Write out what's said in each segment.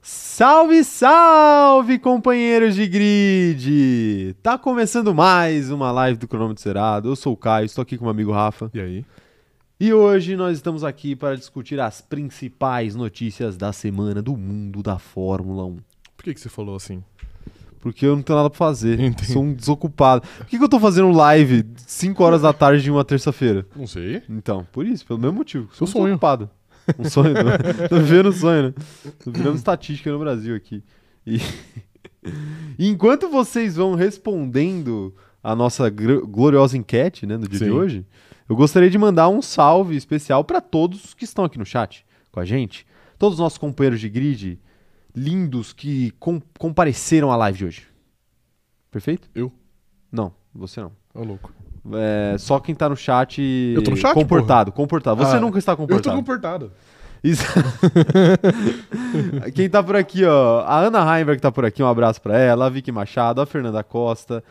Salve, salve, companheiros de grid! Tá começando mais uma live do Cronômetro Zerado. Eu sou o Caio, estou aqui com o meu amigo Rafa. E aí? E hoje nós estamos aqui para discutir as principais notícias da semana do mundo da Fórmula 1. Por que, que você falou assim? Porque eu não tenho nada pra fazer, Entendi. sou um desocupado. Por que, que eu tô fazendo live 5 horas da tarde de uma terça-feira? Não sei. Então, por isso, pelo mesmo motivo. Sou Seu sonho. desocupado. Um sonho, né? Tô vivendo um sonho, né? Tô virando estatística no Brasil aqui. E enquanto vocês vão respondendo a nossa gr- gloriosa enquete, né, do dia de Sim. hoje, eu gostaria de mandar um salve especial para todos que estão aqui no chat com a gente, todos os nossos companheiros de grid lindos que com- compareceram à live de hoje. Perfeito? Eu? Não, você não. Ô, louco. É, só quem tá no chat. Eu tô no chat, Comportado, comportado. Você Ah, nunca está Eu tô comportado. comportado. Isso. Quem tá por aqui, ó. A Ana Heimberg tá por aqui, um abraço pra ela. A Vicky Machado, a Fernanda Costa,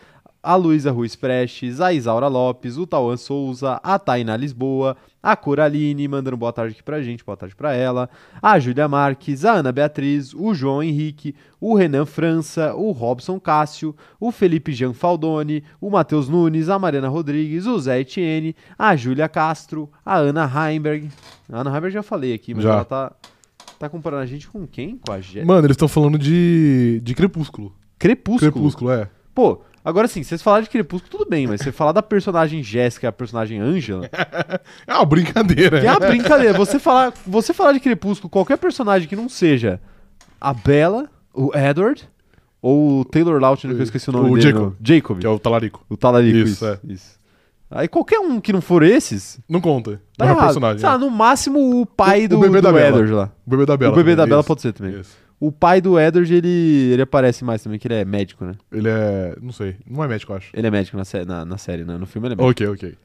a Luísa Ruiz Prestes, a Isaura Lopes, o Tauan Souza, a Tainá Lisboa, a Coraline, mandando boa tarde aqui pra gente, boa tarde pra ela. A Júlia Marques, a Ana Beatriz, o João Henrique, o Renan França, o Robson Cássio, o Felipe Jean Faldoni, o Matheus Nunes, a Mariana Rodrigues, o Zé Etienne, a Júlia Castro, a Ana Heimberg. A Ana Heimberg já falei aqui, mas Já. ela tá, tá comparando a gente com quem? Com a Jé- Mano, eles estão falando de, de crepúsculo. Crepúsculo. Crepúsculo, é. Pô, agora sim, vocês falaram de Crepúsculo, tudo bem, mas você falar da personagem Jéssica e a personagem Ângela, É uma brincadeira. né? que é uma brincadeira. Você falar, você falar de Crepúsculo, qualquer personagem que não seja a Bella, o Edward ou o Taylor Lautner, que eu esqueci o nome O dele. Jacob. não. Jacob. Que é o talarico. O talarico, isso. Isso, é. Isso, Aí qualquer um que não for esses, Não conta. tá não é errado. personagem. Sei lá, né? no máximo o pai O- o do, bebê do da Bella. Edward lá. O bebê da Bela. o bebê da Bela Bela pode ser também. Isso. O pai do Edward, ele, ele aparece mais também, que ele é médico, né? Ele é. Não sei. Não é médico, eu acho. Ele é médico na, sé- na, na série, né? No filme ele é médico. Ok, ok.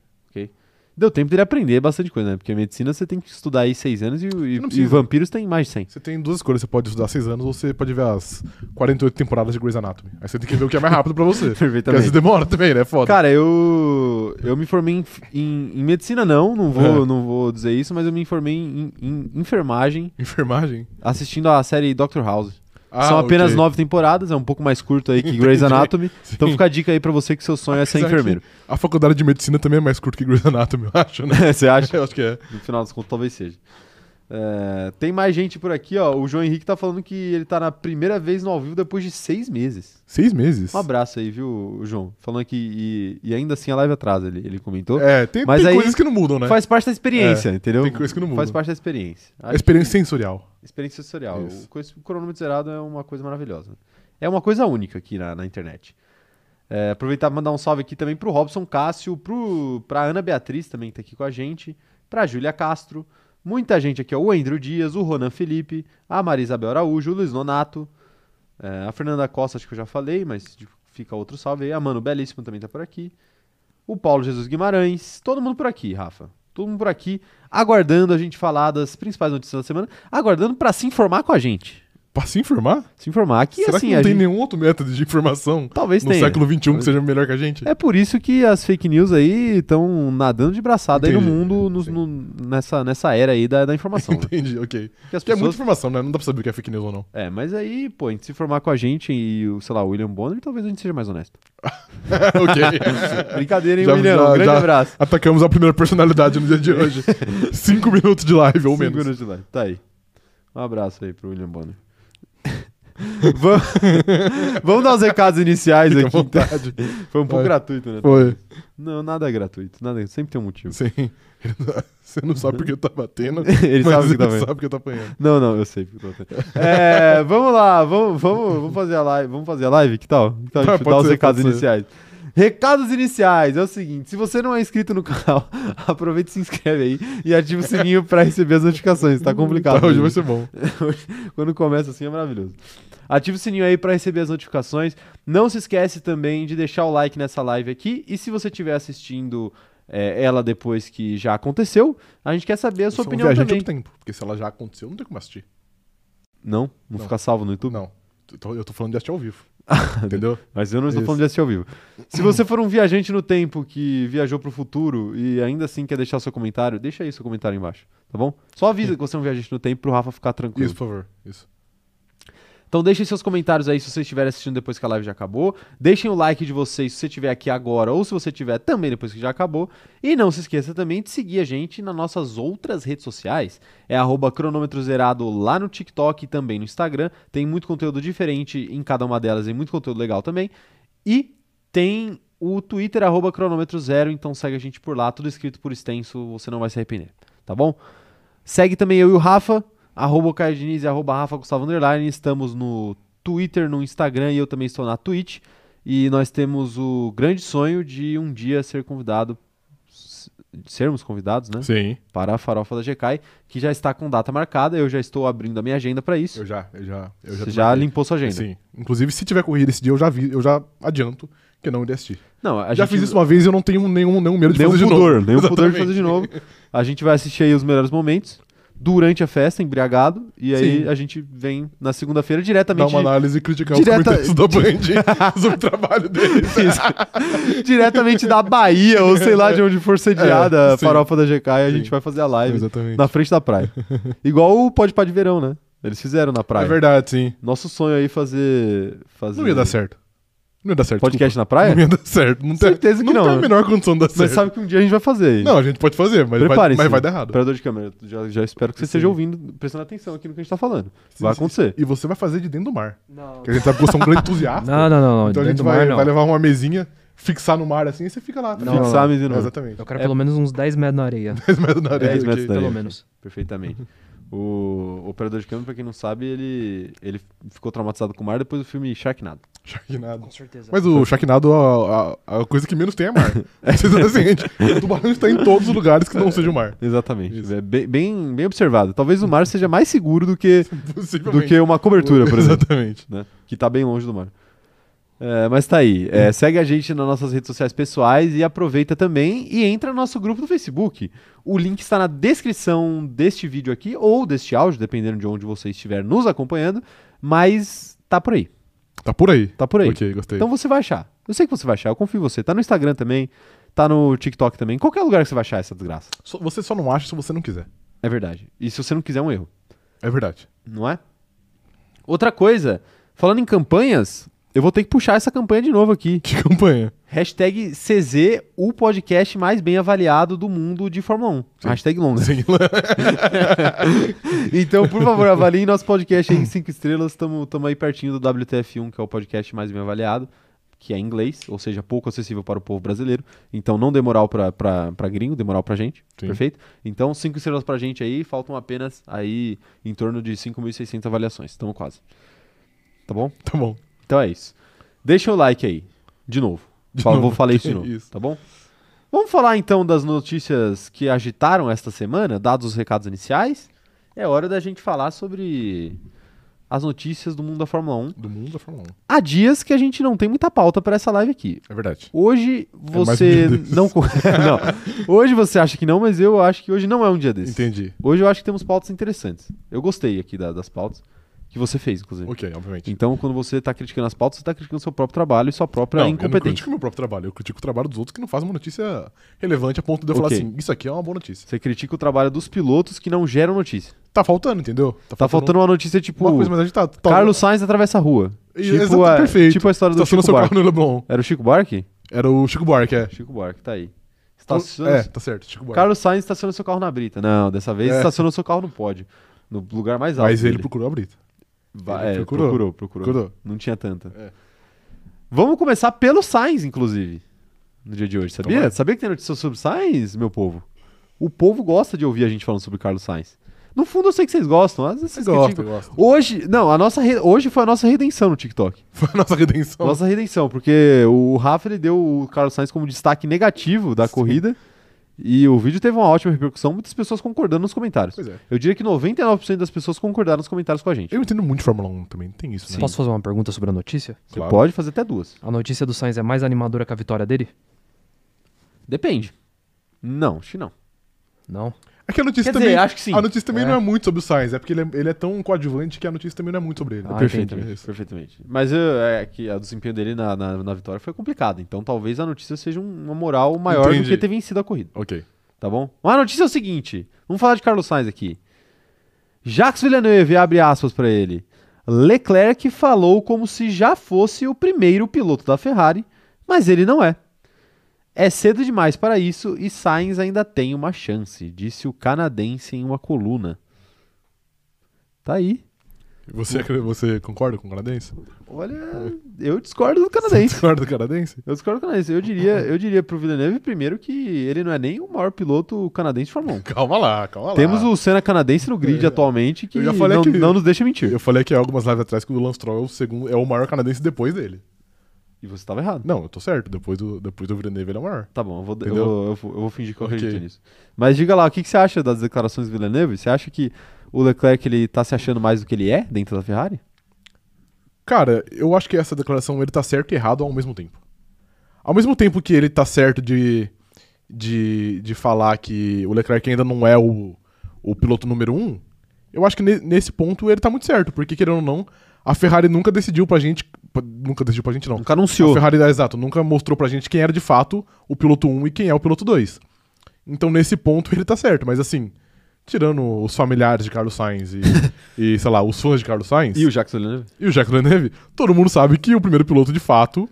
Deu tempo dele aprender bastante coisa, né? Porque medicina você tem que estudar aí seis anos e, e, não e precisa. vampiros tem mais de 100. Você tem duas escolhas. Você pode estudar seis anos ou você pode ver as 48 temporadas de Grey's Anatomy. Aí você tem que ver o que é mais rápido pra você. Porque às vezes Perfeitamente. demora também, né? Foda. Cara, eu eu me formei em, em- em medicina não, não vou, É. não vou dizer isso, mas eu me formei em, em enfermagem Enfermagem. assistindo a série Doctor House. Ah, São ok. apenas nove temporadas, é um pouco mais curto aí que Grey's Entendi. Anatomy. Então Sim. fica a dica aí pra você que seu sonho é ser Apesar enfermeiro. que A faculdade de medicina também é mais curta que Grey's Anatomy, eu acho, né? você acha? Eu acho que é. No final das contas, talvez seja. É, tem mais gente por aqui, ó. O João Henrique tá falando que ele tá na primeira vez no ao vivo depois de seis meses. Seis meses? Um abraço aí, viu, João? Falando que. E, e ainda assim a live atrasa, ele, ele comentou. É, tem, Mas tem aí- coisas que não mudam, né? Faz parte da experiência, entendeu? tem coisa que não muda. Faz parte da experiência. A Acho experiência sensorial. que- experiência sensorial. Isso. O, coisa- o cronômetro zerado é uma coisa maravilhosa. É uma coisa única aqui na, na internet. É, aproveitar pra mandar um salve aqui também pro Robson Cássio, pro, pra Ana Beatriz também que tá aqui com a gente, pra Júlia Castro, muita gente aqui, ó, o Andrew Dias, o Ronan Felipe, a Maria Isabel Araújo, o Luiz Nonato, é, a Fernanda Costa, acho que eu já falei, mas de- fica outro salve aí, a Mano Belíssimo também tá por aqui, o Paulo Jesus Guimarães, todo mundo por aqui, Rafa. Todo mundo por aqui, aguardando a gente falar das principais notícias da semana, aguardando pra se informar com a gente. Pra se informar? Se informar aqui, Será assim, que não a tem gente... nenhum outro método de informação Talvez no tenha. século XXI que seja melhor que a gente? É por isso que as fake news aí estão nadando de braçada aí no Entendi. mundo, nos- Entendi. no- nessa, nessa era aí da, da informação. né? Entendi, ok. Porque as Porque é muita pessoas- informação, né? Não dá pra saber o que é fake news ou não. é, mas aí, pô, a gente se informar com a gente e, o, sei lá, o William Bonner, talvez a gente seja mais honesto. ok. Brincadeira, hein, Já- William? já- um grande já- abraço. Atacamos a primeira personalidade no dia de hoje. Cinco minutos de live, ou Cinco menos. minutos de live. Tá aí. Um abraço aí pro William Bonner. Vam- Vamos dar os recados iniciais Fica à aqui. então. vontade. Foi um pouco Vai. gratuito, né? Foi. Não, nada é gratuito. Nada, sempre tem um motivo. Sim. Você não sabe porque tá batendo. Ele mas sabe que tá ele vendo. sabe que tá apanhando. Não, não, eu sei. porque eu tô tendo. É, vamos lá, vamos, vamos, vamos fazer a live. Vamos fazer a live? Que tal? Que tal a Tá, gente pode dar os ser, recados pode ser. iniciais? Recados iniciais, é o seguinte, se você não é inscrito no canal, aproveita e se inscreve aí e ativa o sininho pra receber as notificações, tá complicado. Tá, hoje né? vai ser bom. Quando começa assim é maravilhoso. Ativa o sininho aí pra receber as notificações. Não se esquece também de deixar o like nessa live aqui. E se você estiver assistindo é, ela depois que já aconteceu, a gente quer saber a sua Só opinião é um viajante também. do tempo, porque se ela já aconteceu, não tem como assistir. Não, não, Não. fica salvo no YouTube. Não. Eu tô- Eu tô falando de assistir ao vivo. Entendeu? Mas eu não estou Isso. falando de assistir ao vivo. Se você for um viajante no tempo que viajou pro futuro e ainda assim quer deixar seu comentário, deixa aí seu comentário aí embaixo, tá bom? Só avisa que você é um viajante no tempo pro Rafa ficar tranquilo. Isso, por favor. Isso. Então Então deixem seus comentários aí se vocês estiverem assistindo depois que a live já acabou. Deixem o like de vocês se você estiver aqui agora ou se você estiver também depois que já acabou. E não se esqueça também de seguir a gente nas nossas outras redes sociais. É arroba cronômetro zerado lá no TikTok e também no Instagram. Tem muito conteúdo diferente em cada uma delas e muito conteúdo legal também. E tem o Twitter, arroba cronômetro zero, então segue a gente por lá, tudo escrito por extenso, você não vai se arrepender, tá bom? Segue também eu e o Rafa, arroba o Caio Diniz e arroba Rafa Gustavo Underline, estamos no Twitter, no Instagram e eu também estou na Twitch, e nós temos o grande sonho de um dia ser convidado, s- sermos convidados, né? Sim. Para a farofa da GK, que já está com data marcada, eu já estou abrindo a minha agenda para isso. Eu já, eu já. Eu você tô já marcando. limpou sua agenda. Sim. Inclusive, se tiver corrida esse dia, eu já vi, eu já adianto que eu não iria assistir. Não, a já gente- fiz isso uma vez e eu não tenho nenhum, nenhum medo de nem um fazer pudor, de novo. nem um pudor de Exatamente. fazer de novo. A gente vai assistir aí os melhores momentos durante a festa, embriagado, e aí Sim. a gente vem na segunda-feira Dar diretamente uma análise e criticar Direta- os comentários da Band sobre o trabalho deles. diretamente da Bahia ou sei lá de onde for sediada É, a sim. farofa da GK e a Sim. gente vai fazer a live Exatamente. na frente da praia. Igual o Pode Pá de Verão, né? Eles fizeram na É praia. verdade, sim. Nosso sonho aí é fazer fazer Não ia dar certo. Não ia dar certo. podcast na desculpa. praia? Não ia dar certo. Não tem, Certeza que não, não tem né? a menor condição de dar Mas certo. sabe que um dia a gente vai fazer. Não, a gente pode fazer, mas, vai, Preparem-se. mas vai dar errado. Operador de câmera, já, já espero que você Sim. esteja ouvindo, prestando atenção aqui no que a gente tá falando. Sim, vai sim. acontecer. E você vai fazer de dentro do mar. Não. Que a gente sabe que você é um grande entusiasta. Não, não, não. Então a dentro gente do vai, mar, não. vai levar uma mesinha, fixar no mar assim, e você fica lá. Não, ligado? Fixar a mesinha no É, mar. Exatamente. Eu quero É- pelo menos uns 10 metros na areia. 10 metros na areia. 10 ok. metros na areia. pelo ok. menos. Perfeitamente. O operador de câmera, pra quem não sabe, ele, ele ficou traumatizado com o mar depois do filme Sharknado. Sharknado. certeza. Mas o Sharknado, a, a, a coisa que menos tem é mar. Vocês não assim, gente. O tubarão está em todos os lugares que não seja o mar. Exatamente. Isso. É bem, bem, bem observado. Talvez o mar seja mais seguro do que, do Possivelmente. que uma cobertura, por exemplo. Exatamente. né? Que tá bem longe do mar. É, mas tá aí. É, segue a gente nas nossas redes sociais pessoais e aproveita também e entra no nosso grupo do Facebook. O link está na descrição deste vídeo aqui ou deste áudio, dependendo de onde você estiver nos acompanhando. Mas tá por aí. Tá por aí. Tá por aí. Ok, gostei. Então você vai achar. Eu sei que você vai achar, eu confio em você. Tá no Instagram também, tá no TikTok também. Qualquer lugar que você vai achar essa desgraça. Só- você só não acha se você não quiser. É verdade. E se você não quiser, é um erro, É verdade. não é? Outra coisa, falando em campanhas, eu vou ter que puxar essa campanha de novo aqui. Que campanha. Hashtag CZ, o podcast mais bem avaliado do mundo de Fórmula 1. Hashtag longa. Sim. Então, por favor, avaliem nosso podcast aí em 5 estrelas. Estamos aí pertinho do WTF1, que é o podcast mais bem avaliado, que é em inglês, ou seja, pouco acessível para o povo brasileiro. Então, não dê moral pra, pra, pra gringo, dê moral pra gente. Sim. Perfeito? Então, 5 estrelas pra gente aí. Faltam apenas aí em torno de 5.600 avaliações. Estamos quase. Tá bom? Tá bom. Então é isso. Deixa o like aí, de novo. De Fala- Vou novo. É falar isso de novo, Isso. tá bom? Vamos falar então das notícias que agitaram esta semana, dados os recados iniciais. É hora da gente falar sobre as notícias do mundo da Fórmula 1. Do mundo da Fórmula Há dias que a gente não tem muita pauta para essa live aqui. 1. É verdade. Hoje mais um você dia desses. não... co- não. Hoje você acha que não, mas eu acho que hoje não é um dia desses. Entendi. Hoje eu acho que temos pautas interessantes. Eu gostei aqui da- das pautas que você fez, inclusive. Ok, obviamente. Então, quando você tá criticando as pautas, você tá criticando seu próprio trabalho e sua própria não, eu não incompetência. critico meu próprio trabalho, eu critico o trabalho dos outros que não fazem uma notícia relevante a ponto de eu Ok. falar assim, isso aqui é uma boa notícia. Você critica o trabalho dos pilotos que não geram notícia. Tá faltando, entendeu? Tá faltando uma notícia tipo. uma coisa mais agitada. Tá- Carlos Sainz atravessa a rua. E- Tipo exato, a, perfeito. tipo a história do estaciona Chico seu Buarque. carro no Leblon. Era o Chico Buarque? Era o Chico Buarque, é. Chico Buarque, tá aí. Então, Estaciona... É, tá certo, Chico Buarque. Carlos Sainz estaciona seu carro na brita. Não, dessa vez É. estacionou seu carro no pódio. No lugar mais alto. Mas ele dele. procurou a Brita. Vai- ele é, procurou. procurou, procurou, Procurou. Não tinha tanta. É. Vamos começar pelo Sainz, inclusive, no dia de hoje. Sabia? Então vai. Sabia que tem notícia sobre Sainz, meu povo? O povo gosta de ouvir a gente falando sobre Carlos Sainz. No fundo, eu sei que vocês gostam. Às vezes vocês Gosto, criticam. gosto. Hoje, não, a nossa re- hoje foi a nossa redenção no TikTok. Foi a nossa redenção. Nossa redenção, porque o Rafa ele deu o Carlos Sainz como destaque negativo da corrida. E o vídeo teve uma ótima repercussão, muitas pessoas concordando nos comentários. Pois é. Eu diria que 99% das pessoas concordaram nos comentários com a gente. Eu entendo muito de Fórmula 1 também, tem isso, né? Posso fazer uma pergunta sobre a notícia? Você Claro. pode fazer até duas. A notícia do Sainz é mais animadora que a vitória dele? Depende. Não, acho que não. Não. É que a notícia Quer também. dizer, acho que sim. A notícia também É. não é muito sobre o Sainz, é porque ele é, ele é tão coadjuvante que a notícia também não é muito sobre ele. É Ah, perfeitamente, entendi. Isso. perfeitamente. Mas eu- é que o desempenho dele na, na, na vitória foi complicado. Então talvez a notícia seja um- uma moral maior do Entendi. que ter vencido a corrida, Ok. tá bom? Mas a notícia é o seguinte: vamos falar de Carlos Sainz aqui. Jacques Villeneuve abre aspas pra ele. Leclerc falou como se já fosse o primeiro piloto da Ferrari, mas ele não é. É cedo demais para isso e Sainz ainda tem uma chance, disse o canadense em uma coluna. Tá aí. Você, acre- você concorda com o canadense? Olha, eu discordo do canadense. Concorda do canadense? Eu discordo do canadense. Eu diria, eu diria pro Villeneuve primeiro que ele não é nem o maior piloto canadense de Fórmula 1. Calma lá, calma lá. Temos o Senna canadense no grid atualmente que Eu já falei não, que- não nos deixa mentir. Eu falei aqui há algumas lives atrás que o Lance Stroll é o, segundo, é o maior canadense depois dele. E você estava errado. Não, eu tô certo. Depois do, depois do Villeneuve ele é o maior. Tá bom, eu vou, eu, Entendeu? vou- eu vou- eu vou fingir que eu Ok. acredito nisso. Mas diga lá, o que, que você acha das declarações do Villeneuve? Você acha que o Leclerc ele tá se achando mais do que ele é dentro da Ferrari? Cara, eu acho que essa declaração ele tá certo e errado ao mesmo tempo. Ao mesmo tempo que ele tá certo de, de, de falar que o Leclerc ainda não é o, o piloto número um, eu acho que ne- nesse ponto ele tá muito certo, porque querendo ou não, a Ferrari nunca decidiu pra gente. pra- nunca decidiu pra gente, não. Nunca A anunciou. Ferrari, é, exato, nunca mostrou pra gente quem era de fato o piloto 1 e quem é o piloto 2. Então, nesse ponto, ele tá certo, mas assim, tirando os familiares de Carlos Sainz e, e, sei lá, os fãs de Carlos Sainz E o Jackson Villeneuve? e o Jacques Villeneuve, todo mundo sabe que o primeiro piloto de fato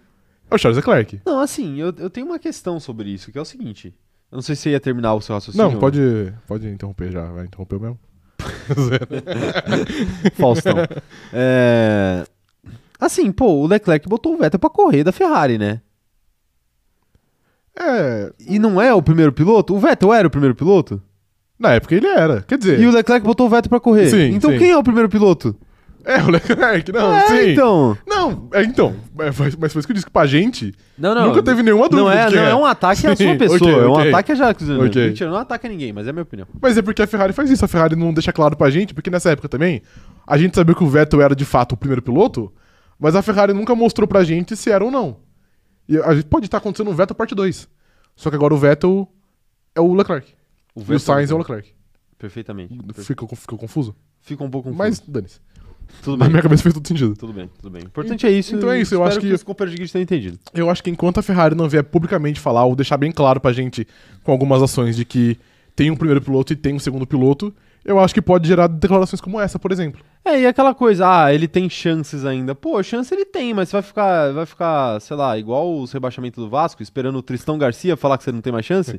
é o Charles Leclerc. Não, assim, eu, eu tenho uma questão sobre isso, que é o seguinte. Eu não sei se você ia terminar o seu raciocínio. Não, pode, pode interromper já, vai interromper mesmo. Faustão. É, Assim, pô, o Leclerc botou o Vettel pra correr da Ferrari, né? É, E não é o primeiro piloto? O Vettel era o primeiro piloto? na época ele era, quer dizer, E o Leclerc botou o Vettel pra correr. Sim, então sim. quem é o primeiro piloto? é o Leclerc, não, é, sim. então. Não, é então, é, mas, mas foi isso que eu disse que pra gente Não, nunca teve nenhuma dúvida Não é, de quem não é um ataque à Sim, sua pessoa, ok, é um ok. ataque a Jacques Villeneuve. Ok. Mentira, não ataca ninguém, mas é a minha opinião. Mas é porque a Ferrari faz isso, a Ferrari não deixa claro pra gente, porque nessa época também, a gente sabia que o Vettel era de fato o primeiro piloto, mas a Ferrari nunca mostrou pra gente se era ou não. E a gente pode estar acontecendo um Vettel parte 2. Só que agora o Vettel é o Leclerc. e o Sainz é o Leclerc. um Perfeitamente. Perfe- Ficou, ficou confuso? Fica um pouco confuso. Mas dane-se. tudo Na bem. minha cabeça fez todo sentido. Tudo bem, tudo bem. O importante é isso. Então é e isso, eu espero acho que- os companheiros de grid tenham entendido. Eu acho que enquanto a Ferrari não vier publicamente falar ou deixar bem claro pra gente com algumas ações de que tem um primeiro piloto e tem um segundo piloto, eu acho que pode gerar declarações como essa, por exemplo. É, e aquela coisa, ah, ele tem chances ainda. Pô, chance ele tem, mas você vai ficar, vai ficar, sei lá, igual os rebaixamentos do Vasco, esperando o Tristão Garcia falar que você não tem mais chance.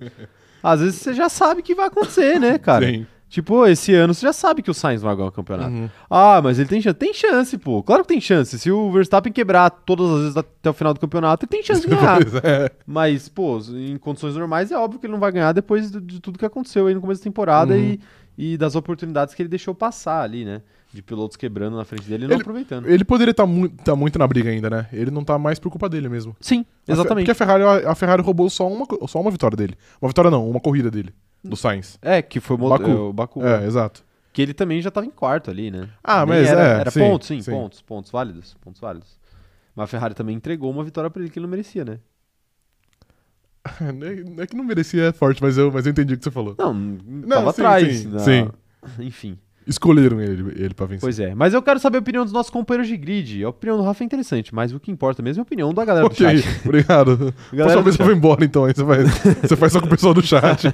Às vezes você já sabe que vai acontecer, né, cara? Sim. Tipo, esse ano você já sabe que o Sainz vai ganhar o campeonato. Uhum. Ah, mas ele tem chance. Tem chance, pô. Claro que tem chance. Se o Verstappen quebrar todas as vezes até o final do campeonato, ele tem chance de ganhar. Pois é. mas, pô, em condições normais é óbvio que ele não vai ganhar depois do- de tudo que aconteceu aí no começo da temporada Uhum. e, e das oportunidades que ele deixou passar ali, né? De pilotos quebrando na frente dele e não Ele- aproveitando. Ele poderia estar muito na briga ainda, né? Ele não tá mais por culpa dele mesmo. Sim, A Fe- é Porque exatamente. a Ferrari, a Ferrari roubou só uma, co- só uma vitória dele. Uma vitória não, uma corrida dele. Do Sainz. É, que foi o mo- Baku. é, o Baku. É, exato. Que ele também já tava em quarto ali, né? Ah, Nem mas era, é, era sim, pontos, sim, sim. pontos, pontos válidos, pontos válidos. Mas a Ferrari também entregou uma vitória pra ele que ele não merecia, né? Não é- não é que não merecia é forte, mas eu, mas eu entendi o que você falou. Não, tava sim, atrás. sim, na- sim. Enfim, Escolheram ele, ele pra vencer. pois é. Mas eu quero saber a opinião dos nossos companheiros de grid. A opinião do Rafa é interessante, mas o que importa mesmo é a opinião da galera Ok, do chat. obrigado. O Galera pessoal do vai embora então, aí você faz, você faz só com o pessoal do chat.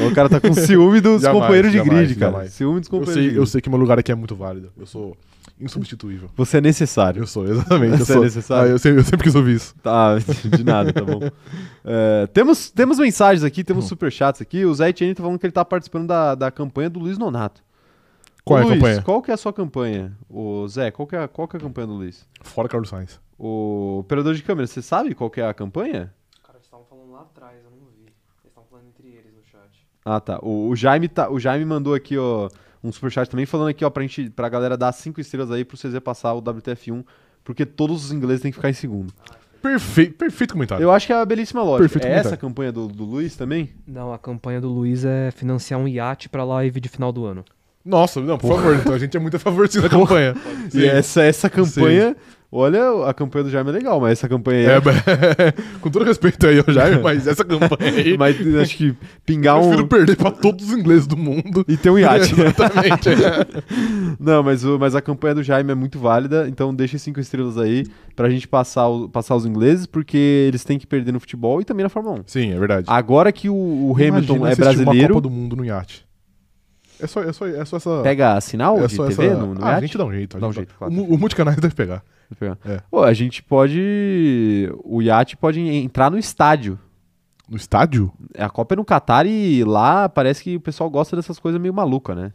o cara tá com ciúme dos Jamais, companheiros de jamais, grid, cara. jamais. Ciúme dos Eu companheiros de sei, eu grid. sei que meu lugar aqui é muito válido. Eu sou insubstituível. Você é necessário. Eu sou, exatamente. Eu Você é sou. necessário? Ah, eu, sei- eu sempre quis ouvir isso. Tá, de nada, tá bom. É, temos, temos mensagens aqui, Uhum. temos superchats aqui. O Zé Etienne tá falando que ele tá participando da, da campanha do Luiz Nonato. Qual Ô, é a Luiz, campanha? qual que é a sua campanha? O Zé, qual que é, a- qual que é a campanha do Luiz? Fora Carlos Sainz. O operador de câmera, você sabe qual que é a campanha? Cara, eles estavam falando lá atrás, eu não vi. Eles estavam falando entre eles no chat. Ah, tá. O, o Jaime tá, o Jaime mandou aqui, ó, um superchat também falando aqui, ó, pra, gente, pra galera dar cinco estrelas aí pro CZ passar o WTF1, porque todos os ingleses têm que ficar em segundo. Perfeito, perfeito comentário. Eu acho que é uma belíssima lógica. Perfeito é comentário. essa a campanha do, do Luiz também? Não, a campanha do Luiz é financiar um iate pra live de final do ano. Nossa, não, por favor, então a gente é muito a favor sim da campanha. Sim. E essa, essa campanha, olha, a campanha do Jaime é legal, mas essa campanha aí... É, mas- com todo respeito aí ao Jaime, mas essa campanha aí. Mas acho que pingar eu um... prefiro É. perder pra todos os ingleses do mundo. E ter um iate, né? Exatamente. Não, mas, o- mas a campanha do Jaime é muito válida, então deixa cinco estrelas aí pra gente passar, o- passar os ingleses, porque eles têm que perder no futebol e também na Fórmula 1. Sim, é verdade. Agora que o, o Hamilton Imagina é assistir uma brasileiro. Copa do Mundo no iate. É só, é só, é só essa. Pega sinal é de só TV no, no ah, a iate? gente dá um jeito. a Dá um gente jeito, claro. O, mu- o multicanais deve pegar. Vou pegar. É. Pô, a gente pode. O iate pode entrar no estádio. No estádio? A Copa é no Catar e lá parece que o pessoal gosta dessas coisas meio maluca, né?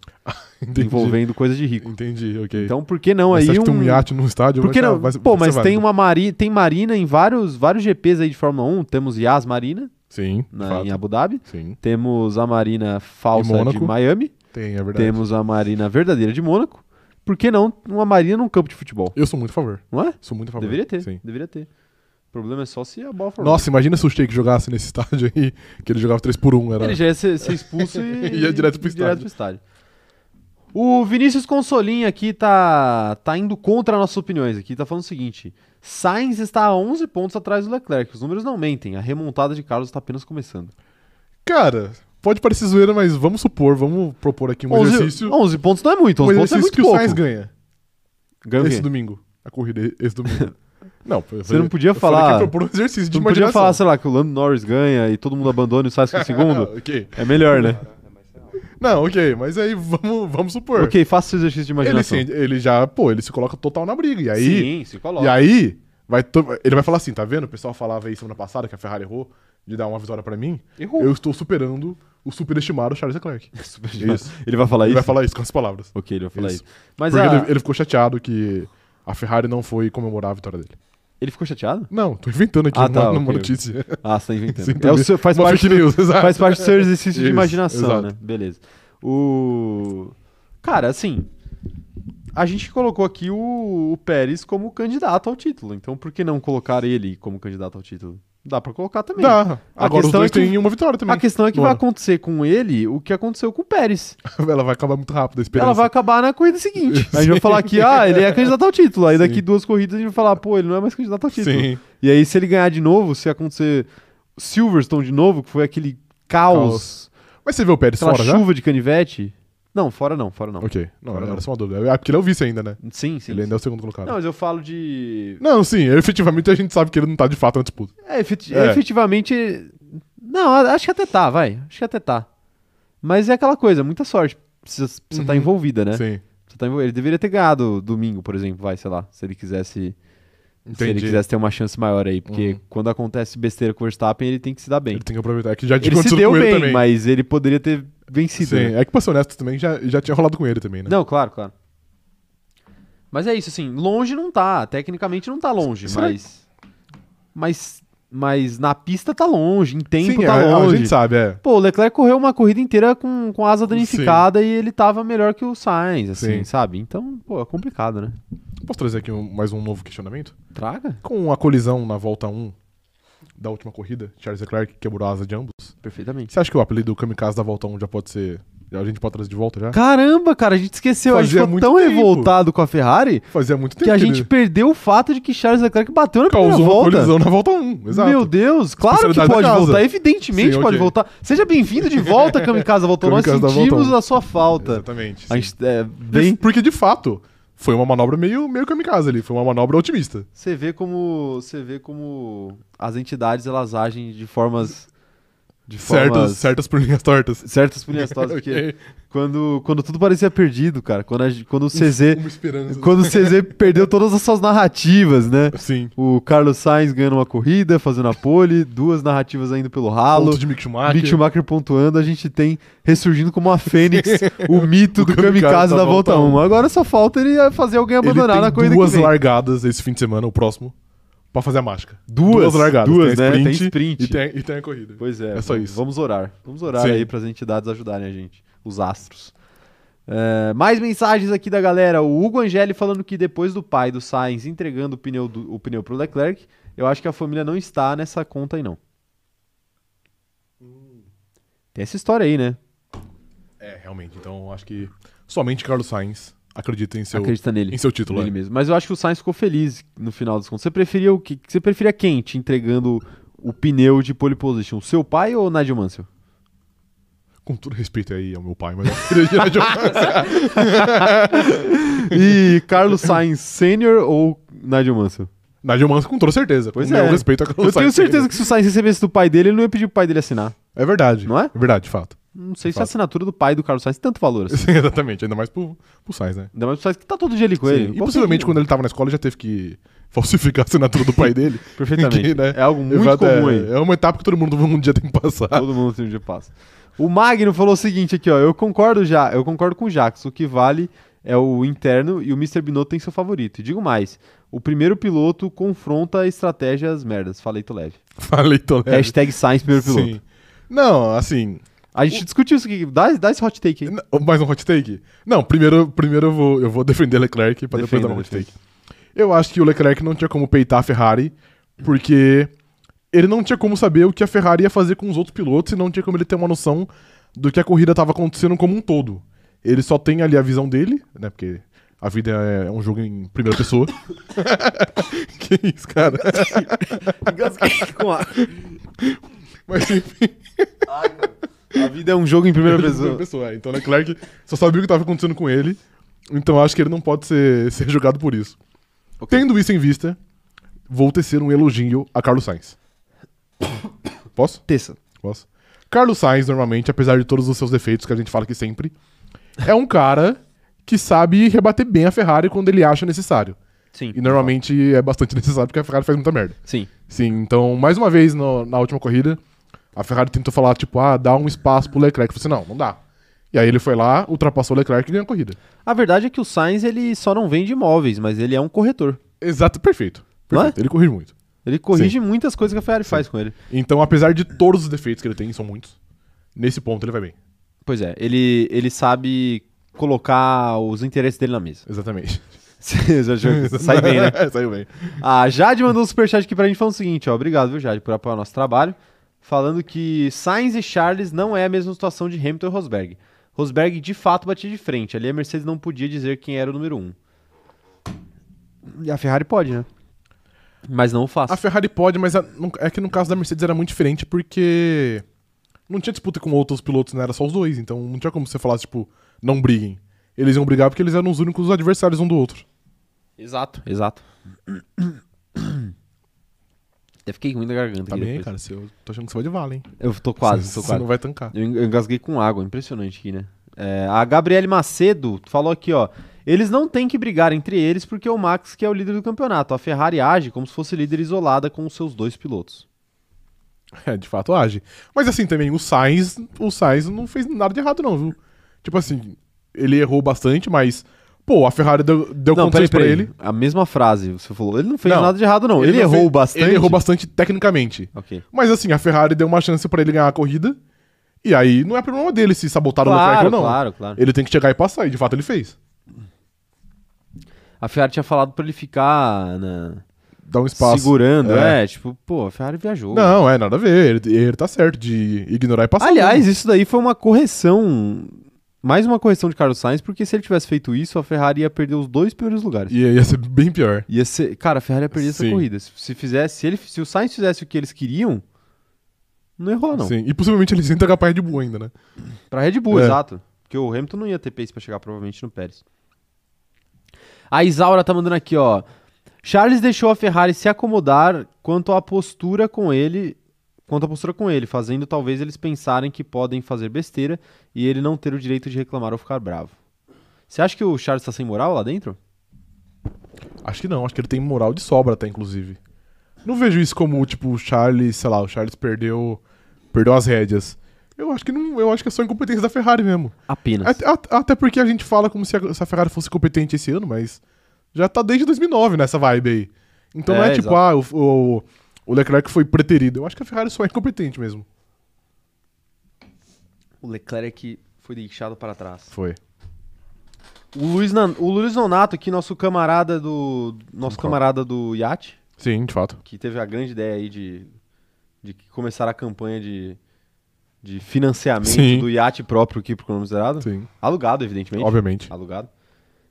Entendi. Envolvendo coisa de rico. Entendi, ok. Então por que não Mas você aí acha que um. tem um iate no estádio? Por que vai- não? vai- Pô, vai ser mas tem válido. uma mari... tem marina em vários, vários GPs aí de Fórmula 1. Temos Yas Marina Sim, de na- fato. em Abu Dhabi. Sim, Temos a Marina falsa de Mônaco. Miami. tem, é verdade. Temos a Marina verdadeira de Mônaco. Por que não uma Marina num campo de futebol? Eu sou muito a favor. Não é? Sou muito a favor. Deveria ter, Sim. deveria ter. O problema é só se a bola for Nossa, imagina se o Sheik jogasse nesse estádio aí, que ele jogava 3x1. Era... Ele já ia ser, ser expulso e Ia direto pro estádio. estádio. O Vinícius Consolim aqui tá, tá indo contra nossas opiniões aqui, tá falando o seguinte: Sainz está a 11 pontos atrás do Leclerc. Os números não mentem, a remontada de Carlos está apenas começando. Cara, pode parecer zoeira, mas vamos supor, vamos propor aqui um 11, exercício. 11 pontos não é muito, Um 11 pontos é exercício muito que pouco. o Sainz ganha Ganha o quê? esse domingo. A corrida e- esse domingo. não, Você não podia falar- propor um exercício de Tu não podia falar, imaginação. sei lá, que o Lando Norris ganha e todo mundo abandona e o Sainz com o segundo? Ah, ok. É melhor, né? Cara, é mais real. Não, ok, mas aí vamos, vamos supor. Ok, faça seu exercício de Ele, imaginação. sim, ele já, pô, ele se coloca total na briga. E aí, Sim, se coloca. E aí, vai to- ele vai falar assim, tá vendo? O pessoal falava aí semana passada que a Ferrari errou de dar uma vitória pra mim. Errou. Eu estou superando o superestimado Charles Leclerc. Isso. Ele vai falar Ele isso? vai falar isso com essas palavras. Ok, ele vai falar isso. Isso. Mas Porque a- ele, ele ficou chateado que a Ferrari não foi comemorar a vitória dele. ele ficou chateado? Não, tô inventando aqui Ah, uma, tá, uma ok. notícia. Ah, você tá inventando. Sim, é o também. seu- faz, Uma parte, fake news, exato. faz parte do seu exercício de Isso, imaginação, exato. né? Beleza. O. Cara, assim. A gente colocou aqui o, o Pérez como candidato ao título. Então, por que não colocar ele como candidato ao título? Dá pra colocar também. Dá. A Agora os questão dois é que- têm uma vitória também. A questão é que No vai ano. acontecer com ele o que aconteceu com o Pérez. Ela vai acabar muito rápido a experiência. Ela vai acabar na corrida seguinte. A gente vai falar que, ah, ele é candidato ao título. Aí daqui Sim. duas corridas a gente vai falar, pô, ele não é mais candidato ao título. Sim. E aí, se ele ganhar de novo, se acontecer Silverstone de novo, que foi aquele caos, Mas você vê o Pérez aquela fora já? chuva de canivete. Não, fora não, fora não. Ok. Não, Fora era não. só uma dúvida. Ah, porque ele é o vice ainda, né? Sim, sim. ele ainda sim. é o segundo colocado. Não, mas eu falo de. Não, sim, efetivamente a gente sabe que ele não tá de fato na disputa. É, efet- É. efetivamente. Não, a- acho que até tá, vai. Acho que até tá. Mas é aquela coisa, muita sorte. Precisa estar precisa tá Uhum. envolvida, né? Sim. Precisa tá envol- Ele deveria ter ganhado domingo, por exemplo, vai, sei lá. Se ele quisesse. Se ele Entendi. quisesse ter uma chance maior aí. Porque Uhum. quando acontece besteira com o Verstappen, ele tem que se dar bem. Ele tem que aproveitar. É que já tinha Ele se acontecido deu com ele bem, também. mas ele poderia ter vencido. né? Sim, é que pra ser honesto também já, já tinha rolado com ele também, né? Não, claro, claro. Mas é isso, assim, longe não tá. Tecnicamente não tá longe, Será- mas. Mas. Mas na pista tá longe, em tempo sim, tá a, a longe. gente sabe, é. Pô, o Leclerc correu uma corrida inteira com, com asa danificada e ele tava melhor que o Sainz, assim, Sim. sabe? Então, pô, é complicado, né? Posso trazer aqui um- mais um novo questionamento? Traga. Com a colisão na volta 1 da última corrida, Charles Leclerc quebrou a asa de ambos. Perfeitamente. Você acha que o apelido Kamikaze da volta 1 já pode ser. já A gente pode trazer de volta já? Caramba, cara, a gente esqueceu. Fazia a gente ficou muito tão tempo. revoltado com a Ferrari Fazia muito tempo que a ele gente perdeu o fato de que Charles Leclerc bateu na primeira causou uma volta. colisão na volta 1. Exato. Meu Deus, claro que Especialidade da pode casa. voltar, evidentemente Sim, pode ok. voltar. Seja bem-vindo de volta, Kamikaze Voltou. Nós Kamikaze da sentimos Volta. a sua falta. Exatamente. A sim. gente, é, bem, Porque de fato, foi uma manobra meio, meio kamikaze ali. Foi uma manobra otimista. você vê como você vê como as entidades elas agem de formas de Certas, formas certas pulinhas tortas. certas pulinhas tortas, Ok. porque quando quando tudo parecia perdido, cara, quando a, gente- quando o CZ Uma esperança. quando o CZ perdeu todas as suas narrativas, né? Sim. O Carlos Sainz ganhando uma corrida, fazendo a pole, duas narrativas ainda pelo ralo. Ponto de Mick Schumacher. Mick Schumacher pontuando, a gente tem ressurgindo como a Fênix o mito do kamikaze da volta 1. Agora só falta ele é, fazer alguém tá Ele abandonar tem na corrida duas que vem. largadas esse fim de semana, o próximo, pra fazer a mágica. Duas, largadas. duas, tem a né? Tem sprint. sprint, E, tem, e tem a corrida. Pois é, É só v- isso. Vamos orar. Vamos orar Sim. aí para as entidades ajudarem a gente, os astros. É, mais mensagens aqui da galera. O Hugo Angeli falando que depois do pai do Sainz entregando o pneu, do, o pneu pro Leclerc, eu acho que a família não está nessa conta aí, não. Tem essa história aí, né? É, realmente. Então, acho que somente Carlos Sainz acredita em seu, Acredita nele. em seu título. Ele é. mesmo. Mas eu acho que o Sainz ficou feliz no final dos contos. Você preferia o que? Você preferia quem te entregando o pneu de pole position? O seu pai ou o Nigel Mansell? Com todo respeito aí ao meu pai, mas eu queria já jogar. E Carlos Sainz Sênior ou Nigel Mansell? Nigel Mansell com toda certeza. Pois com é. meu respeito a Carlos Eu tenho Sainz. certeza que se o Sainz recebesse do pai dele, ele não ia pedir pro pai dele assinar. É verdade. Não é? É verdade, de fato. Não sei De se a fato. assinatura do pai do Carlos Sainz tem tanto valor assim. Sim, Exatamente, ainda mais pro, pro Sainz, né? Ainda mais pro Sainz que tá todo dia ali com Sim, ele. um. E Qual possivelmente sentido? quando ele tava na escola ele já teve que falsificar a assinatura do pai dele. Perfeitamente. que, né, É algo muito Exato, é- comum aí. É uma etapa que todo mundo um dia tem que passar. Todo mundo tem um dia passa. O Magno falou o seguinte aqui, ó. Eu concordo já, eu concordo com o Jax. O que vale é o interno e o Mr. Binotto tem seu favorito. E digo mais, o primeiro piloto confronta estratégias merdas. Falei, tô leve. Falei, tô leve. Hashtag Sainz primeiro piloto. Sim. Não, assim, A gente discutiu isso aqui. Dá, dá esse hot take aí. n- mais um hot take? Não, primeiro, primeiro eu, vou, eu vou defender Leclerc pra depois Defenda, dar um hot defenda. take. Eu acho que o Leclerc não tinha como peitar a Ferrari, porque ele não tinha como saber o que a Ferrari ia fazer com os outros pilotos e não tinha como ele ter uma noção do que a corrida estava acontecendo como um todo. Ele só tem ali a visão dele, né? Porque a vida é um jogo em primeira pessoa. que isso, cara? com a... Mas enfim, a vida é um jogo em primeira primeira pessoa. pessoa. é. Então o Leclerc só sabia o que estava acontecendo com ele. Então acho que ele não pode ser, ser julgado por isso. Ok. Tendo isso em vista, vou tecer um elogio a Carlos Sainz. Posso? Terça. Posso. Carlos Sainz, normalmente, apesar de todos os seus defeitos que a gente fala aqui sempre, é um cara que sabe rebater bem a Ferrari quando ele acha necessário. Sim. E normalmente é bastante necessário porque a Ferrari faz muita merda. Sim. Sim, então, mais uma vez, no- na última corrida, a Ferrari tentou falar, tipo, ah, dá um espaço pro Leclerc. Eu falei assim, não, não dá. E aí ele foi lá, ultrapassou o Leclerc e ganhou a corrida. A verdade é que o Sainz, ele só não vende imóveis, mas ele é um corretor. Exato, perfeito. Não é? Perfeito, ele corrige muito. Ele corrige muitas coisas que a Ferrari faz com ele. Então, apesar de todos os defeitos que ele tem, e são muitos, nesse ponto ele vai bem. Pois é, ele, ele sabe colocar os interesses dele na mesa. Exatamente. Você já achou que Sai bem, né? Saiu bem. A Jade mandou um superchat aqui pra gente falando o seguinte, ó. Obrigado, viu, Jade, por apoiar o nosso trabalho. Falando que Sainz e Charles não é a mesma situação de Hamilton e Rosberg. Rosberg, de fato, batia de frente. Ali a Mercedes não podia dizer quem era o número um. E a Ferrari pode, né? Mas não o faz. A Ferrari pode, mas a- num- é que no caso da Mercedes era muito diferente porque não tinha disputa com outros pilotos, né? Era só os dois. Então não tinha como você falar, tipo, não briguem. Eles iam brigar porque eles eram os únicos adversários um do outro. Exato, exato. Eu fiquei ruim da garganta Tá aqui bem, depois. cara. se Eu tô achando que você vai de vala, hein? Eu tô quase, Você tô você quase. não vai tancar. Eu en- eu engasguei com água, impressionante aqui, né? É, a Gabriele Macedo falou aqui, ó. Eles não têm que brigar entre eles porque é o Max que é o líder do campeonato. A Ferrari age como se fosse líder isolada com os seus dois pilotos. É, de fato age. Mas assim também, o Sainz, o Sainz não fez nada de errado, não, viu? Tipo assim, ele errou bastante, mas, pô, a Ferrari deu, deu condições pra ele. A mesma frase você falou. Ele não fez Não, nada de errado, não. Ele, não errou fez- bastante. Ele errou bastante tecnicamente. Ok. Mas assim, a Ferrari deu uma chance pra ele ganhar a corrida. E aí não é problema dele se sabotaram o Leclerc Claro, ou não. claro, claro. Ele tem que chegar e passar, e de fato ele fez. A Ferrari tinha falado pra ele ficar na- Dá um espaço. segurando, É. é. Tipo, pô, a Ferrari viajou. Não, é nada a ver. Ele, ele tá certo de ignorar e passar. Aliás, isso daí foi uma correção. Mais uma correção de Carlos Sainz, porque se ele tivesse feito isso, a Ferrari ia perder os dois primeiros lugares. E ia ser bem pior. Ia ser, cara, a Ferrari ia perder Sim. essa corrida. Se, se fizesse, se ele, se o Sainz fizesse o que eles queriam, não ia rolar não. Sim. E possivelmente ele senta capaz de boa ainda, né? Pra Red Bull, É. exato. Porque o Hamilton não ia ter pace pra chegar provavelmente no Pérez. A Isaura tá mandando aqui, ó. Charles deixou a Ferrari se acomodar quanto à postura com ele, quanto à postura com ele, fazendo talvez eles pensarem que podem fazer besteira e ele não ter o direito de reclamar ou ficar bravo. Você acha que o Charles tá sem moral lá dentro? Acho que não, acho que ele tem moral de sobra até, inclusive. Não vejo isso como, tipo, o Charles, sei lá, o Charles perdeu. Perdeu as rédeas. Eu acho que não. Eu acho que é só incompetência da Ferrari mesmo. Apenas. Até, at- até porque a gente fala como se a, se a Ferrari fosse competente esse ano, mas já tá desde 2009 nessa vibe aí. Então não É, é tipo, ah, o, o, o Leclerc foi preterido. Eu acho que a Ferrari só é incompetente mesmo. O Leclerc é foi deixado para trás. Foi. O Luiz, Nan... o Luiz Nonato, aqui, nosso camarada do. Nosso Concordo. camarada do Iate, Sim, de fato. que teve a grande ideia aí de, de que começar a campanha de, de financiamento Sim. do iate próprio aqui pro Cronômetro Zerado. Ah, Sim, Alugado, evidentemente. obviamente. Alugado.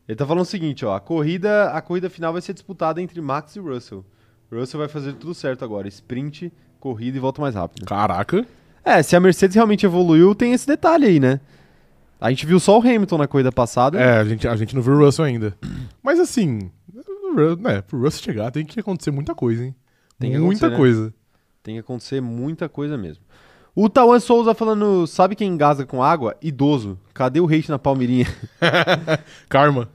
Ele tá falando o seguinte, ó. A corrida, a corrida final vai ser disputada entre Max e Russell. Russell vai fazer tudo certo agora. Sprint, corrida e volta mais rápido. Caraca. É, se a Mercedes realmente evoluiu, tem esse detalhe aí, né? A gente viu só o Hamilton na corrida passada. É, a gente, a gente não viu o Russell ainda. Mas assim, o Ru- né, pro Russell chegar tem que acontecer muita coisa, hein? Tem que muita acontecer, né? coisa. Tem que acontecer muita coisa mesmo. O Tawan Souza falando, sabe quem engasga com água? Idoso. Cadê o hate na Palmeirinha? Karma.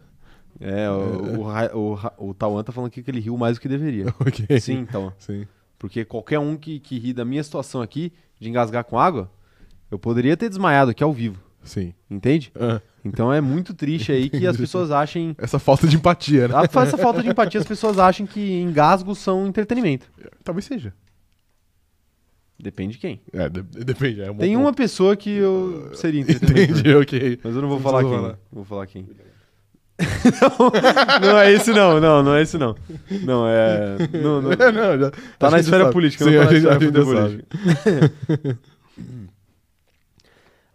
É, o, o, Ra- o, Ra- o Tawan tá falando aqui que ele riu mais do que deveria. ok. Sim, Tawan. Sim. Porque qualquer um que, que ri da minha situação aqui, de engasgar com água, eu poderia ter desmaiado aqui ao vivo, Sim. entende? Ah, Então é muito triste aí que as pessoas achem. essa falta de empatia, né? Ah, Faz essa falta de empatia, as pessoas acham que engasgos são entretenimento. Talvez seja. Depende de quem. É, de- depende. É um Tem bom uma ponto. pessoa que eu seria entretenimento. Entendi, ok. Mas eu não vou Não falar quem. precisa Não falar. vou falar quem. não, não é esse não, não, não é esse não. Não, é. Não, não. É, não, já- Tá na acho que esfera sabe. política, Sim, não tá na a gente- esfera a gente já futebolística.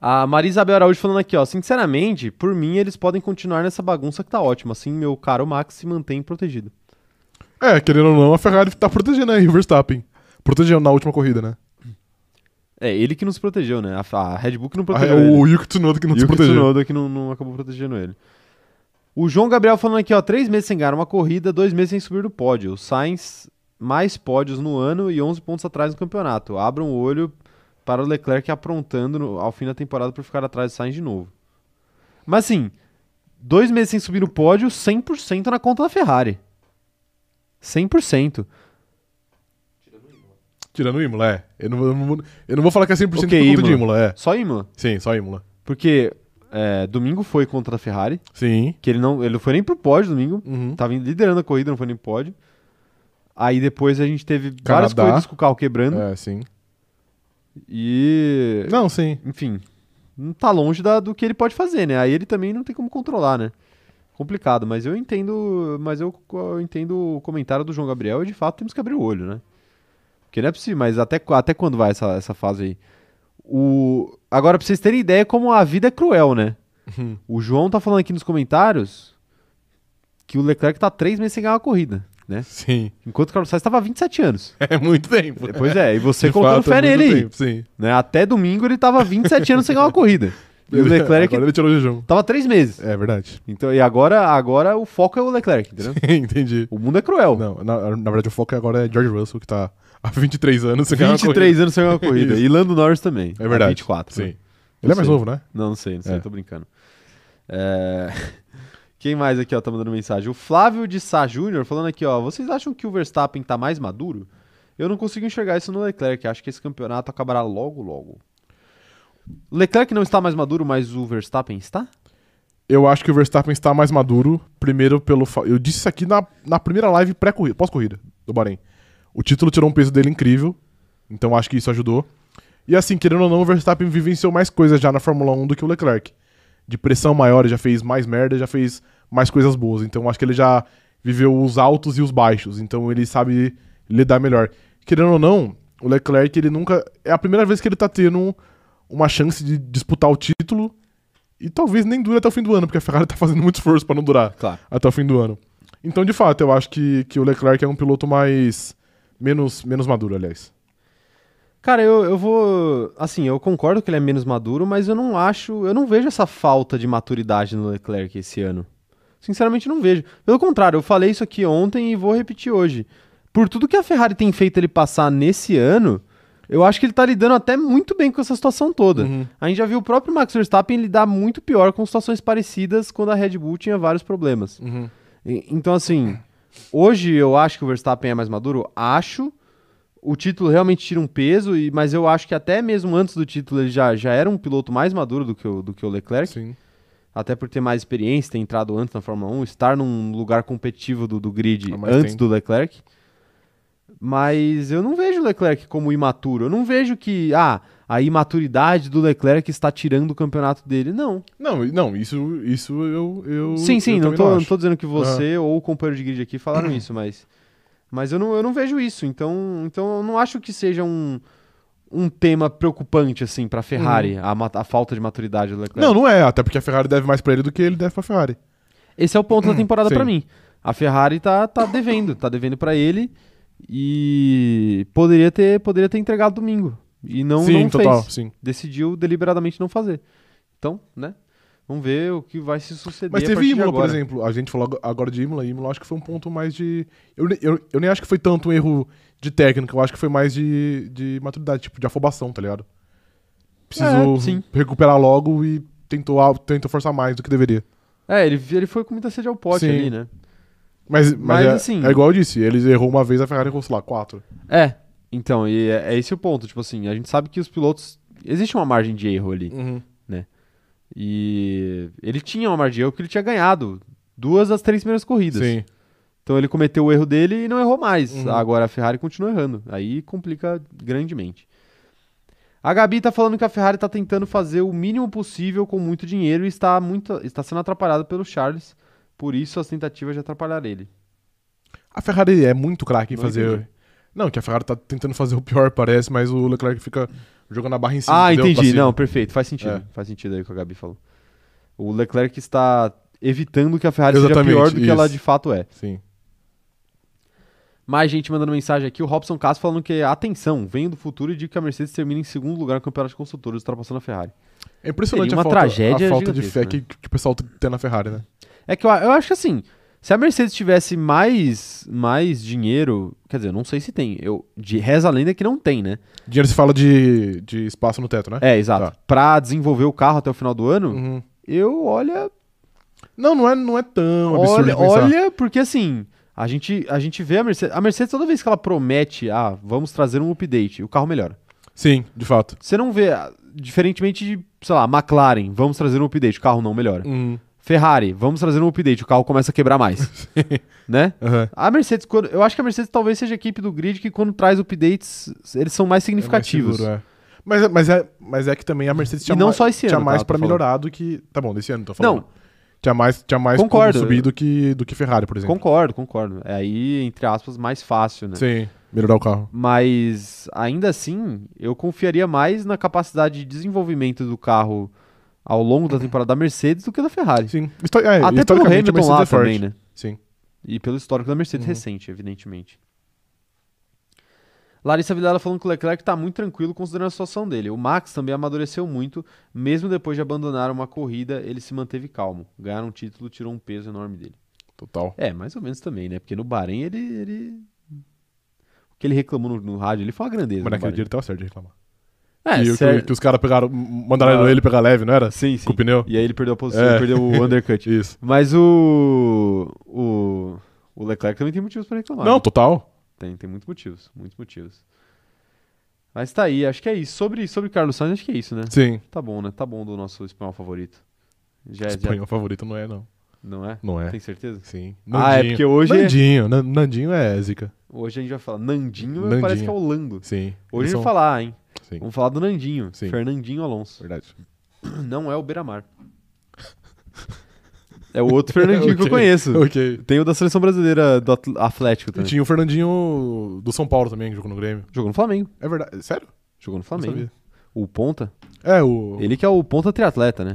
A Maria Isabel Araújo falando aqui, ó. Sinceramente, por mim, eles podem continuar nessa bagunça que tá ótima. Assim, meu caro Max se mantém protegido. sabe. É, querendo ou não, a Ferrari tá protegendo aí o Verstappen. Protegeu na última corrida, né? É, ele que não se protegeu, né? A, a Red Bull que não Ah, é protegeu. ele. o Yuki Tsunoda que não E se o protegeu. Tsunoda que não, não acabou protegendo ele. O João Gabriel falando aqui, ó, três meses sem ganhar uma corrida, dois meses sem subir do pódio. O Sainz, mais pódios no ano e 11 pontos atrás no campeonato. Abram o olho para o Leclerc aprontando no- ao fim da temporada por ficar atrás do Sainz de novo. Mas assim, dois meses sem subir no pódio, 100% na conta da Ferrari. 100%. Tirando o Imola. Tirando o Imola, é. Eu não, eu não- eu não vou falar que é 100% Ok, por conta de Imola. Imola, é. Só Imola. Sim, só Imola. Porque é, domingo foi contra a Ferrari, Sim. que ele não, ele não foi nem pro pódio domingo. Uhum. Tava liderando a corrida, não foi nem pódio. Aí depois a gente teve várias Canadá. corridas com o carro quebrando. É, sim. E. Não, sim. Enfim, não tá longe da- do que ele pode fazer, né? Aí ele também não tem como controlar, né? Complicado, mas eu entendo. Mas eu, eu entendo o comentário do João Gabriel e de fato temos que abrir o olho, né? Porque não é possível, mas até, qu- até quando vai essa, essa fase aí? O... Agora, pra vocês terem ideia como a vida é cruel, né? Uhum. O João tá falando aqui nos comentários que o Leclerc tá três meses sem ganhar uma corrida, né? Sim. Enquanto o Carlos Sainz estava 27 anos. É muito tempo. Pois é, e você De colocando fato, é fé muito nele aí. tempo, Sim. Né? Até domingo ele estava 27 anos sem ganhar uma corrida. E o Ele- Leclerc Agora ele tirou o jejum. tava 3 meses. É verdade. Então, e agora, agora o foco é o Leclerc, entendeu? Entendi. O mundo é cruel. Não, na, na verdade o foco agora é George Russell, que tá há 23 anos. sem ganhar uma 23 anos sem ganhar uma corrida. Isso. E Lando Norris também. corrida. É verdade. 24. né? Sim. Não Ele é mais sei. novo, né? Não, não sei, não sei, É. eu tô brincando. É, Quem mais aqui, ó, tá mandando mensagem? O Flávio de Sá Júnior falando aqui, ó. Vocês acham que o Verstappen tá mais maduro? Eu não consigo enxergar isso no Leclerc. Acho que esse campeonato acabará logo, logo. O Leclerc não está mais maduro, mas o Verstappen está? Eu acho que o Verstappen está mais maduro, primeiro pelo... fa- Eu disse isso aqui na, na primeira live pré-corrida, pós-corrida do Bahrein. O título tirou um peso dele incrível, então acho que isso ajudou. E assim, querendo ou não, o Verstappen vivenciou mais coisas já na Fórmula 1 do que o Leclerc. De pressão maior, já fez mais merda, já fez mais coisas boas. Então acho que ele já viveu os altos e os baixos, então ele sabe lidar melhor. Querendo ou não, o Leclerc, ele nunca... É a primeira vez que ele tá tendo uma chance de disputar o título e talvez nem dure até o fim do ano, porque a Ferrari tá fazendo muito esforço pra não durar Claro. até o fim do ano. Então, de fato, eu acho que, que o Leclerc é um piloto mais. menos, menos maduro, aliás. Cara, eu, eu vou. Assim, eu concordo que ele é menos maduro, mas eu não acho. Eu não vejo essa falta de maturidade no Leclerc esse ano. Sinceramente, não vejo. Pelo contrário, eu falei isso aqui ontem e vou repetir hoje. Por tudo que a Ferrari tem feito ele passar nesse ano, eu acho que ele tá lidando até muito bem com essa situação toda. Uhum. A gente já viu o próprio Max Verstappen lidar muito pior com situações parecidas quando a Red Bull tinha vários problemas. E- Então, assim, hoje eu acho que o Verstappen é mais maduro? Acho. O título realmente tira um peso, e, mas eu acho que até mesmo antes do título ele já, já era um piloto mais maduro do que o, do que o Leclerc. Sim. Até por ter mais experiência, ter entrado antes na Fórmula 1, estar num lugar competitivo do, do grid Há mais antes tempo. do Leclerc. Mas eu não vejo o Leclerc como imaturo. Eu não vejo que ah, a imaturidade do Leclerc está tirando o campeonato dele. Não. Não, e- não, isso, isso eu, eu. Sim, sim, Hum, eu não também tô, não acho. tô dizendo que você ou o companheiro de grid aqui falaram isso, mas, mas eu, não, eu não vejo isso. Então, então eu não acho que seja um, um tema preocupante, assim, pra Ferrari, a, ma- a falta de maturidade do Leclerc. Uhum. Não, não é, até porque a Ferrari deve mais pra ele do que ele deve pra Ferrari. Esse é o ponto da temporada Hum, Sim. pra mim. A Ferrari tá, tá devendo, tá devendo pra ele e poderia ter, poderia ter entregado domingo. E não, sim, não total, fez. sim. Decidiu deliberadamente não fazer. Então, né? Vamos ver o que vai se suceder. Mas a teve partir de Imola, por agora. exemplo. A gente falou ag- agora de Imola, e Imola acho que foi um ponto mais de. Eu, ne- eu, eu nem acho que foi tanto um erro de técnica, eu acho que foi mais de, de maturidade, tipo, de afobação, tá ligado? precisou É, sim. recuperar logo e tentou, al- tentou forçar mais do que deveria. É, ele, ele foi com muita sede ao pote Sim. ali, né? Mas, mas, Mas, é, assim- é igual eu disse, eles errou uma vez, a Ferrari errou, sei lá, quatro. É, então, e é, é esse o ponto. Tipo assim, a gente sabe que os pilotos. Existe uma margem de erro ali. E ele tinha uma margem de erro porque ele tinha ganhado duas das três primeiras corridas. Sim. Então ele cometeu o erro dele e não errou mais. Uhum. Agora a Ferrari continua errando. Aí complica grandemente. A Gabi tá falando que a Ferrari tá tentando fazer o mínimo possível com muito dinheiro e está, muito, está sendo atrapalhada pelo Charles. Por isso as tentativas de atrapalhar ele. A Ferrari é muito craque em Não fazer. entendi. Não, que a Ferrari tá tentando fazer o pior, parece, mas o Leclerc fica jogando a barra em cima. ah, entendeu? Pra entendi. cima. Não, perfeito. Faz sentido. É. Faz sentido aí o que a Gabi falou. O Leclerc está evitando que a Ferrari seja Exatamente, pior do que isso. ela de fato é. Sim. Mais gente mandando mensagem aqui. O Robson Castro falando que, atenção, venho do futuro e digo que a Mercedes termina em segundo lugar no Campeonato de Construtores, ultrapassando a Ferrari. É impressionante Seria uma a falta, tragédia a falta de gigantesca, né? fé que, que o pessoal tem na Ferrari, né? É que eu, eu acho que assim, se a Mercedes tivesse mais, mais dinheiro, quer dizer, eu não sei se tem. Eu, de reza a lenda que não tem, né? Dinheiro se fala de, de espaço no teto, né? É, exato. Pra desenvolver o carro até o final do ano, Uhum. eu olha, Não, não é, não é tão absurdo de olha, pensar. olha, porque assim, a gente, a gente vê a Mercedes, a Mercedes toda vez que ela promete, ah, vamos trazer um update, o carro melhora. Sim, de fato. Você não vê, ah, diferentemente de, sei lá, McLaren, vamos trazer um update, o carro não melhora. Uhum. Ferrari, vamos trazer um update, o carro começa a quebrar mais. né? Aham. É A Mercedes, quando- eu acho que a Mercedes talvez seja a equipe do grid que quando traz updates, eles são mais significativos. É mais seguro, é. Mas, é- mas, é, mas é que também a Mercedes tinha, E não ma- só esse tinha ano, mais tá? Tô pra falando. melhorar do que. Tá bom, desse ano, tô falando. Não, Tinha mais, tinha mais como Concordo. subir do que, do que Ferrari, por exemplo. concordo, concordo. É aí, entre aspas, mais fácil, né? Sim, melhorar o carro. Mas ainda assim, eu confiaria mais na capacidade de desenvolvimento do carro ao longo da temporada da Mercedes do que da Ferrari. Sim. Histo- é, Até pelo historicamente, a Hamilton Mercedes lá é forte. também, né? Sim. E pelo histórico da Mercedes Uhum. recente, evidentemente. Larissa Vilela falando que o Leclerc está muito tranquilo considerando a situação dele. O Max também amadureceu muito, mesmo depois de abandonar uma corrida, ele se manteve calmo. Ganhar um título tirou um peso enorme dele. Total. É, mais ou menos também, né? Porque no Bahrein ele. ele... O que ele reclamou no, no rádio, ele foi uma grandeza. Mas no naquele Bahrein. dia ele tava certo de reclamar. É, e o que- sério. que os caras pegaram, mandaram Ah. ele pegar leve, não era? Sim, sim. Com o pneu. E aí ele perdeu a posição, É. perdeu o undercut. Isso. Mas o. O, o Leclerc também tem motivos para reclamar. né? Não, total. Tem, tem muitos motivos, muitos motivos. Mas tá aí, acho que é isso. Sobre, sobre Carlos Sainz, acho que é isso, né? Sim. Tá bom, né? Tá bom do nosso espanhol favorito. Já, já Espanhol favorito não é, não. não é? Não é. Tem certeza? Sim. Ah, é porque hoje é- Nandinho. Nan- Nandinho é Zica. Hoje a gente vai falar Nandinho, Nandinho. parece que é o Lando. Sim. Hoje a Eles gente são- vai falar, hein? Sim. Vamos falar do Nandinho, Sim. Fernandinho Alonso. Verdade. Não é o Beira-Mar. É o outro Fernandinho que eu Ok. conheço. É. Ok. Tem o da seleção brasileira do Atl- Atlético E também. tinha o Fernandinho do São Paulo também, que jogou no Grêmio. Jogou no Flamengo. É verdade. Sério? Jogou no Não Flamengo. sabia. O Ponta. É, o. Ele que é o Ponta triatleta, né?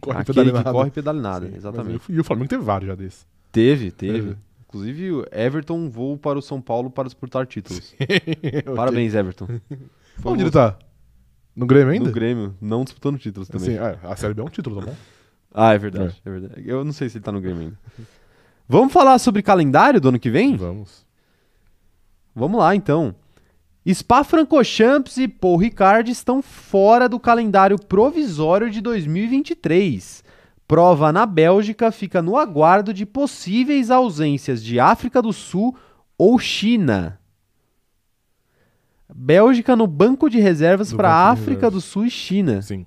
corre Aquele que pedalinado. corre pedalinada, Sim, exatamente. mas eu- E o Flamengo teve vários já desses. Teve, teve. Teve. Inclusive, o Everton voou para o São Paulo para disputar títulos. Parabéns, Everton. Foi Onde um- ele tá? No Grêmio ainda? No Grêmio, não disputando títulos também. Assim, é, a Série B é um título, tá bom? Ah, é verdade, é verdade. Eu não sei se ele tá no Grêmio ainda. Vamos falar sobre calendário do ano que vem? Vamos. Vamos lá, então. Spa-Francorchamps e Paul Ricard estão fora do calendário provisório de 2023. Prova na Bélgica fica no aguardo de possíveis ausências de África do Sul ou China. Bélgica no banco de reservas No para banco de África do Sul e China. Sim.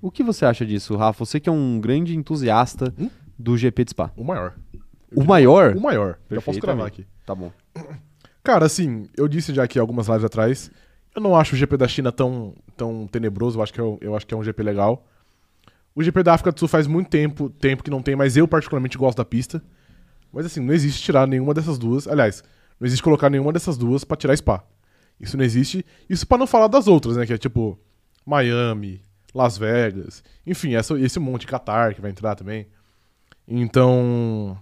O que você acha disso, Rafa? Você que é um grande entusiasta Hum? do GP de Spa. O maior. O maior? O maior. Já posso É. Perfeitamente. gravar aqui. Tá bom. Cara, assim, eu disse já aqui algumas lives atrás, eu não acho o GP da China tão, tão tenebroso, eu acho, que é, um- eu acho que é um GP legal. O GP da África do Sul faz muito tempo, tempo que não tem, mas eu particularmente gosto da pista. Mas assim, não existe tirar nenhuma dessas duas, aliás, não existe colocar nenhuma dessas duas pra tirar Spa. Isso não existe, isso pra não falar das outras, né, que é tipo Miami, Las Vegas, enfim, essa, esse monte, Qatar que vai entrar também. Então,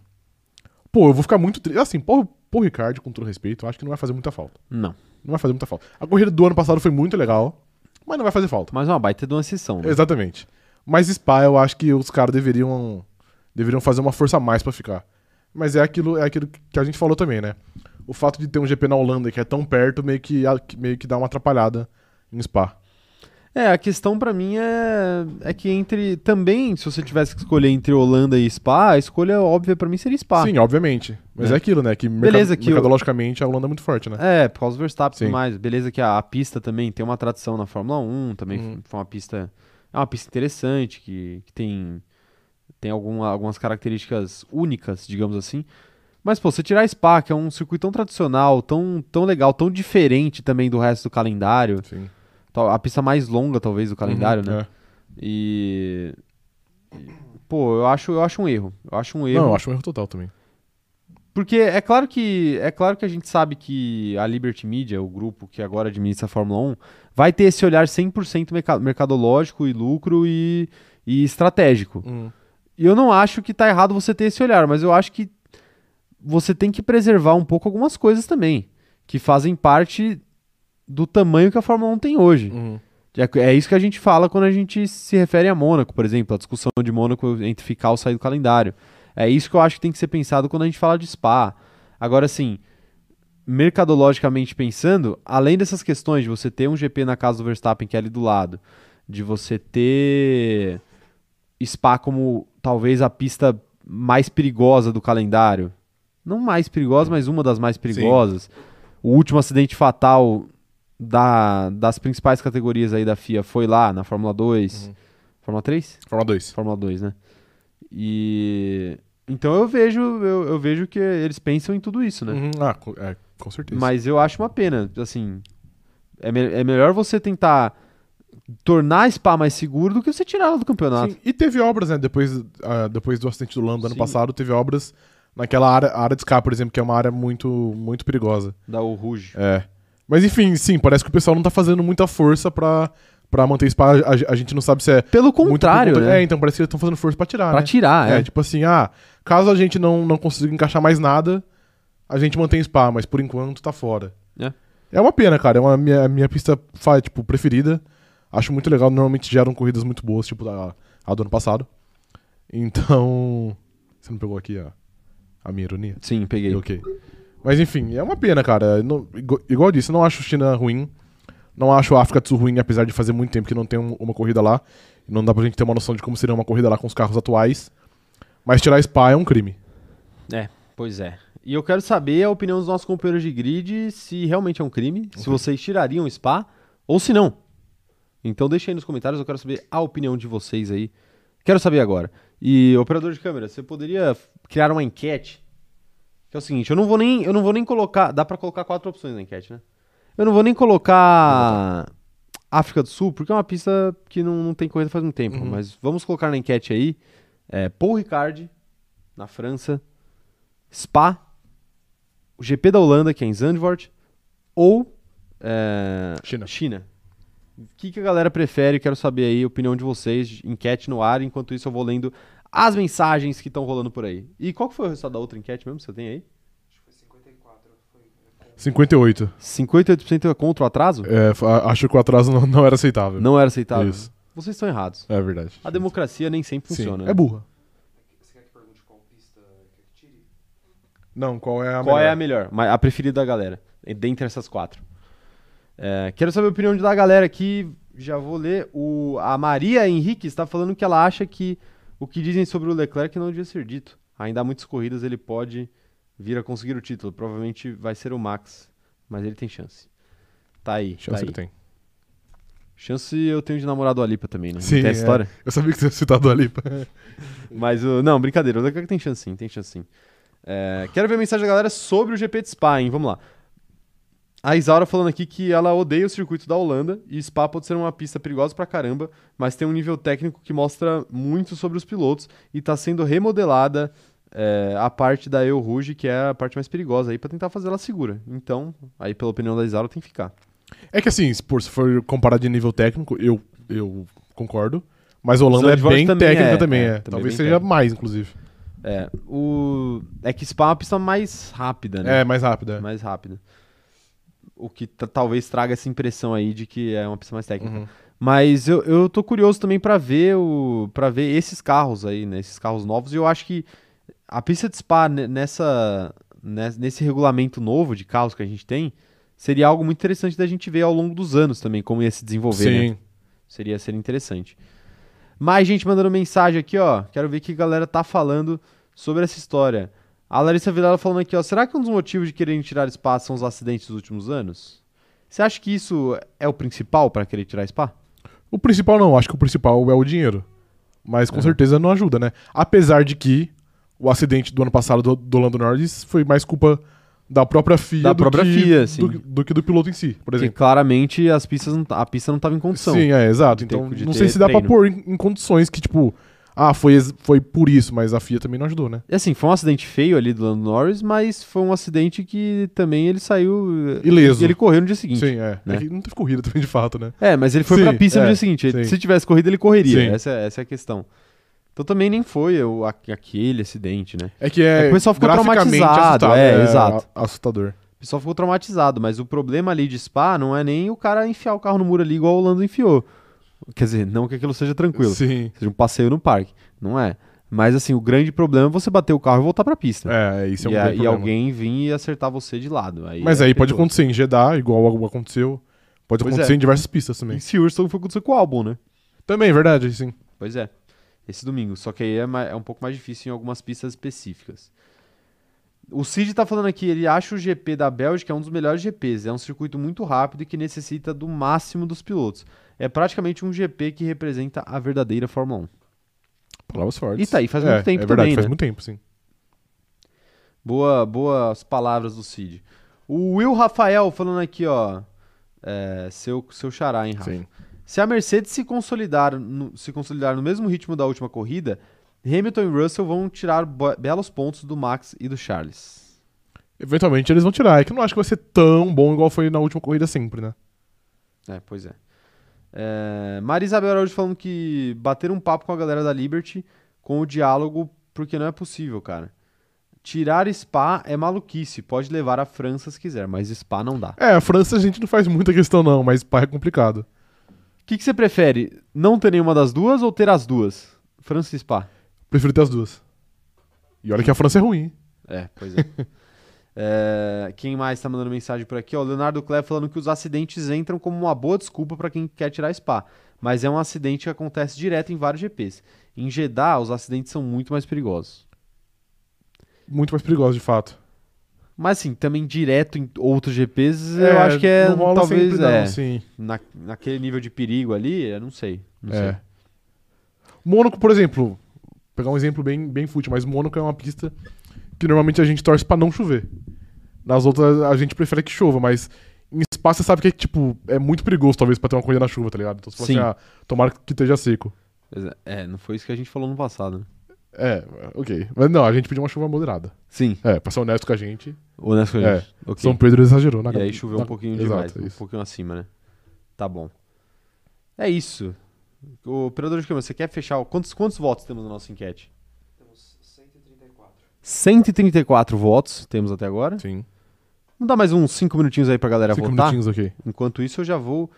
pô, eu vou ficar muito triste, assim, pô, pô Ricardo, com todo respeito, eu acho que não vai fazer muita falta. Não. Não vai fazer muita falta. A corrida do ano passado foi muito legal, mas não vai fazer falta. Mas é uma baita de uma sessão, né? Exatamente. Mas Spa, eu acho que os caras deveriam deveriam fazer uma força a mais pra ficar. Mas é aquilo, é aquilo que a gente falou também, né? O fato de ter um GP na Holanda que é tão perto meio que, meio que dá uma atrapalhada em Spa. É, a questão pra mim é, é que entre. Também, se você tivesse que escolher entre Holanda e Spa, a escolha óbvia pra mim seria Spa. Sim, obviamente. Mas Né? é, aquilo, né? Que Beleza, merca- que o- mercadologicamente a Holanda é muito forte, né? É, por causa do Verstappen e tudo Sim. mais. Beleza que a, a pista também tem uma tradição na Fórmula 1, também f- Uhum. foi uma pista. É uma pista interessante, que, que tem, tem alguma- algumas características únicas, digamos assim. Mas, pô, você tirar Spa, que é um circuito tão tradicional, tão, tão legal, tão diferente também do resto do calendário. Sim. tal- A pista mais longa, talvez, do calendário, né? Uhum, é. E. e, Pô, eu acho, eu acho um erro. Eu acho um erro. Não, eu acho um erro total também. Porque é claro que é claro que a gente sabe que a Liberty Media, o grupo que agora administra a Fórmula 1, vai ter esse olhar 100% merca- mercadológico e lucro e, e estratégico. E eu não acho que tá errado você ter esse olhar, mas eu acho que você tem que preservar um pouco algumas coisas também, que fazem parte do tamanho que a Fórmula 1 tem hoje. Uhum. É é isso que a gente fala quando a gente se refere a Mônaco, por exemplo, a discussão de Mônaco entre ficar ou sair do calendário. É isso que eu acho que tem que ser pensado quando a gente fala de Spa. Agora, assim, mercadologicamente pensando, além dessas questões de você ter um GP na casa do Verstappen que é ali do lado, de você ter Spa como talvez a pista mais perigosa do calendário, não mais perigosa, mas uma das mais perigosas. O último acidente fatal da- das principais categorias aí da FIA foi lá na Fórmula 2, Fórmula 3? Fórmula 2. Fórmula 2, né? E então eu vejo, eu, eu vejo que eles pensam em tudo isso, né? Uhum, Ah, co- é, com certeza. Mas eu acho uma pena, assim, é, me- é melhor você tentar tornar a Spa mais seguro do que você tirar ela do campeonato. Sim, e teve obras, né? Depois, ah, depois do acidente do Lando ano Sim. passado, teve obras naquela área, a área de escape, por exemplo, que é uma área muito, muito perigosa. Da o Ruge. É. Mas enfim, sim, parece que o pessoal não tá fazendo muita força pra, pra manter spa. A, a gente não sabe se é. Pelo muito por contrário, conta- É, né? então parece que eles estão fazendo força pra tirar. Pra né? tirar, É, é. tipo assim, ah, caso a gente não, não consiga encaixar mais nada, a gente mantém spa, mas por enquanto tá fora. É. É uma pena, cara. É uma minha, minha pista fa- tipo, preferida. Acho muito legal. Normalmente geram corridas muito boas, tipo a, a do ano passado. Então. Você não pegou aqui a, a minha ironia? Sim, peguei. Ok. Mas enfim, é uma pena, cara. Não- igu- igual eu disse, eu não acho China ruim. Não acho a África do Sul ruim, apesar de fazer muito tempo que não tem um- uma corrida lá. Não dá pra gente ter uma noção de como seria uma corrida lá com os carros atuais. Mas tirar Spa é um crime. Pois é. E eu quero saber a opinião dos nossos companheiros de grid se realmente é um crime, se vocês tirariam o spa ou se não. Então deixa aí nos comentários, eu quero saber a opinião de vocês aí. Quero saber agora. E operador de câmera, você poderia f- criar uma enquete? Que é o seguinte, eu não vou nem, eu não vou nem colocar, dá pra colocar quatro opções na enquete, né? Eu não vou nem colocar África do Sul, porque é uma pista que não, não tem corrida faz um tempo, mas vamos colocar na enquete aí é, Paul Ricard na França, Spa, o GP da Holanda, que é em Zandvoort, ou é, China. China. O que, que a galera prefere? Quero saber aí a opinião de vocês, enquete no ar. Enquanto isso, eu vou lendo as mensagens que estão rolando por aí. E qual que foi o resultado da outra enquete mesmo que você tem aí? Acho que foi 54. Foi... 58. 58% é contra o atraso? É, f- a- acho que o atraso não, não era aceitável. Não era aceitável. Isso. Vocês estão errados. É verdade. A democracia nem sempre Sim. funciona. É né? burra. Você quer que pergunte qual pista quer que tire? Não, qual é a Qual melhor? é a melhor? Mas A preferida da galera, e- dentre essas quatro. É, quero saber a opinião da galera aqui. Já vou ler. O, a Maria Henrique está falando que ela acha que o que dizem sobre o Leclerc não devia ser dito. Ainda há muitas corridas, ele pode vir a conseguir o título. Provavelmente vai ser o Max, mas ele tem chance. Tá aí. Chance tá aí. ele tem. Chance eu tenho de namorado a Lipa também, né? Não Sim, tem é. a história. Eu sabia que você ia citar a Dua Lipa. Mas o. Não, brincadeira. O Leclerc tem chance sim, tem chance sim. É, quero ver a mensagem da galera sobre o GP de Spa, hein? Vamos lá. A Isaura falando aqui que ela odeia o circuito da Holanda e Spa pode ser uma pista perigosa pra caramba, mas tem um nível técnico que mostra muito sobre os pilotos e tá sendo remodelada é, a parte da Eu Rouge, que é a parte mais perigosa aí, pra tentar fazer ela segura. Então, aí pela opinião da Isaura, tem que ficar. É que assim, se por- se for comparar de nível técnico, eu, eu concordo. Mas a Holanda é Zandvoort bem também técnica é, também, é, é. também é Talvez bem seja técnica. mais, inclusive. É, o... é que Spa é uma pista mais rápida, né? É, mais rápida. é. mais rápida. O que ta- talvez traga essa impressão aí de que é uma pista mais técnica. Uhum. Mas eu, eu tô curioso também pra ver o para ver esses carros aí, né, esses carros novos. E eu acho que a pista de Spa ne- nessa nes- nesse regulamento novo de carros que a gente tem seria algo muito interessante da gente ver ao longo dos anos também como ia se desenvolver. né? Sim. Seria, seria interessante. Mais gente mandando mensagem aqui, ó. Quero ver o que a galera tá falando sobre essa história. A Larissa Vilela falando aqui, ó. Será que um dos motivos de quererem tirar spa são os acidentes dos últimos anos? Você acha que isso é o principal para querer tirar spa? O principal não, acho que o principal é o dinheiro. Mas com É. certeza não ajuda, né? Apesar de que o acidente do ano passado do, do Lando Norris foi mais culpa da própria FIA, Da do, própria que, FIA, do- sim. do, que do piloto em si, por Porque exemplo. claramente as pistas não, a pista não tava em condição. Sim, é, exato. de ter- Então de não ter sei se dá pra treino. pôr em, em condições que, tipo, ah, foi, ex- foi por isso, mas a FIA também não ajudou, né? E assim, foi um acidente feio ali do Lando Norris, mas foi um acidente que também ele saiu. eh, Ileso. Ele correu no dia seguinte. Sim, é. né? é que não teve corrida também, de fato, né? É, mas ele foi Sim, pra pista no é, dia seguinte. Ele- sim. se tivesse corrido, ele correria. Sim. Essa, essa é a questão. Então também nem foi o- a- aquele acidente, né? É que é. É que o pessoal ficou graficamente traumatizado, assustado, é, exato. a- assustador. O pessoal ficou traumatizado, mas o problema ali de Spa não é nem o cara enfiar o carro no muro ali igual o Lando enfiou. Quer dizer, não que aquilo seja tranquilo. Sim. Seja um passeio no parque. Não é. Mas assim, o grande problema é você bater o carro e voltar pra pista. É, isso é um e, a- grande e problema. alguém vir e acertar você de lado. Aí Mas é aí pode perigoso. acontecer em Jeddah, igual algo aconteceu. Pode Pois acontecer é. em diversas pistas também. E se Urson foi acontecer com o álbum, né? Também, verdade, sim. Pois é. Esse domingo. Só que aí é, ma- é um pouco mais difícil em algumas pistas específicas. O Cid tá falando aqui, ele acha o GP da Bélgica um dos melhores GPs. É um circuito muito rápido e que necessita do máximo dos pilotos. É praticamente um GP que representa a verdadeira Fórmula 1. Palavras fortes. E tá aí, faz muito tempo é verdade, também, faz né? muito tempo, sim. Boa, boas palavras do Cid. O Will Rafael falando aqui, ó. É, seu, seu xará, hein, Rafa? Sim. Se a Mercedes se consolidar, no, se consolidar no mesmo ritmo da última corrida, Hamilton e Russell vão tirar bo- belos pontos do Max e do Charles. Eventualmente eles vão tirar. É que eu não acho que vai ser tão bom igual foi na última corrida sempre, né? É, pois é. é Maria Isabel Araújo falando que bater um papo com a galera da Liberty com o diálogo, porque não é possível, cara. Tirar Spa é maluquice, pode levar a França se quiser, mas Spa não dá. É, a França a gente não faz muita questão, não, mas pá, é complicado. O que, que você prefere? Não ter nenhuma das duas ou ter as duas? França e Spa. Prefiro ter as duas. E olha que a França é ruim. hein? É, pois é. É, quem mais tá mandando mensagem por aqui? Ó, o Leonardo Clé falando que os acidentes entram como uma boa desculpa para quem quer tirar spa. Mas é um acidente que acontece direto em vários GPs. Em Jeddah, os acidentes são muito mais perigosos. Muito mais perigosa, de fato. Mas assim, também direto em outros GPs, eu acho que é não rola talvez sempre, não, é, sim. na- naquele nível de perigo ali, eu não sei. Não É. sei. Mônaco, por exemplo, vou pegar um exemplo bem, bem fútil, mas Mônaco é uma pista que normalmente a gente torce pra não chover. Nas outras a gente prefere que chova, mas em espaço você sabe que é tipo, é muito perigoso talvez pra ter uma corrida na chuva, tá ligado? Então você fala Sim. assim, ah, tomara que esteja seco. Pois é. É, não foi isso que a gente falou no passado. né? É, ok. Mas não, a gente pediu uma chuva moderada. Sim, É, pra ser honesto com a gente, honesto com a É, gente. Ok. São Pedro exagerou na E aí choveu na- um pouquinho Exato, demais, é um isso. pouquinho acima, né? Tá bom. É isso. O operador de câmera, você quer fechar? o- Quantos, quantos votos temos na nossa enquete? Temos 134. 134 votos temos até agora. Sim. Vamos dar mais uns 5 minutinhos aí pra galera Cinco votar. minutinhos, ok. Enquanto isso, eu já vou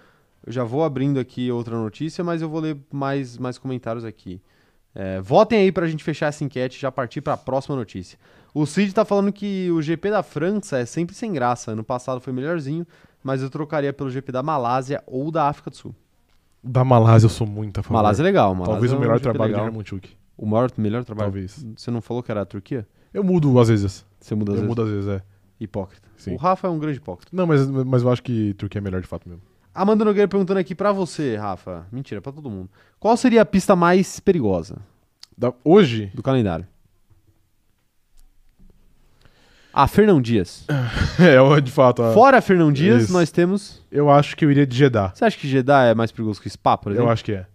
eu já vou abrindo aqui outra notícia, mas eu vou ler mais, mais comentários aqui. É, votem aí pra gente fechar essa enquete e já partir pra próxima notícia. O Cid tá falando que o GP da França é sempre sem graça. Ano passado foi melhorzinho, mas eu trocaria pelo GP da Malásia ou da África do Sul. Da Malásia eu sou muito a favor. Malásia é legal, Malásia Talvez é o um melhor GP trabalho legal. de Hermanchuk. O maior, melhor trabalho? Talvez. Você não falou que era a Turquia? Eu mudo às vezes. Você muda às Eu vezes. mudo às vezes, é. Hipócrita. Sim. O Rafa é um grande hipócrita. Não, mas, mas eu acho que Turquia é melhor de fato mesmo. Amanda Nogueira perguntando aqui pra você, Rafa. Mentira, é pra todo mundo. Qual seria a pista mais perigosa? Da- hoje? do calendário. Ah, Fernão Dias. é, eu, de fato. a- Fora Fernão Dias, Isso. nós temos. Eu acho que eu iria de Jeddah. Você acha que Jeddah é mais perigoso que Spa, por exemplo? Eu acho que é.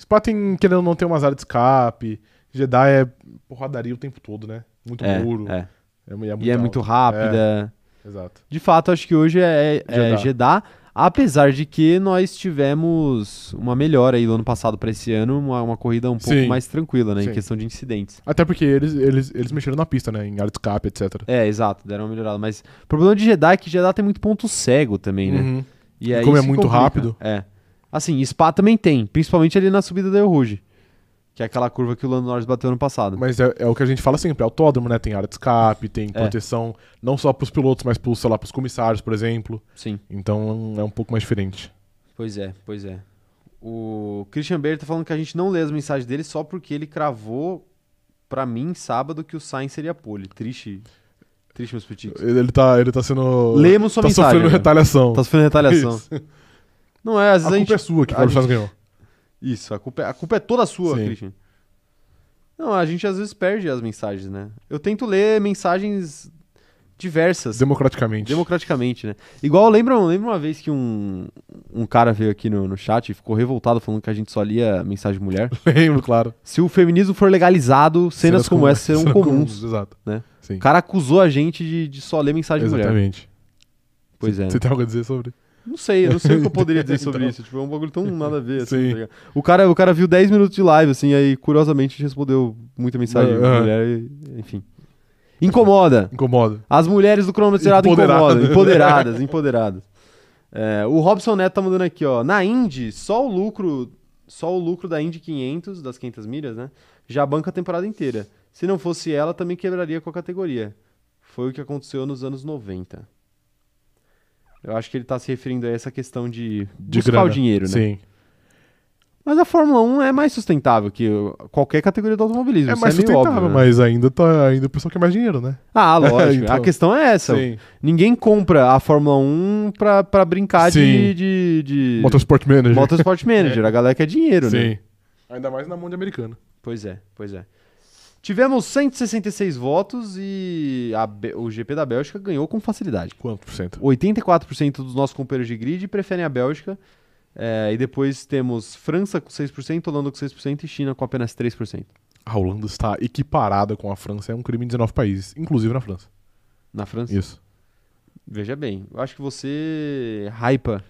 Spa tem, querendo ou não, tem umas áreas de escape. Jeddah é porradaria o tempo todo, né? Muito é, muro. é. É, mu- é E é alto. muito rápida. Exato. De fato, acho que hoje é, é Jeddah. Jeddah. Apesar de que nós tivemos uma melhora aí do ano passado pra esse ano, uma, uma corrida um pouco Sim. mais tranquila, né? Em Sim. questão de incidentes. Até porque eles, eles, eles mexeram na pista, né? Em área de escape, etc. É, exato, deram uma melhorada. Mas o problema de Jeddah é que Jeddah tem muito ponto cego também, né? Uhum. E E aí como é isso muito complica. rápido. É. Assim, Spa também tem, principalmente ali na subida da El Rouge, que é aquela curva que o Lando Norris bateu ano passado. Mas é, é o que a gente fala sempre, autódromo, né? Tem área de escape, tem É. proteção não só pros pilotos, mas pros, sei lá, pros comissários, por exemplo. Sim, Então é um pouco mais diferente. pois é, pois é. O Christian Bayer tá falando que a gente não lê as mensagens dele só porque ele cravou pra mim sábado que o Sainz seria pole. Triste. Triste, meus peticos. Ele, ele tá, ele tá sendo. Lemos sua tá mensagem. sofrendo né? retaliação. Tá sofrendo retaliação. Isso. Não é, às A vezes a, gente. culpa é sua que a o Carlos gente- Sainz ganhou. Isso, a culpa, é- a culpa é toda sua, Sim. Christian. Não, a gente às vezes perde as mensagens, né? Eu tento ler mensagens diversas, Democraticamente. democraticamente, né? Igual, lembra, lembra uma vez que um, um cara veio aqui no, no chat e ficou revoltado falando que a gente só lia mensagem de mulher? Lembro, claro. Se o feminismo for legalizado, cenas, como, essa serão comuns. Exato. né? Sim. O cara acusou a gente de, de só ler mensagem de mulher. Exatamente. Pois é. Você tem algo a dizer sobre? Não sei, eu não sei o que eu poderia dizer sobre Então. isso. Tipo, é um bagulho tão nada a ver, assim, Sim. tá ligado? o, cara, o cara viu 10 minutos de live, assim, aí curiosamente respondeu muita mensagem de Ah. mulher, e- enfim. Incomoda. Incomoda. As mulheres do cronômetro zerado Empoderada. incomodam. Empoderadas, empoderadas. É, o Robson Neto tá mandando aqui, ó. Na Indy, só o lucro só o lucro da Indy 500, das 500 milhas, né? Já banca a temporada inteira. Se não fosse ela, também quebraria com a categoria. Foi o que aconteceu nos anos 90. Eu acho que ele tá se referindo a essa questão de, De buscar grana. o dinheiro, né? Sim. Mas a Fórmula 1 é mais sustentável que o- qualquer categoria do automobilismo. É Isso mais meio sustentável, óbvio, né? mas ainda, tá, ainda o pessoal quer mais dinheiro, né? Ah, lógico. A Então. questão é essa. Ninguém compra a Fórmula 1 pra, pra brincar de, Sim. de, de- Motorsport Manager. Motorsport Manager. A galera quer dinheiro, né? Sim. Ainda mais na mão de americano. Pois é, pois é. Tivemos 166 votos e a Be- o GP da Bélgica ganhou com facilidade. Quanto por cento? 84% dos nossos companheiros de grid preferem a Bélgica. É, e depois temos França com 6%, Holanda com 6% e China com apenas 3%. A Holanda está equiparada com a França. É um crime em 19 países, inclusive na França. Na França? Isso. Veja bem, eu acho que você hypa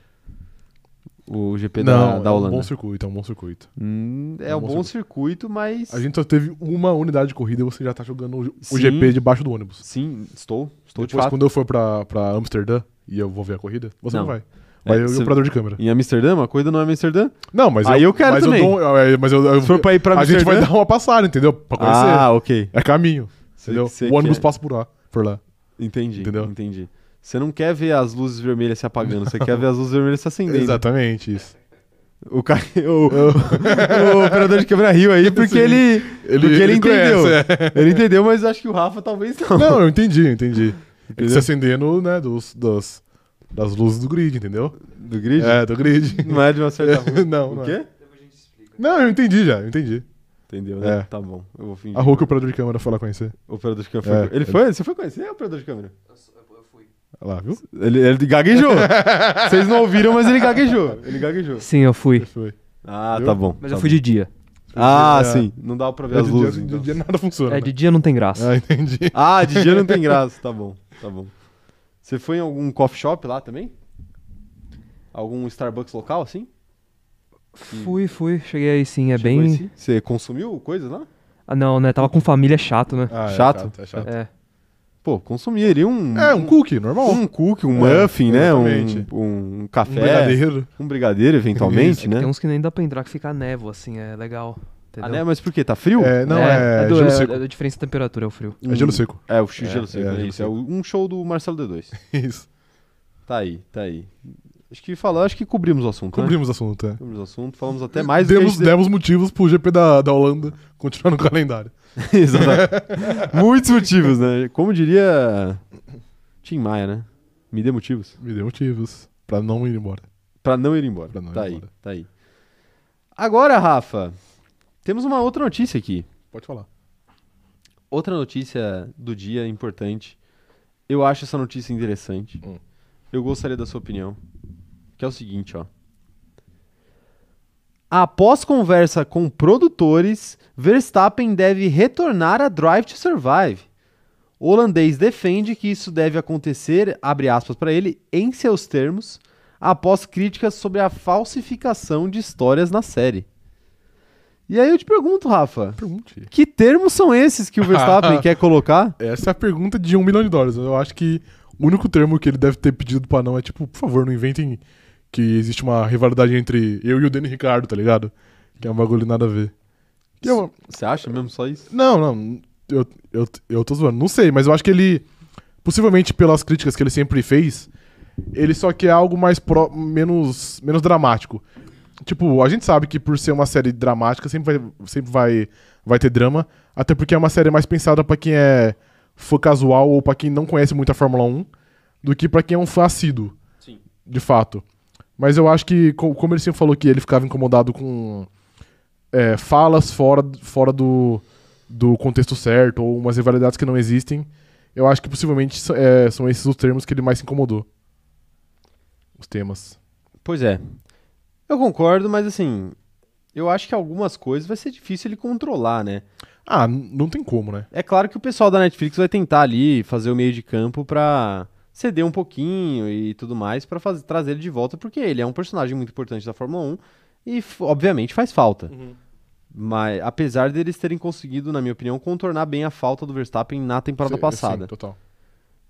o GP da, Não, da é um Holanda. bom circuito, é um bom circuito. Hum, é um bom, circuito, mas. A gente só teve uma unidade de corrida e você já tá jogando o- Sim. o GP debaixo do ônibus. Sim, estou. Estou de Depois, fato. quando eu for pra, pra Amsterdã e eu vou ver a corrida, você não, Não. É, vai. Vai eu e você- o operador de câmera. Em Amsterdã? A corrida não é Amsterdã? Não, mas Aí eu quero mas também. dou- é, mas eu, eu- Se for pra ir pra a Amsterdã. gente vai dar uma passada, entendeu? Pra conhecer. Ah, ok. É caminho, Sei- entendeu? sei o ônibus que é. passa por lá, por lá. Entendi, Entendeu? entendi. Você não quer ver as luzes vermelhas se apagando, você quer ver as luzes vermelhas se acendendo. Exatamente isso. O, cara, o, o operador de câmera riu aí porque Sim. ele, porque ele, entendeu. conhece, é. Ele entendeu, mas acho que o Rafa talvez não. Não, eu entendi, eu entendi. É que Entendeu? se acendendo, né, dos, dos- das luzes do grid, entendeu? Do grid? É, do grid. Não é de uma certa rua. não, o não. é. quê? Depois a gente explica. Não, eu entendi já, eu entendi. Entendeu, né? É. Tá bom. Eu vou fingir. A rua que o operador de câmera foi lá conhecer. O operador de câmera foi. É. Ele foi? Você foi conhecer o operador de câmera? Eu, sou- eu- eu fui. Olha lá, viu? Ele, ele gaguejou. Vocês não ouviram, mas ele gaguejou. Ele gaguejou. Sim, eu fui. Foi. Ah, Viu? tá bom. Mas tá eu fui de dia. Ah, É. sim. Não dá pra ver É, as de luzes. dia, de então. dia nada funciona. É, de né? dia não tem graça. Ah, entendi. Ah, de dia não tem graça. Tá bom, tá bom. Você foi em algum coffee shop lá também? Algum Starbucks local, assim? Fui, fui. Cheguei aí sim, é Você bem... conhecia? Você consumiu coisas lá? Ah, não, né? Tava com família, é chato, né? Ah, é Chato? É, chato. É. Pô, consumiria um... é um cookie, normal. Um cookie, um É, muffin, né? exatamente. Um, um café. Um brigadeiro. um brigadeiro, eventualmente, Isso, né? Tem uns que nem dá pra entrar, que fica a névoa, assim, é legal. Entendeu? Ah, né? Mas por quê? Tá frio? É, não, é, é, do- gelo é- seco. é a diferença de temperatura, é o frio. É gelo seco. É, o gelo É, seco, é, é, gelo isso. É seco. o- um show do Marcelo D2. Isso. Tá aí, tá aí. Acho que falar, acho que cobrimos o assunto, né? Cobrimos o assunto, é. Cobrimos o assunto, falamos até mais do que a demos, gente demos motivos pro GP da, da Holanda continuar no calendário. Exato. Muitos motivos, né? Como diria Tim Maia, né? Me dê motivos Me deu motivos pra não ir embora. Pra não ir embora. Pra não ir tá aí, embora. tá aí. Agora, Rafa, temos uma outra notícia aqui. Pode falar. Outra notícia do dia importante. Eu acho essa notícia interessante. Hum. Eu gostaria da sua opinião. Que é o seguinte, ó. Após conversa com produtores, Verstappen deve retornar a Drive to Survive. O holandês defende que isso deve acontecer, abre aspas para ele, em seus termos, após críticas sobre a falsificação de histórias na série. E aí eu te pergunto, Rafa, Pergunte. que termos são esses que o Verstappen quer colocar? Essa é a pergunta de um milhão de dólares. Eu acho que o único termo que ele deve ter pedido pra não é tipo, por favor, não inventem que existe uma rivalidade entre eu e o Danny Ricardo, tá ligado? Que é um bagulho nada a ver. Que é uma- Você acha mesmo só isso? Não, não. Eu, eu, eu tô zoando. Não sei, mas eu acho que ele. Possivelmente pelas críticas que ele sempre fez, ele só quer algo mais pro, menos, menos dramático. Tipo, a gente sabe que por ser uma série dramática, sempre vai, sempre vai, vai ter drama. Até porque é uma série mais pensada pra quem é fã casual ou pra quem não conhece muito a Fórmula 1 do que pra quem é um fã assíduo, Sim. de fato. Mas eu acho que, co- como ele sempre falou que ele ficava incomodado com é, falas fora, fora do, do contexto certo ou umas rivalidades que não existem, eu acho que possivelmente s- é, são esses os termos que ele mais se incomodou. Os temas. Pois é. Eu concordo, mas assim, eu acho que algumas coisas vai ser difícil ele controlar, né? Ah, n- não tem como, né? É claro que o pessoal da Netflix vai tentar ali fazer o meio de campo pra ceder um pouquinho e tudo mais pra faz- trazer ele de volta, porque ele é um personagem muito importante da Fórmula 1 e, f- obviamente, faz falta. Mas apesar deles terem conseguido, na minha opinião, contornar bem a falta do Verstappen na temporada Sim, passada. sim, total.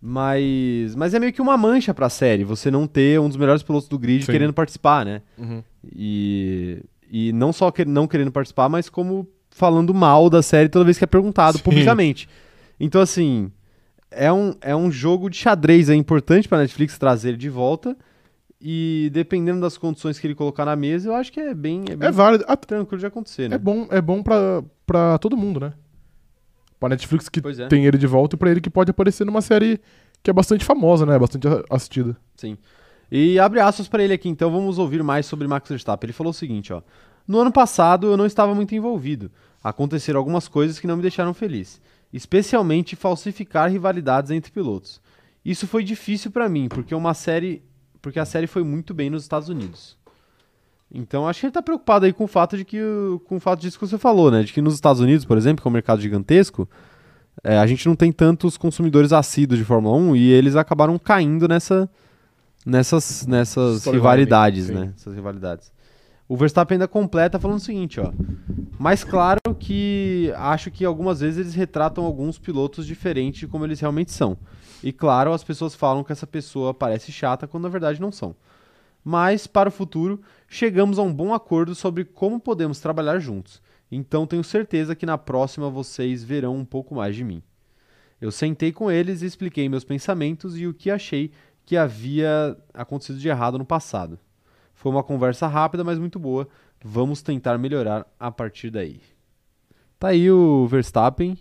Mas, mas é meio que uma mancha pra série você não ter um dos melhores pilotos do grid Sim. querendo participar, né? Uhum. E, e não só que, não querendo participar, mas como falando mal da série toda vez que é perguntado Sim. publicamente. Então, assim, é um, é um jogo de xadrez é importante pra Netflix trazer ele de volta. E dependendo das condições que ele colocar na mesa, eu acho que é bem, é bem É válido. Ah, tranquilo de acontecer, né? É bom, é bom pra, pra todo mundo, né? Pra Netflix que Pois é. tem ele de volta e pra ele que pode aparecer numa série que é bastante famosa, né? Bastante a- assistida. Sim. E abre aspas para ele aqui, então vamos ouvir mais sobre Max Verstappen. Ele falou o seguinte, ó: "No ano passado eu não estava muito envolvido. Aconteceram algumas coisas que não me deixaram feliz, especialmente falsificar rivalidades entre pilotos. Isso foi difícil para mim, porque uma série, porque a série foi muito bem nos Estados Unidos. Então acho que ele tá preocupado aí com o fato de que o- com o fato disso que você falou, né, de que nos Estados Unidos, por exemplo, que é um mercado gigantesco, é, a gente não tem tantos consumidores assíduos de Fórmula 1 e eles acabaram caindo nessa nessas nessas Storyline, rivalidades, sim. né? Essas rivalidades. O Verstappen ainda completa falando o seguinte, ó. Mas claro que acho que algumas vezes eles retratam alguns pilotos diferentes de como eles realmente são. E claro, as pessoas falam que essa pessoa parece chata quando na verdade não são. Mas para o futuro, chegamos a um bom acordo sobre como podemos trabalhar juntos. Então tenho certeza que na próxima vocês verão um pouco mais de mim. Eu sentei com eles e expliquei meus pensamentos e o que achei que havia acontecido de errado no passado. Foi uma conversa rápida, mas muito boa. Vamos tentar melhorar a partir daí. Tá aí o Verstappen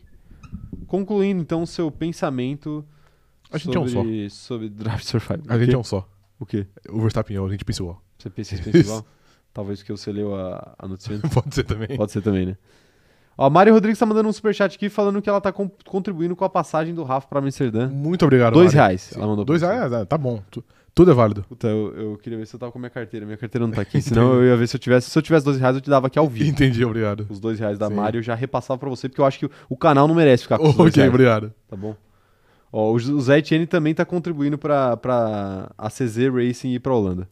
concluindo então o seu pensamento A gente é um sobre, sobre Drive Survival. A gente é um só. O quê? O Verstappen é o gente principal. Você pensa isso pensa igual? Talvez porque você leu a, a notícia antes. Pode ser também. Pode ser também, né? Ó, a Mari Rodrigues tá mandando um superchat aqui falando que ela tá con- contribuindo com a passagem do Rafa pra Amsterdã. Muito obrigado, Dois Mari. reais. Sim. Ela mandou pra Dois você. reais, ah, tá bom. Tu- tudo é válido. Puta, eu, eu queria ver se eu tava com a minha carteira. Minha carteira não tá aqui. Senão eu ia ver se eu tivesse. Se eu tivesse dois reais, eu te dava aqui ao vivo. Entendi, obrigado. Os dois reais da Sim. Mari eu já repassava pra você, porque eu acho que o- o canal não merece ficar com os dois ok, reais. obrigado. Tá bom? Ó, o Z- o Zé Etienne também tá contribuindo pra, pra a CZ Racing ir pra Holanda.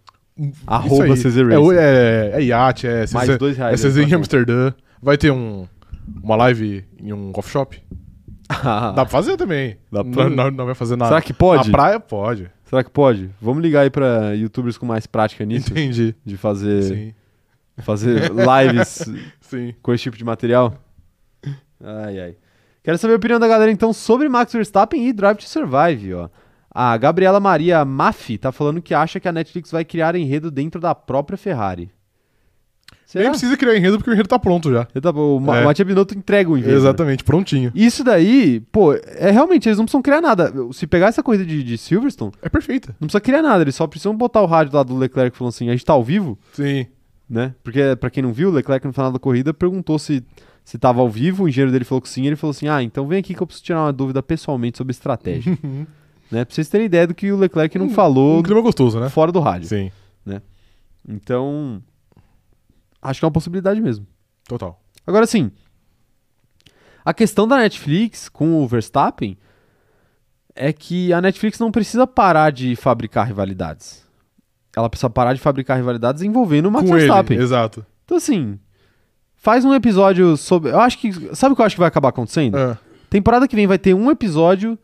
Arroba Isso aí. CZ Racing. É, o- é, é iate, é CZ, Mais dois é reais. então, tá aí CZ pra em conta. Amsterdã. Vai ter um, uma live em um coffee shop. Dá pra fazer também. Ah. Dá pra Não- fazer. Não, não vai fazer nada. Será que pode? Na praia pode. Será que pode? Vamos ligar aí pra youtubers com mais prática nisso? Entendi. De fazer, Sim. fazer lives Sim. com esse tipo de material? Ai, ai. Quero saber a opinião da galera, então, sobre Max Verstappen e Drive to Survive, ó. A Gabriela Maria Maffi tá falando que acha que a Netflix vai criar enredo dentro da própria Ferrari. Nem Será? precisa criar enredo porque o enredo tá pronto já. Eu tava- O Ma É. o Matia Binotto entrega o enredo. né? Exatamente, prontinho. Isso daí, pô, é realmente, eles não precisam criar nada. Se pegar essa corrida de, de Silverstone, É perfeita. não precisa criar nada, eles só precisam botar o rádio lá do Leclerc falando assim, a gente tá ao vivo, Sim. né? Porque, pra quem não viu, o Leclerc no final da corrida perguntou se, se tava ao vivo, o engenheiro dele falou que sim, ele falou assim, ah, então vem aqui que eu preciso tirar uma dúvida pessoalmente sobre estratégia. né? Pra vocês terem ideia do que o Leclerc não Um- falou Um clima gostoso, né? fora do rádio. Sim, Então, acho que é uma possibilidade mesmo. total. Agora sim, a questão da Netflix com o Verstappen é que a Netflix não precisa parar de fabricar rivalidades. Ela precisa parar de fabricar rivalidades envolvendo o Max Com Verstappen. ele, exato. Então assim, faz um episódio sobre, eu acho que sabe o que eu acho que vai acabar acontecendo? É. Temporada que vem vai ter um episódio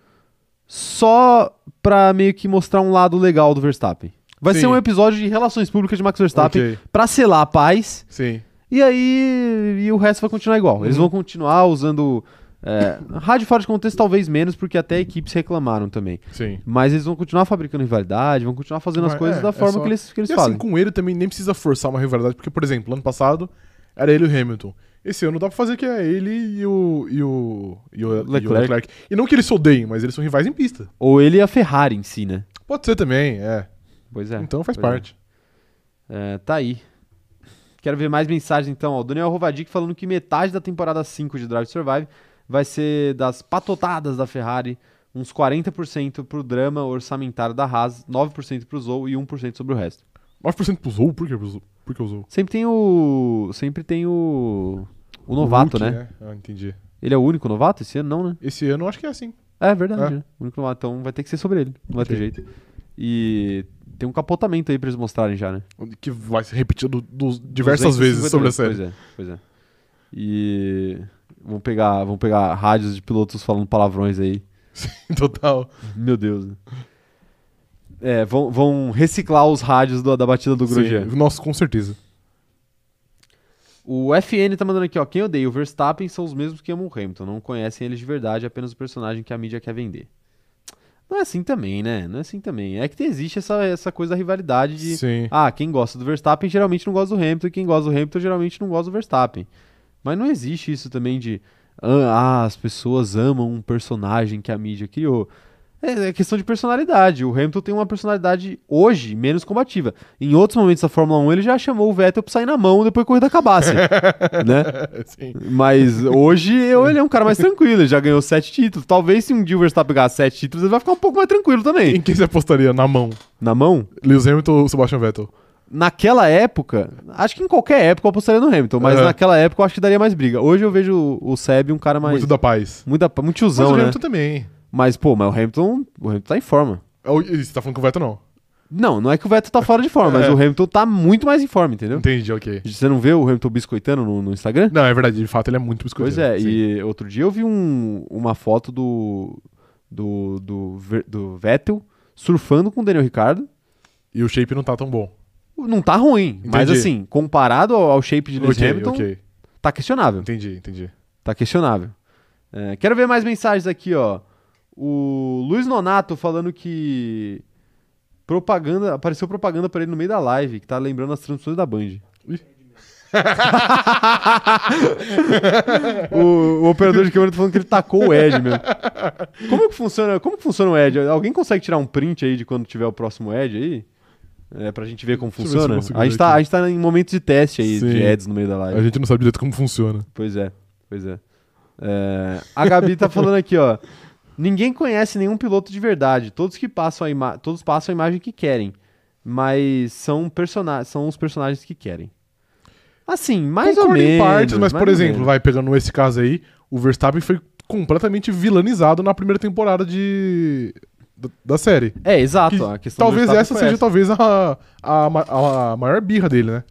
só pra meio que mostrar um lado legal do Verstappen. Vai Sim. ser um episódio de relações públicas de Max Verstappen Ok, pra selar a paz. Sim. E aí, e o resto vai continuar igual. Eles Uhum. vão continuar usando É, rádio fora de contexto talvez menos, porque até equipes reclamaram também. Sim. Mas eles vão continuar fabricando rivalidade, vão continuar fazendo as Mas, coisas é, da é forma só- que eles, que eles E assim, fazem. com ele também nem precisa forçar uma rivalidade, porque, por exemplo, ano passado era ele e o Hamilton. Esse ano dá pra fazer que é ele e o, e o, e o, e o Leclerc. Leclerc. E não que eles se odeiem, mas eles são rivais em pista. Ou ele e a Ferrari em si, né? Pode ser também, é. Pois é. então faz pois é. parte. É, tá aí. Quero ver mais mensagens então. ó. O Daniel Rovadic falando que metade da temporada 5 de Drive to Survive vai ser das patotadas da Ferrari, uns 40% pro drama orçamentário da Haas, 9% pro Zou e 1% sobre o resto. 9% pro Zou, por que pro Zou? Por que o Zou? Sempre tem o sempre tem o o novato, O né? Hulk, Ah, entendi. Ele é o único novato esse ano, não, né? Esse ano eu acho que é assim. É verdade, É. né? O único novato, então vai ter que ser sobre ele, não vai ter Ok. jeito. E tem um capotamento aí pra eles mostrarem já, né? Que vai ser repetido dos- diversas vezes 250 sobre a série. Pois é, pois é. E vão pegar, vão pegar rádios de pilotos falando palavrões aí. é. Total. Meu Deus. né? É, vão, vão reciclar os rádios do- da batida do Grosjean. Sim. Nossa, com certeza. O FN tá mandando aqui, ó. Quem odeia o Verstappen são os mesmos que amam o Hamilton. Não conhecem eles de verdade, é apenas o personagem que a mídia quer vender. Não é assim também, né? Não é assim também. É que existe essa, essa coisa da rivalidade de. Sim. Ah, quem gosta do Verstappen geralmente não gosta do Hamilton, e quem gosta do Hamilton geralmente não gosta do Verstappen. Mas não existe isso também de ah, ah, as pessoas amam um personagem que a mídia criou. É, é questão de personalidade. O Hamilton tem uma personalidade hoje menos combativa. Em outros momentos da Fórmula 1, ele já chamou o Vettel pra sair na mão depois que a corrida acabasse, né? Sim. Mas hoje eu- ele é um cara mais tranquilo, ele já ganhou sete títulos. Talvez se um dia o Verstappen ganhar sete títulos, ele vai ficar um pouco mais tranquilo também. Em quem você apostaria na mão? Na mão? Lewis Hamilton ou Sebastian Vettel? Naquela época, acho que em qualquer época eu apostaria no Hamilton, mas Aham. naquela época eu acho que daria mais briga. Hoje eu vejo o- o Seb um cara mais. Muito da paz. Muito, da... muito Mas o tiozão, né? Hamilton também. Mas, pô, mas o Hamilton. O Hamilton tá em forma. É o- Você tá falando que o Vettel não? Não, não é que o Vettel tá fora de forma, mas É. o Hamilton tá muito mais em forma, entendeu? Entendi, ok. Você não vê o Hamilton biscoitando no, no Instagram? Não, é verdade, de fato ele é muito biscoiteiro. Pois é, sim. e outro dia eu vi um- uma foto do, do, do, Ver- do Vettel surfando com o Daniel Ricardo. E o shape não tá tão bom. Não tá ruim, mas Entendi. assim, comparado ao, ao shape de Lewis ok, Hamilton, ok. tá questionável. Entendi, entendi. Tá questionável. É, quero ver mais mensagens aqui, ó. O Luiz Nonato falando que propaganda, apareceu propaganda pra ele no meio da live, que tá lembrando as transmissões da Band. o, o operador de câmera tá falando que ele tacou o Ed mesmo. Como que funciona, como que funciona o Ed? Alguém consegue tirar um print aí de quando tiver o próximo Ed aí? É, pra gente ver como Deixa eu ver se eu funciona. consigo a, gente ver tá, aqui. a gente tá em momentos de teste aí de Sim. Eds no meio da live. A gente não sabe direito como funciona. Pois é, pois é. É, a Gabi tá falando aqui, ó. Ninguém conhece nenhum piloto de verdade. Todos que passam a ima- todos passam a imagem que querem, mas são persona são os personagens que querem. Assim, mais ou Concordo menos. em partes, mas mais por ou exemplo, menos. vai pegando esse caso aí, o Verstappen foi completamente vilanizado na primeira temporada de da, da série. É, exato. Que a questão do talvez Verstappen essa foi seja talvez a, a, ma- a maior birra dele, né?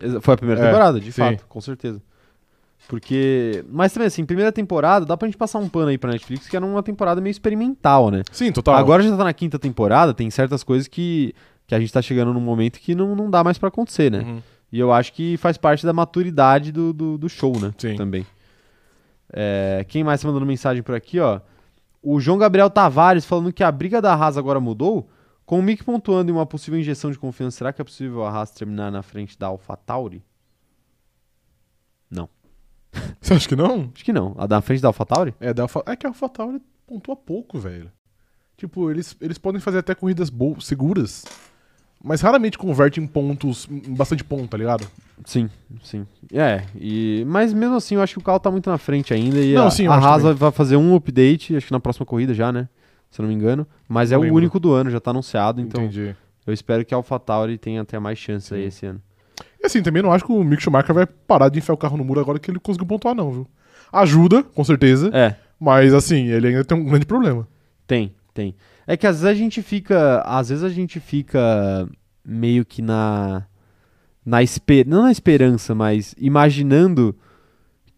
Exa- Foi a primeira É, temporada, de sim. fato, com certeza. Porque. Mas também, assim, primeira temporada, dá pra gente passar um pano aí pra Netflix, que era uma temporada meio experimental, né? Sim, total. Agora já tá na quinta temporada, tem certas coisas que, que a gente tá chegando num momento que não, não dá mais pra acontecer, né? Uhum. E eu acho que faz parte da maturidade do, do, do show, né? Sim. Também. É, quem mais tá mandando mensagem por aqui, ó? O João Gabriel Tavares falando que a briga da Haas agora mudou. Com o Mick pontuando em uma possível injeção de confiança, será que é possível a Haas terminar na frente da AlphaTauri? Você acha que não? Acho que não. A da frente da AlphaTauri? É, da Alpha- é que a AlphaTauri pontua pouco, velho. Tipo, eles, eles podem fazer até corridas boas, seguras, mas raramente converte em pontos, em bastante ponto, tá ligado? Sim, sim. É, e... mas mesmo assim eu acho que o carro tá muito na frente ainda e Não, a, sim, eu a acho Haas também. vai fazer um update, acho que na próxima corrida já, né? Se eu não me engano. Mas é Não o lembro. único do ano, já tá anunciado, então Entendi. eu espero que a AlphaTauri tenha até mais chance aí esse ano. E assim, também não acho que o Mick Schumacher vai parar de enfiar o carro no muro agora que ele conseguiu pontuar, não, viu? Ajuda, com certeza, É, mas assim, ele ainda tem um grande problema. tem, tem. É que às vezes a gente fica, às vezes a gente fica meio que na na esper... não na esperança, mas imaginando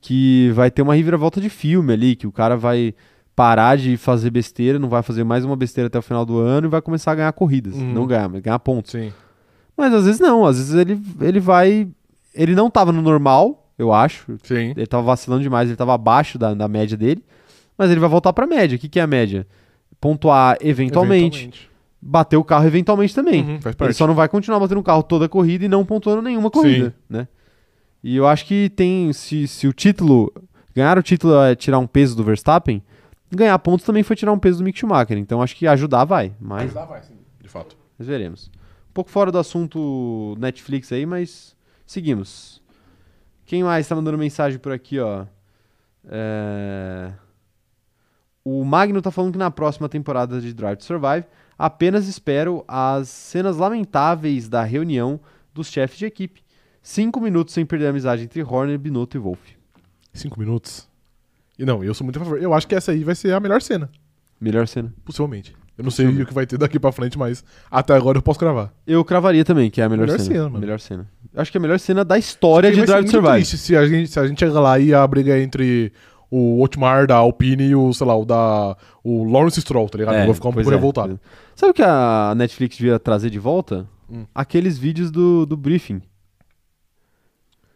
que vai ter uma reviravolta de filme ali, que o cara vai parar de fazer besteira, não vai fazer mais uma besteira até o final do ano e vai começar a ganhar corridas, Uhum. não ganhar, mas ganhar pontos. Sim. Mas às vezes não, às vezes ele, ele vai. Ele não tava no normal, eu acho. Sim. Ele tava vacilando demais, ele tava abaixo da, da média dele. Mas ele vai voltar pra média. O que, que é a média? Pontuar eventualmente, bater o carro eventualmente também. Uhum, faz Ele parte. só não vai continuar batendo o carro toda a corrida e não pontuando nenhuma corrida, né? E eu acho que tem, se, se o título, ganhar o título é tirar um peso do Verstappen, ganhar pontos também foi tirar um peso do Mick Schumacher, então acho que ajudar vai, mas Mas lá vai, sim, de fato. nós veremos. Um pouco fora do assunto Netflix aí, mas seguimos. Quem mais tá mandando mensagem por aqui, ó? É, O Magno tá falando que na próxima temporada de Drive to Survive, apenas espero as cenas lamentáveis da reunião dos chefes de equipe. Cinco minutos sem perder a amizade entre Horner, Binotto e Wolff. Cinco minutos. E não, eu sou muito a favor. Eu acho que essa aí vai ser a melhor cena, Melhor cena. possivelmente. Eu não sei o que vai ter daqui pra frente, mas até agora eu posso cravar. Eu cravaria também que é a melhor, Melhor cena. cena, mano. Melhor cena. Acho que é a melhor cena da história de Vai ser Drive to muito Survive. triste se a gente, se a gente chegar lá e a briga é entre o Otmar da Alpine e o, sei lá, o da. O Lawrence Stroll, tá ligado? É, eu vou ficar um pois pouco é, pois revoltado. é. Sabe o que a Netflix devia trazer de volta? Hum. Aqueles vídeos do, do briefing,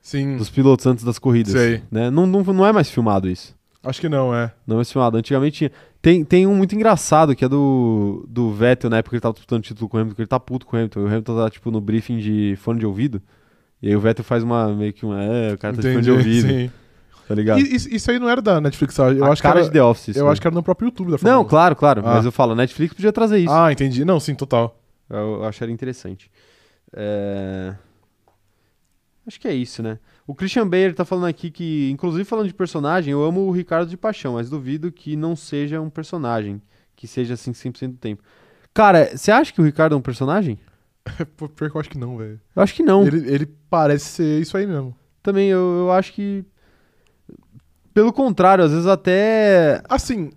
Sim, dos pilotos antes das corridas. Hum. Sei. né? Não, não, não é mais filmado isso. acho que não, é. Não é mais filmado. Antigamente tinha. Tem, tem um muito engraçado que é do, do Vettel, na época que ele tava disputando o título com o Hamilton, que ele tá puto com o Hamilton. E o Hamilton tá, tipo, no briefing de fone de ouvido. E aí o Vettel faz uma, meio que uma, é, o cara tá de fone de ouvido, sim. tá ligado? E, isso- isso aí não era da Netflix, sabe? eu a acho cara que era, de The Office. isso, Eu né? acho que era no próprio YouTube da Não, Fórmula claro, claro. Ah. Mas eu falo, a Netflix podia trazer isso. 1. Ah, entendi. Não, sim, total. Eu, eu acharia interessante. É, Acho que é isso, né? O Christian Bayer tá falando aqui que, inclusive falando de personagem, eu amo o Ricardo de paixão, mas duvido que não seja um personagem, que seja assim 100% do tempo. Cara, você acha que o Ricardo é um personagem? É, Pô, Pior que eu acho que não, velho. Eu acho que não. Ele, ele parece ser isso aí mesmo. Também eu, eu acho que pelo contrário, às vezes até Assim,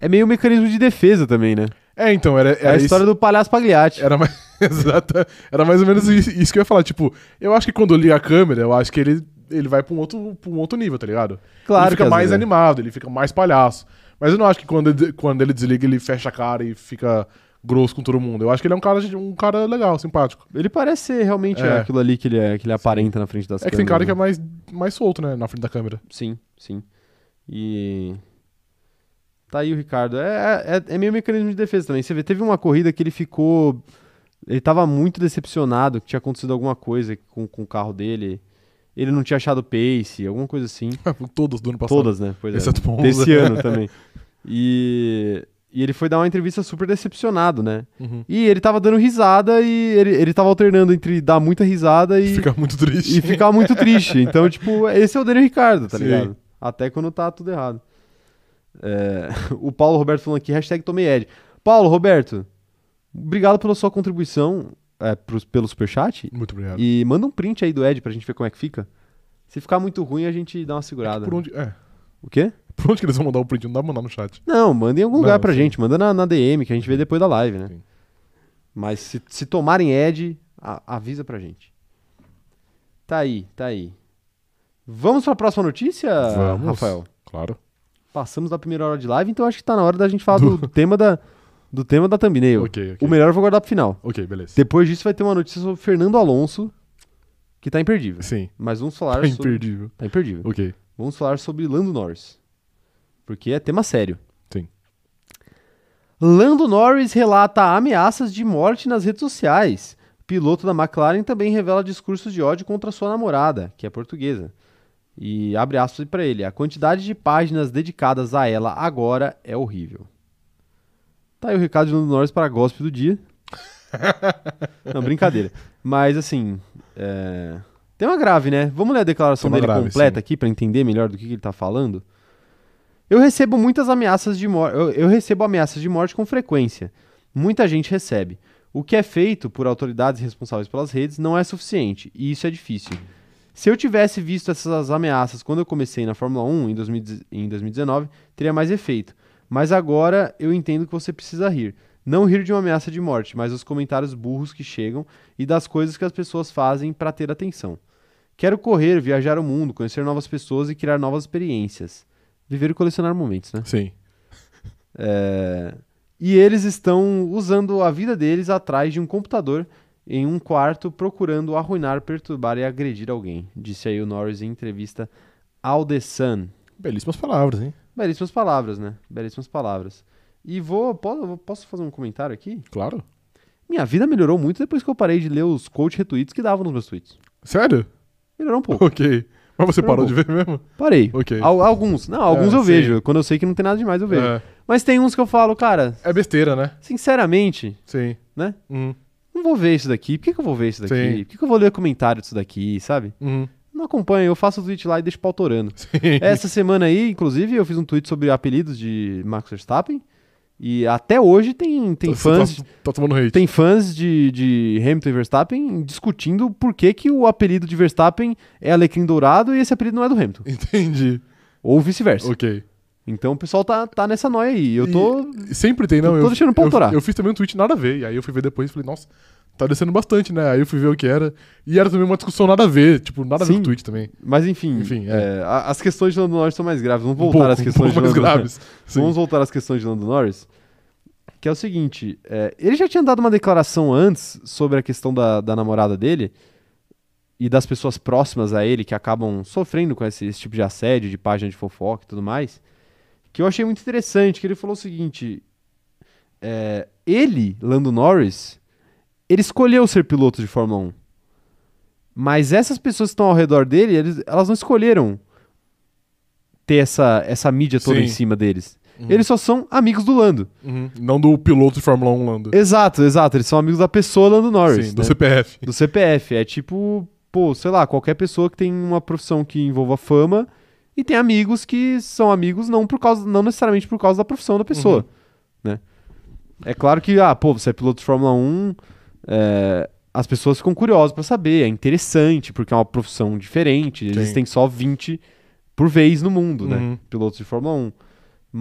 é meio um mecanismo de defesa também, né? é então, era, É a era isso- história do palhaço Pagliatti. Era mais, exata, era mais ou menos isso isso que eu ia falar. Tipo, eu acho que quando liga a câmera, eu acho que ele, ele vai pra um, outro, pra um outro nível, tá ligado? Claro ele fica que às mais vezes é. animado, ele fica mais palhaço. Mas eu não acho que quando ele, quando ele desliga, ele fecha a cara e fica grosso com todo mundo. Eu acho que ele é um cara, um cara legal, simpático. Ele parece ser realmente É. aquilo ali que ele, é- que ele aparenta na frente das é que tem câmeras, cara né? que é mais, mais solto, né, na frente da câmera. Sim, sim. E. Tá aí o Ricardo. É, é, é meio mecanismo de defesa também. Você vê, teve uma corrida que ele ficou. Ele tava muito decepcionado que tinha acontecido alguma coisa com, com o carro dele. Ele não tinha achado pace, alguma coisa assim. Todos do ano passado. Todas, né? Pois é. Exceto Monza. Desse ano também. E. E ele foi dar uma entrevista super decepcionado, né? Uhum. E ele tava dando risada e ele, ele tava alternando entre dar muita risada e Fica muito triste. e ficar muito triste. Então, tipo, esse é o Daniel Ricardo, tá Sim. ligado? Até quando tá tudo errado. É, o Paulo Roberto falando aqui, hashtag tomei Ed. Paulo Roberto, obrigado pela sua contribuição é, pros- pelo superchat. Muito obrigado. E manda um print aí do Ed pra gente ver como é que fica. Se ficar muito ruim, a gente dá uma segurada. Por onde, é, O quê? por onde que eles vão mandar o print? Não dá pra mandar no chat. Não, manda em algum lugar Não, pra sim. gente. Manda na, na DM, que a gente vê depois da live, né? Sim. Mas se, se tomarem Ed, a- avisa pra gente. Tá aí, tá aí. Vamos pra próxima notícia, Vamos. Rafael? Claro. Passamos da primeira hora de live, então acho que tá na hora da gente falar do, tema da, do tema da thumbnail. Ok, ok. O melhor eu vou guardar pro final. Ok, beleza. Depois disso vai ter uma notícia sobre Fernando Alonso, que tá imperdível. Sim. Mas vamos falar É sobre... imperdível. Tá imperdível. Ok. Vamos falar sobre Lando Norris. Porque é tema sério. Sim. Lando Norris relata ameaças de morte nas redes sociais. Piloto da McLaren também revela discursos de ódio contra sua namorada, que é portuguesa. E abre aspas para ele: a quantidade de páginas dedicadas a ela agora é horrível. Tá aí o recado de Lando Norris para a gospe do dia. Não, brincadeira. Mas assim, é... tem uma grave, né? Vamos ler a declaração Tem uma dele grave, completa sim. aqui para entender melhor do que, que ele tá falando. Eu recebo muitas ameaças de morte. Eu, eu recebo ameaças de morte com frequência. Muita gente recebe. O que é feito por autoridades responsáveis pelas redes não é suficiente, e isso é difícil. Se eu tivesse visto essas ameaças quando eu comecei na Fórmula 1 em, 2000 em 2019, teria mais efeito. Mas agora eu entendo que você precisa rir. Não rir de uma ameaça de morte, mas dos comentários burros que chegam e das coisas que as pessoas fazem para ter atenção. Quero correr, viajar o mundo, conhecer novas pessoas e criar novas experiências. Viver e colecionar momentos, né? Sim. E eles estão usando a vida deles atrás de um computador em um quarto procurando arruinar, perturbar e agredir alguém, disse aí o Norris em entrevista ao The Sun. Belíssimas palavras, hein? Belíssimas palavras, né? Belíssimas palavras. E vou. po- Posso fazer um comentário aqui? Claro. Minha vida melhorou muito depois que eu parei de ler os coach retweets que davam nos meus tweets. Sério? Melhorou um pouco. Ok. Mas você Tá parou bom. de ver mesmo? Parei. Ok. Al- alguns. Não, alguns É, eu sim. vejo. Quando eu sei que não tem nada demais, eu vejo. É. Mas tem uns que eu falo, cara, É besteira, né? sinceramente, Sim. Né? Uhum. não vou ver isso daqui. Por que, que eu vou ver isso daqui? Sim. Por que, que eu vou ler comentário disso daqui, sabe? Uhum. Não acompanho, eu faço o tweet lá e deixo pautorando. Sim. Essa semana aí, inclusive, eu fiz um tweet sobre apelidos de Max Verstappen. E até hoje tem, tem Você fãs. Tá, tá tomando hate. Tem fãs de, de Hamilton e Verstappen discutindo por que, que o apelido de Verstappen é Alecrim Dourado e esse apelido não é do Hamilton. Entendi. Ou vice-versa. Ok. Então o pessoal tá, tá nessa noia aí. Eu E- tô. Sempre tem, não. Eu tô deixando eu, ponturar. eu fiz também um tweet nada a ver. E aí eu fui ver depois e falei, nossa, tá descendo bastante, né? Aí eu fui ver o que era. E era também uma discussão nada a ver. Tipo, nada a ver Sim. com o tweet também. Mas enfim, Enfim, é, a- as questões de Lando Norris são mais graves. Vamos Um voltar pouco, às questões um pouco mais de Lando Norris. graves. Sim. Vamos voltar às questões de Lando Norris. Que é o seguinte: é, ele já tinha dado uma declaração antes sobre a questão da, da namorada dele e das pessoas próximas a ele que acabam sofrendo com esse, esse tipo de assédio, de página de fofoca e tudo mais. Que eu achei muito interessante, que ele falou o seguinte: é, ele, Lando Norris, ele escolheu ser piloto de Fórmula 1. Mas essas pessoas que estão ao redor dele, eles- elas não escolheram ter essa, essa mídia toda Sim. em cima deles. Uhum. Eles só são amigos do Lando. Uhum. Não do piloto de Fórmula 1 Lando. Exato, exato. Eles são amigos da pessoa Lando Norris. Sim, né? do CPF. Do CPF. É tipo, pô, sei lá, qualquer pessoa que tem uma profissão que envolva fama e tem amigos que são amigos não por causa, não necessariamente por causa da profissão da pessoa, né? É claro que, ah, pô, você é piloto de Fórmula 1, é, as pessoas ficam curiosas pra saber, é interessante, porque é uma profissão diferente, existem só 20 por vez no mundo, né? Uhum. pilotos de Fórmula 1.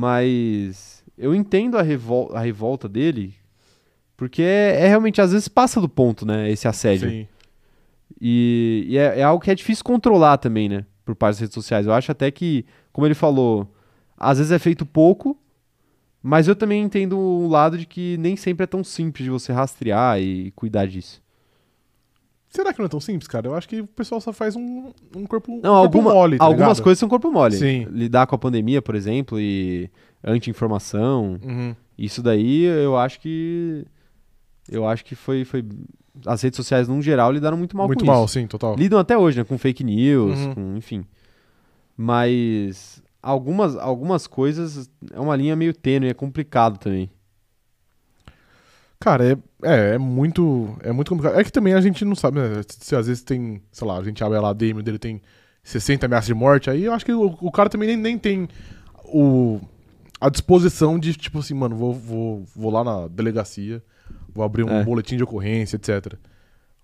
Mas eu entendo a, revol- a revolta dele, porque é, é realmente, às vezes, passa do ponto, né? Esse assédio. Sim. E, e é, é algo que é difícil controlar também, né? Por parte das redes sociais. Eu acho até que, como ele falou, às vezes é feito pouco, mas eu também entendo o lado de que nem sempre é tão simples de você rastrear e cuidar disso. Será que não é tão simples, cara? Eu acho que o pessoal só faz um, um corpo, um Não, corpo alguma, mole, tá algumas ligado? coisas são corpo mole. Sim. Lidar com a pandemia, por exemplo, e anti-informação. Uhum. Isso daí eu acho que. Eu acho que foi. foi as redes sociais, num geral, lidaram muito mal com Muito mal, isso. sim, total. Lidam até hoje, né? Com fake news, Uhum. com, enfim. Mas algumas, algumas coisas é uma linha meio tênue, é complicado também. Cara, é, é, é muito. É muito complicado. É que também a gente não sabe, né? Se às vezes tem, sei lá, a gente abre lá a DM dele tem 60 ameaças de morte, aí eu acho que o, o cara também nem, nem tem o, a disposição de, tipo assim, mano, vou, vou, vou lá na delegacia, vou abrir um É. boletim de ocorrência, etc.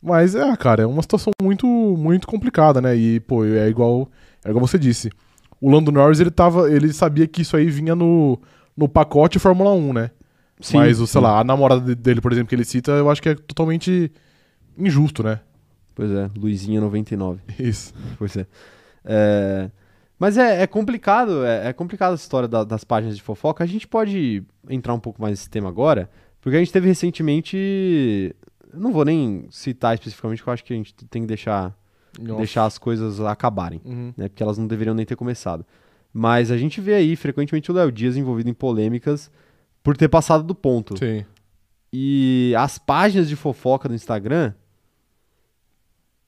Mas é, cara, é uma situação muito, muito complicada, né? E, pô, é igual, é igual você disse. O Lando Norris, ele tava. Ele sabia que isso aí vinha no, no pacote Fórmula 1, né? Mas, o, sei lá, a namorada de- dele, por exemplo, que ele cita, eu acho que é totalmente injusto, né? Pois é, Luizinha 99. Isso. Pois é. É, mas é, é complicado, é, é complicada a história da- das páginas de fofoca. A gente pode entrar um pouco mais nesse tema agora, porque a gente teve recentemente. eu Não vou nem citar especificamente, porque eu acho que a gente tem que deixar, deixar as coisas acabarem, Uhum. né? Porque elas não deveriam nem ter começado. Mas a gente vê aí frequentemente o Léo Dias envolvido em polêmicas por ter passado do ponto. Sim. E as páginas de fofoca do Instagram,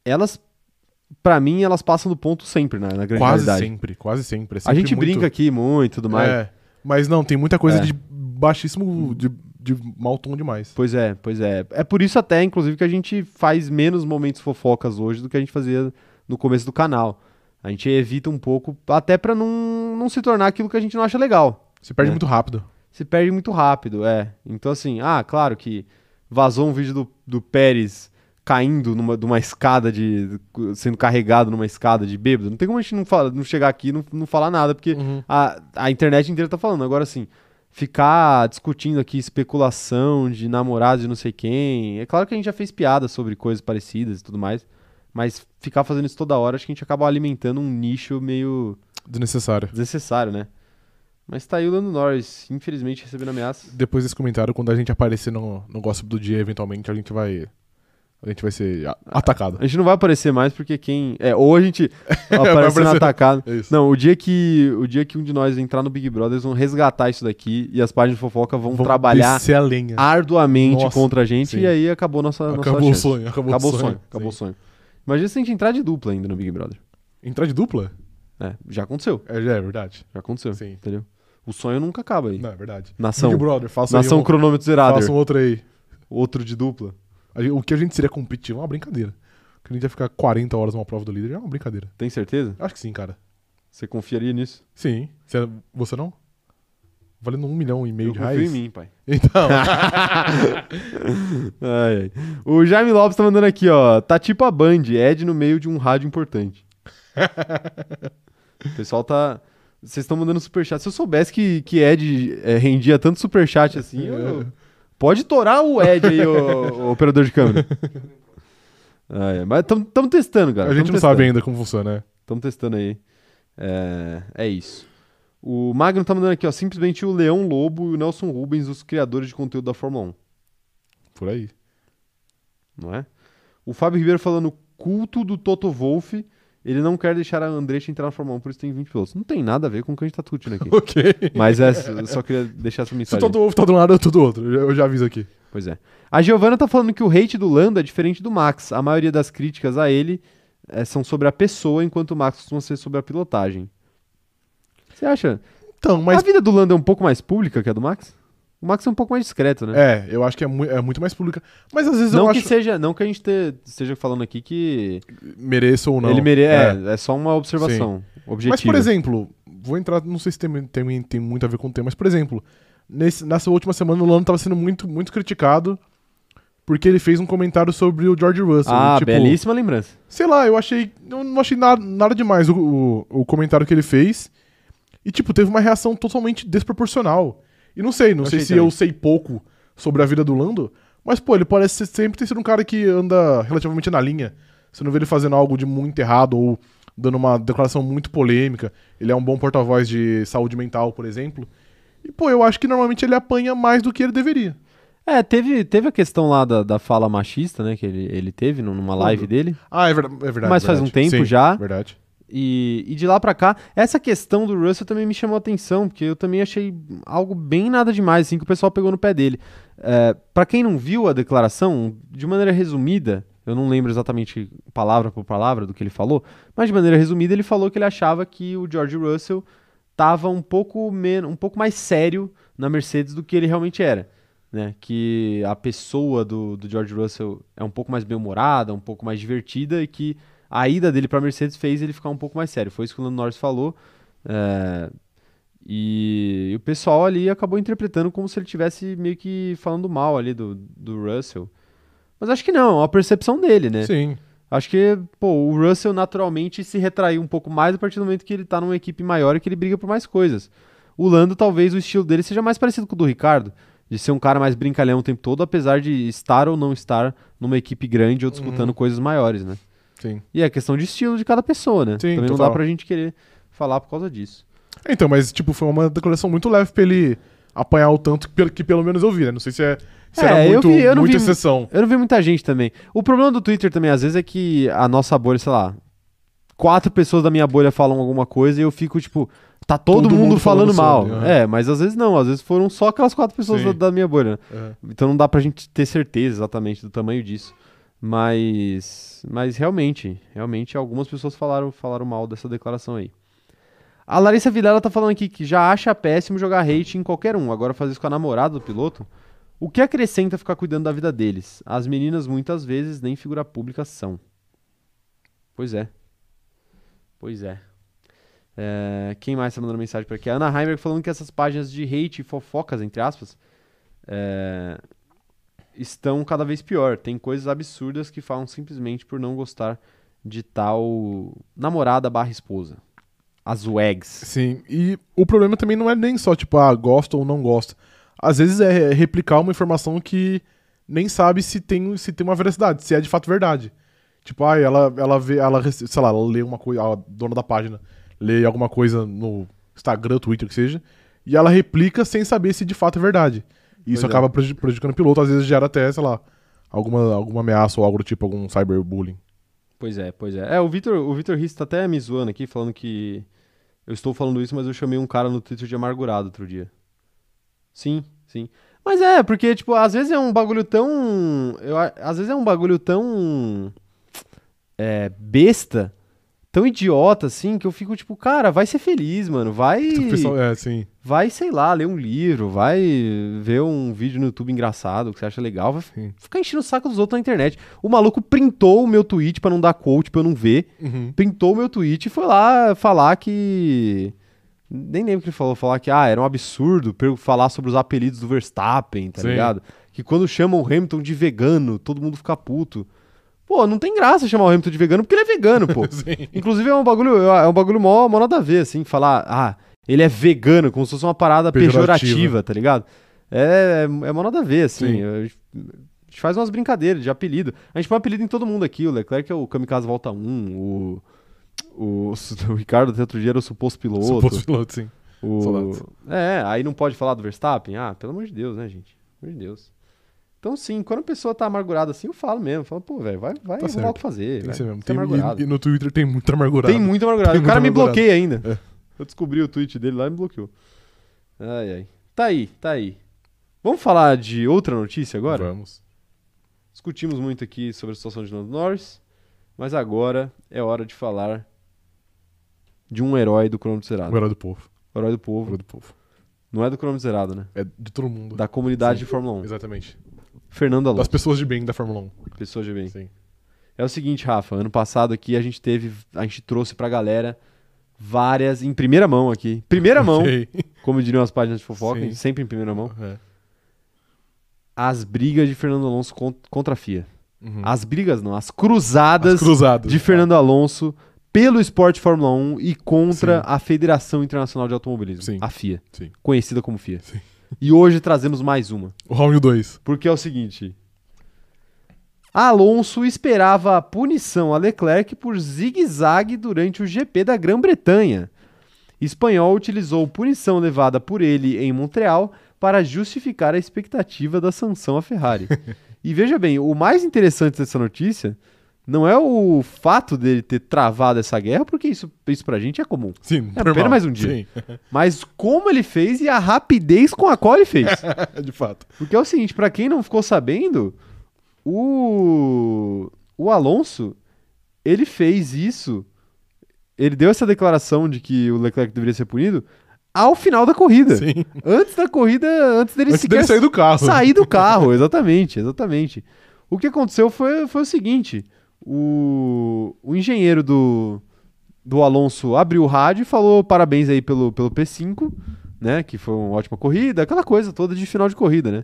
elas, pra mim, elas passam do ponto sempre, né? Na grande Quase realidade. sempre, quase sempre. É A sempre gente muito- brinca aqui muito e tudo mais. É, mas não, tem muita coisa É. de baixíssimo, de, de mau tom demais. Pois é, pois é. É por isso até, inclusive, que a gente faz menos momentos fofocas hoje do que a gente fazia no começo do canal. A gente evita um pouco, até pra não, não se tornar aquilo que a gente não acha legal. Se perde É. muito rápido. se perde muito rápido, é. Então, assim, ah, claro que vazou um vídeo do, do Pérez caindo numa, de uma escada de. sendo carregado numa escada de bêbado. Não tem como a gente não, fala, não chegar aqui e não, não falar nada, porque Uhum. a, a internet inteira tá falando. Agora, assim, ficar discutindo aqui especulação de namorado de não sei quem. É claro que a gente já fez piada sobre coisas parecidas e tudo mais. Mas ficar fazendo isso toda hora, acho que a gente acaba alimentando um nicho meio Desnecessário. desnecessário, né? Mas tá aí o Lando Norris, infelizmente, recebendo ameaças. Depois desse comentário, quando a gente aparecer no, no gossip do dia, eventualmente, a gente vai. A gente vai ser a- Ah. atacado. A gente não vai aparecer mais porque quem. É, ou a gente Vai aparece sendo aparecer- atacado. É isso. Não, o dia, que, o dia que um de nós entrar no Big Brother, eles vão resgatar isso daqui e as páginas de fofoca vão, Vamos trabalhar Ah, Descer a lenha. arduamente Nossa, contra a gente sim. e aí acabou nossa. nossa acabou o chance. sonho. Acabou, Acabou o sonho. sim. Acabou o sonho. Imagina se a gente entrar de dupla ainda no Big Brother. Entrar de dupla? É, já aconteceu. É, já é verdade. Já aconteceu. Sim. Entendeu? O sonho nunca acaba aí. Não, é verdade. Nação. Big Brother, faça aí Nação um, cronômetro zerado. faça um outro aí. Outro de dupla. A gente- O que a gente seria competitivo é uma brincadeira. Que a gente ia ficar 40 horas numa prova do líder é uma brincadeira. Tem certeza? Acho que sim, cara. Você confiaria nisso? Sim. Você, é, você não? Valendo um milhão e meio Eu de confio em reais? mim, pai. Então, Ai, ai. O Jaime Lopes tá mandando aqui, ó. Tá tipo a Band, Ed no meio de um rádio importante. o pessoal tá. Vocês estão mandando superchat. Se eu soubesse que, que Ed eh, rendia tanto superchat assim, eu- pode torar o Ed aí, o, o operador de câmera. Ai, ai. mas estamos testando, cara. a gente Tamo não testando. sabe ainda como funciona, né? Estamos testando aí. É, é isso. O Magno tá mandando aqui, ó. Simplesmente o Leão Lobo e o Nelson Rubens, os criadores de conteúdo da Fórmula 1. Por aí. não é? O Fábio Ribeiro falando culto do Toto Wolff, ele não quer deixar a Andretti entrar na Fórmula 1, por isso tem 20 pilotos. Não tem nada a ver com o que a gente tá discutindo aqui. Ok. Mas é, eu só queria deixar essa Se mensagem. todo ovo tá de um lado, eu tô do outro. Eu já- Eu já aviso aqui. Pois é. A Giovanna tá falando que o hate do Lando é diferente do Max. A maioria das críticas a ele eh, são sobre a pessoa, enquanto o Max costuma ser sobre a pilotagem. Você acha? Então, mas A vida do Lando é um pouco mais pública que a do Max? O Max é um pouco mais discreto, né? É, eu acho que é, mui- é muito mais pública. Mas às vezes não eu que acho seja, não que a gente te- esteja falando aqui que mereço ou não. Ele mere... É. é. é só uma observação. Objetiva. Mas, por exemplo, vou entrar, não sei se tem, tem, tem muito a ver com o tema, mas, por exemplo, nesse- nessa última semana o Lando tava sendo muito, muito criticado porque ele fez um comentário sobre o George Russell. ah, tipo, belíssima lembrança. Sei lá, eu achei. Eu não achei nada, nada demais o, o, o comentário que ele fez. E, tipo, teve uma reação totalmente desproporcional. E não sei, não Eu sei achei se também. eu sei pouco sobre a vida do Lando, mas, pô, ele parece ser- sempre ter sido um cara que anda relativamente na linha. Você não vê ele fazendo algo de muito errado ou dando uma declaração muito polêmica. Ele é um bom porta-voz de saúde mental, por exemplo. E, pô, eu acho que normalmente ele apanha mais do que ele deveria. É, teve, teve a questão lá da, da fala machista, né? Que ele, ele teve num- numa live dele. Ah, é verdade. É verdade Mas faz verdade. um tempo Sim, já. Verdade. E, e de lá pra cá, essa questão do Russell também me chamou a atenção, porque eu também achei algo bem nada demais, assim, que o pessoal pegou no pé dele. É, para quem não viu a declaração, de maneira resumida, eu não lembro exatamente palavra por palavra do que ele falou, mas de maneira resumida ele falou que ele achava que o George Russell tava um pouco, men um pouco mais sério na Mercedes do que ele realmente era. Né, que a pessoa do, do George Russell é um pouco mais bem-humorada, um pouco mais divertida e que a ida dele para Mercedes fez ele ficar um pouco mais sério. Foi isso que o Lando Norris falou. é, e, e o pessoal ali acabou interpretando como se ele tivesse meio que falando mal ali do, do Russell. Mas acho que não, é uma percepção dele, né? Sim. Acho que, pô, o Russell naturalmente se retraiu um pouco mais a partir do momento que ele tá numa equipe maior e que ele briga por mais coisas. O Lando, talvez o estilo dele seja mais parecido com o do Ricardo, de ser um cara mais brincalhão o tempo todo, apesar de estar ou não estar numa equipe grande ou disputando Uhum. coisas maiores, né? Sim. E é questão de estilo de cada pessoa, né? Também Sim, não total. dá pra gente querer falar por causa disso. Então, mas tipo, foi uma declaração muito leve pra ele apanhar o tanto que, pelo- que pelo menos eu vi, né? Não sei se, é, se É, era eu muito, vi- eu não muita vi- exceção. Eu não vi muita gente também. O problema do Twitter também, às vezes, é que a nossa bolha, sei lá, quatro pessoas da minha bolha falam alguma coisa e eu fico, tipo, tá todo, mundo, falando, mal. sobre, É, mas às vezes não, às vezes foram só aquelas quatro pessoas Sim. da, da minha bolha. né? É. Então não dá pra gente ter certeza exatamente do tamanho disso. Mas. Mas realmente, realmente algumas pessoas falaram, falaram mal dessa declaração aí. A Larissa Vilela tá falando aqui que já acha péssimo jogar hate em qualquer um. Agora fazer isso com a namorada do piloto. O que acrescenta ficar cuidando da vida deles? As meninas muitas vezes nem figura pública são. Pois é. Pois é. É, quem mais tá mandando mensagem pra aqui? A Ana Heimberg falando que essas páginas de hate e fofocas, entre aspas, é, estão cada vez pior. Tem coisas absurdas que falam simplesmente por não gostar de tal namorada barra esposa. As wags. Sim, e o problema também não é nem só tipo, ah, gosta ou não gosta. Às vezes é replicar uma informação que nem sabe se tem, se tem uma veracidade, se é de fato verdade. Tipo, ah, ela, ela vê, ela, rece- sei lá, ela lê uma coisa, a dona da página lê alguma coisa no Instagram, Twitter, que seja, e ela replica sem saber se de fato é verdade. E Pois isso é. acaba preju- prejudicando o piloto, às vezes gera até, sei lá, alguma, alguma ameaça ou algo do tipo, algum cyberbullying. Pois é, pois é. É, o Vitor, o Vitor Riz tá até me zoando aqui, falando que eu estou falando isso, mas eu chamei um cara no Twitter de amargurado outro dia. Sim, sim. Mas é, porque, tipo, às vezes é um bagulho tão. Eu, a- às vezes é um bagulho tão. É, besta, tão idiota, assim, que eu fico, tipo, cara, vai ser feliz, mano. Vai. O pessoal- É, sim. Vai, sei lá, ler um livro, vai ver um vídeo no YouTube engraçado que você acha legal, vai Sim. ficar enchendo o saco dos outros na internet. O maluco printou o meu tweet pra não dar quote, pra eu não ver. Uhum. Printou o meu tweet e foi lá falar que. Nem lembro o que ele falou, falar que ah, era um absurdo pra eu falar sobre os apelidos do Verstappen, tá Sim. ligado? Que quando chamam o Hamilton de vegano, todo mundo fica puto. Pô, não tem graça chamar o Hamilton de vegano porque ele é vegano, pô. Sim. Inclusive é um bagulho, é um bagulho mó, mó nada a ver, assim, falar, ah, ele é vegano, como se fosse uma parada Pejorativa. pejorativa, tá ligado? É, é, é mó nada a ver, assim. Sim. A gente- a gente faz umas brincadeiras de apelido. A gente põe apelido em todo mundo aqui, o Leclerc é o Kamikaze Volta 1, o. O, o Ricardo até outro dia era o suposto piloto. Suposto piloto, sim. O- Solante. É, aí não pode falar do Verstappen? Ah, pelo amor de Deus, né, gente? Pelo amor de Deus. Então, sim, quando a pessoa tá amargurada assim, eu falo mesmo. Falo, pô, velho, vai, vai arrumar Tá o certo. que fazer. Tem velho. isso mesmo. Você Tem- é amargurado. e, e no Twitter tem muito amargurado. Tem muito amargurado. Tem o cara muito me amargurado. bloqueia ainda. É. Eu descobri o tweet dele lá e me bloqueou. Ai, ai. Tá aí, tá aí. Vamos falar de outra notícia agora? Vamos. Discutimos muito aqui sobre a situação de Lando Norris, mas agora é hora de falar de um herói do Crono do Zerado. Agora do povo. O herói do Agora povo. do povo. Não é do Crono do Zerado, né? É de todo mundo. Da Tá comunidade de Fórmula 1. Exatamente. Fernando Das Alonso, pessoas de bem da Fórmula 1. pessoa de bem. Sim. É o seguinte, Rafa, ano passado aqui a gente teve, a gente trouxe pra galera várias, em primeira mão aqui, primeira mão, Ok. como diriam as páginas de fofoca, Sim. sempre em primeira mão, É. as brigas de Fernando Alonso con- contra a FIA. Uhum. As brigas não, as As cruzadas cruzadas. de Fernando Alonso pelo esporte Fórmula 1 e contra Sim. a Federação Internacional de Automobilismo, Sim. a FIA, Sim. conhecida como FIA. Sim. E hoje trazemos mais uma. O round 2. Porque é o seguinte. Alonso esperava a punição a Leclerc por zigue-zague durante o GP da Grã-Bretanha. Espanhol utilizou punição levada por ele em Montreal para justificar a expectativa da sanção à Ferrari. e veja bem, o mais interessante dessa notícia não é o fato dele ter travado essa guerra, porque isso, isso pra gente é comum. Sim, apenas mais um dia. Sim, Mas como ele fez e a rapidez com a qual ele fez. de fato. Porque é o seguinte, pra quem não ficou sabendo, o o Alonso, ele fez isso, ele deu essa declaração de que o Leclerc deveria ser punido ao final da corrida. Sim. Antes da corrida, antes dele Antes sequer dele sair do carro. sair do carro, exatamente, exatamente. O que aconteceu foi, foi o seguinte: o, o engenheiro do, do Alonso abriu o rádio e falou parabéns aí pelo, pelo P5, né? Que foi uma ótima corrida, aquela coisa toda de final de corrida, né?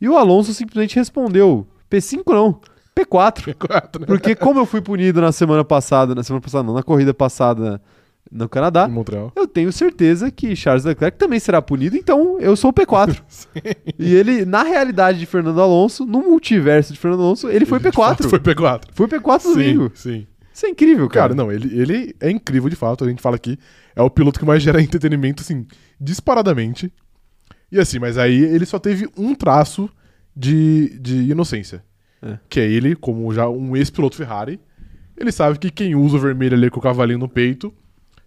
E o Alonso simplesmente respondeu: P5 não, P4. Quatro, né? Porque como eu fui punido na semana passada, na semana passada não, na corrida passada no Canadá, Em Montreal. eu tenho certeza que Charles Leclerc também será punido, então eu sou o P4. Sim. e ele, na realidade de Fernando Alonso, no multiverso de Fernando Alonso, ele foi De fato, P4. Foi P4. Foi P4 domingo. Sim, sim. Isso é incrível, cara. Cara, não, ele, ele é incrível de fato. A gente fala aqui. É o piloto que mais gera entretenimento, assim, disparadamente. E assim, mas aí ele só teve um traço de, de inocência. É. Que é ele, como já um ex-piloto Ferrari, ele sabe que quem usa o vermelho ali com o cavalinho no peito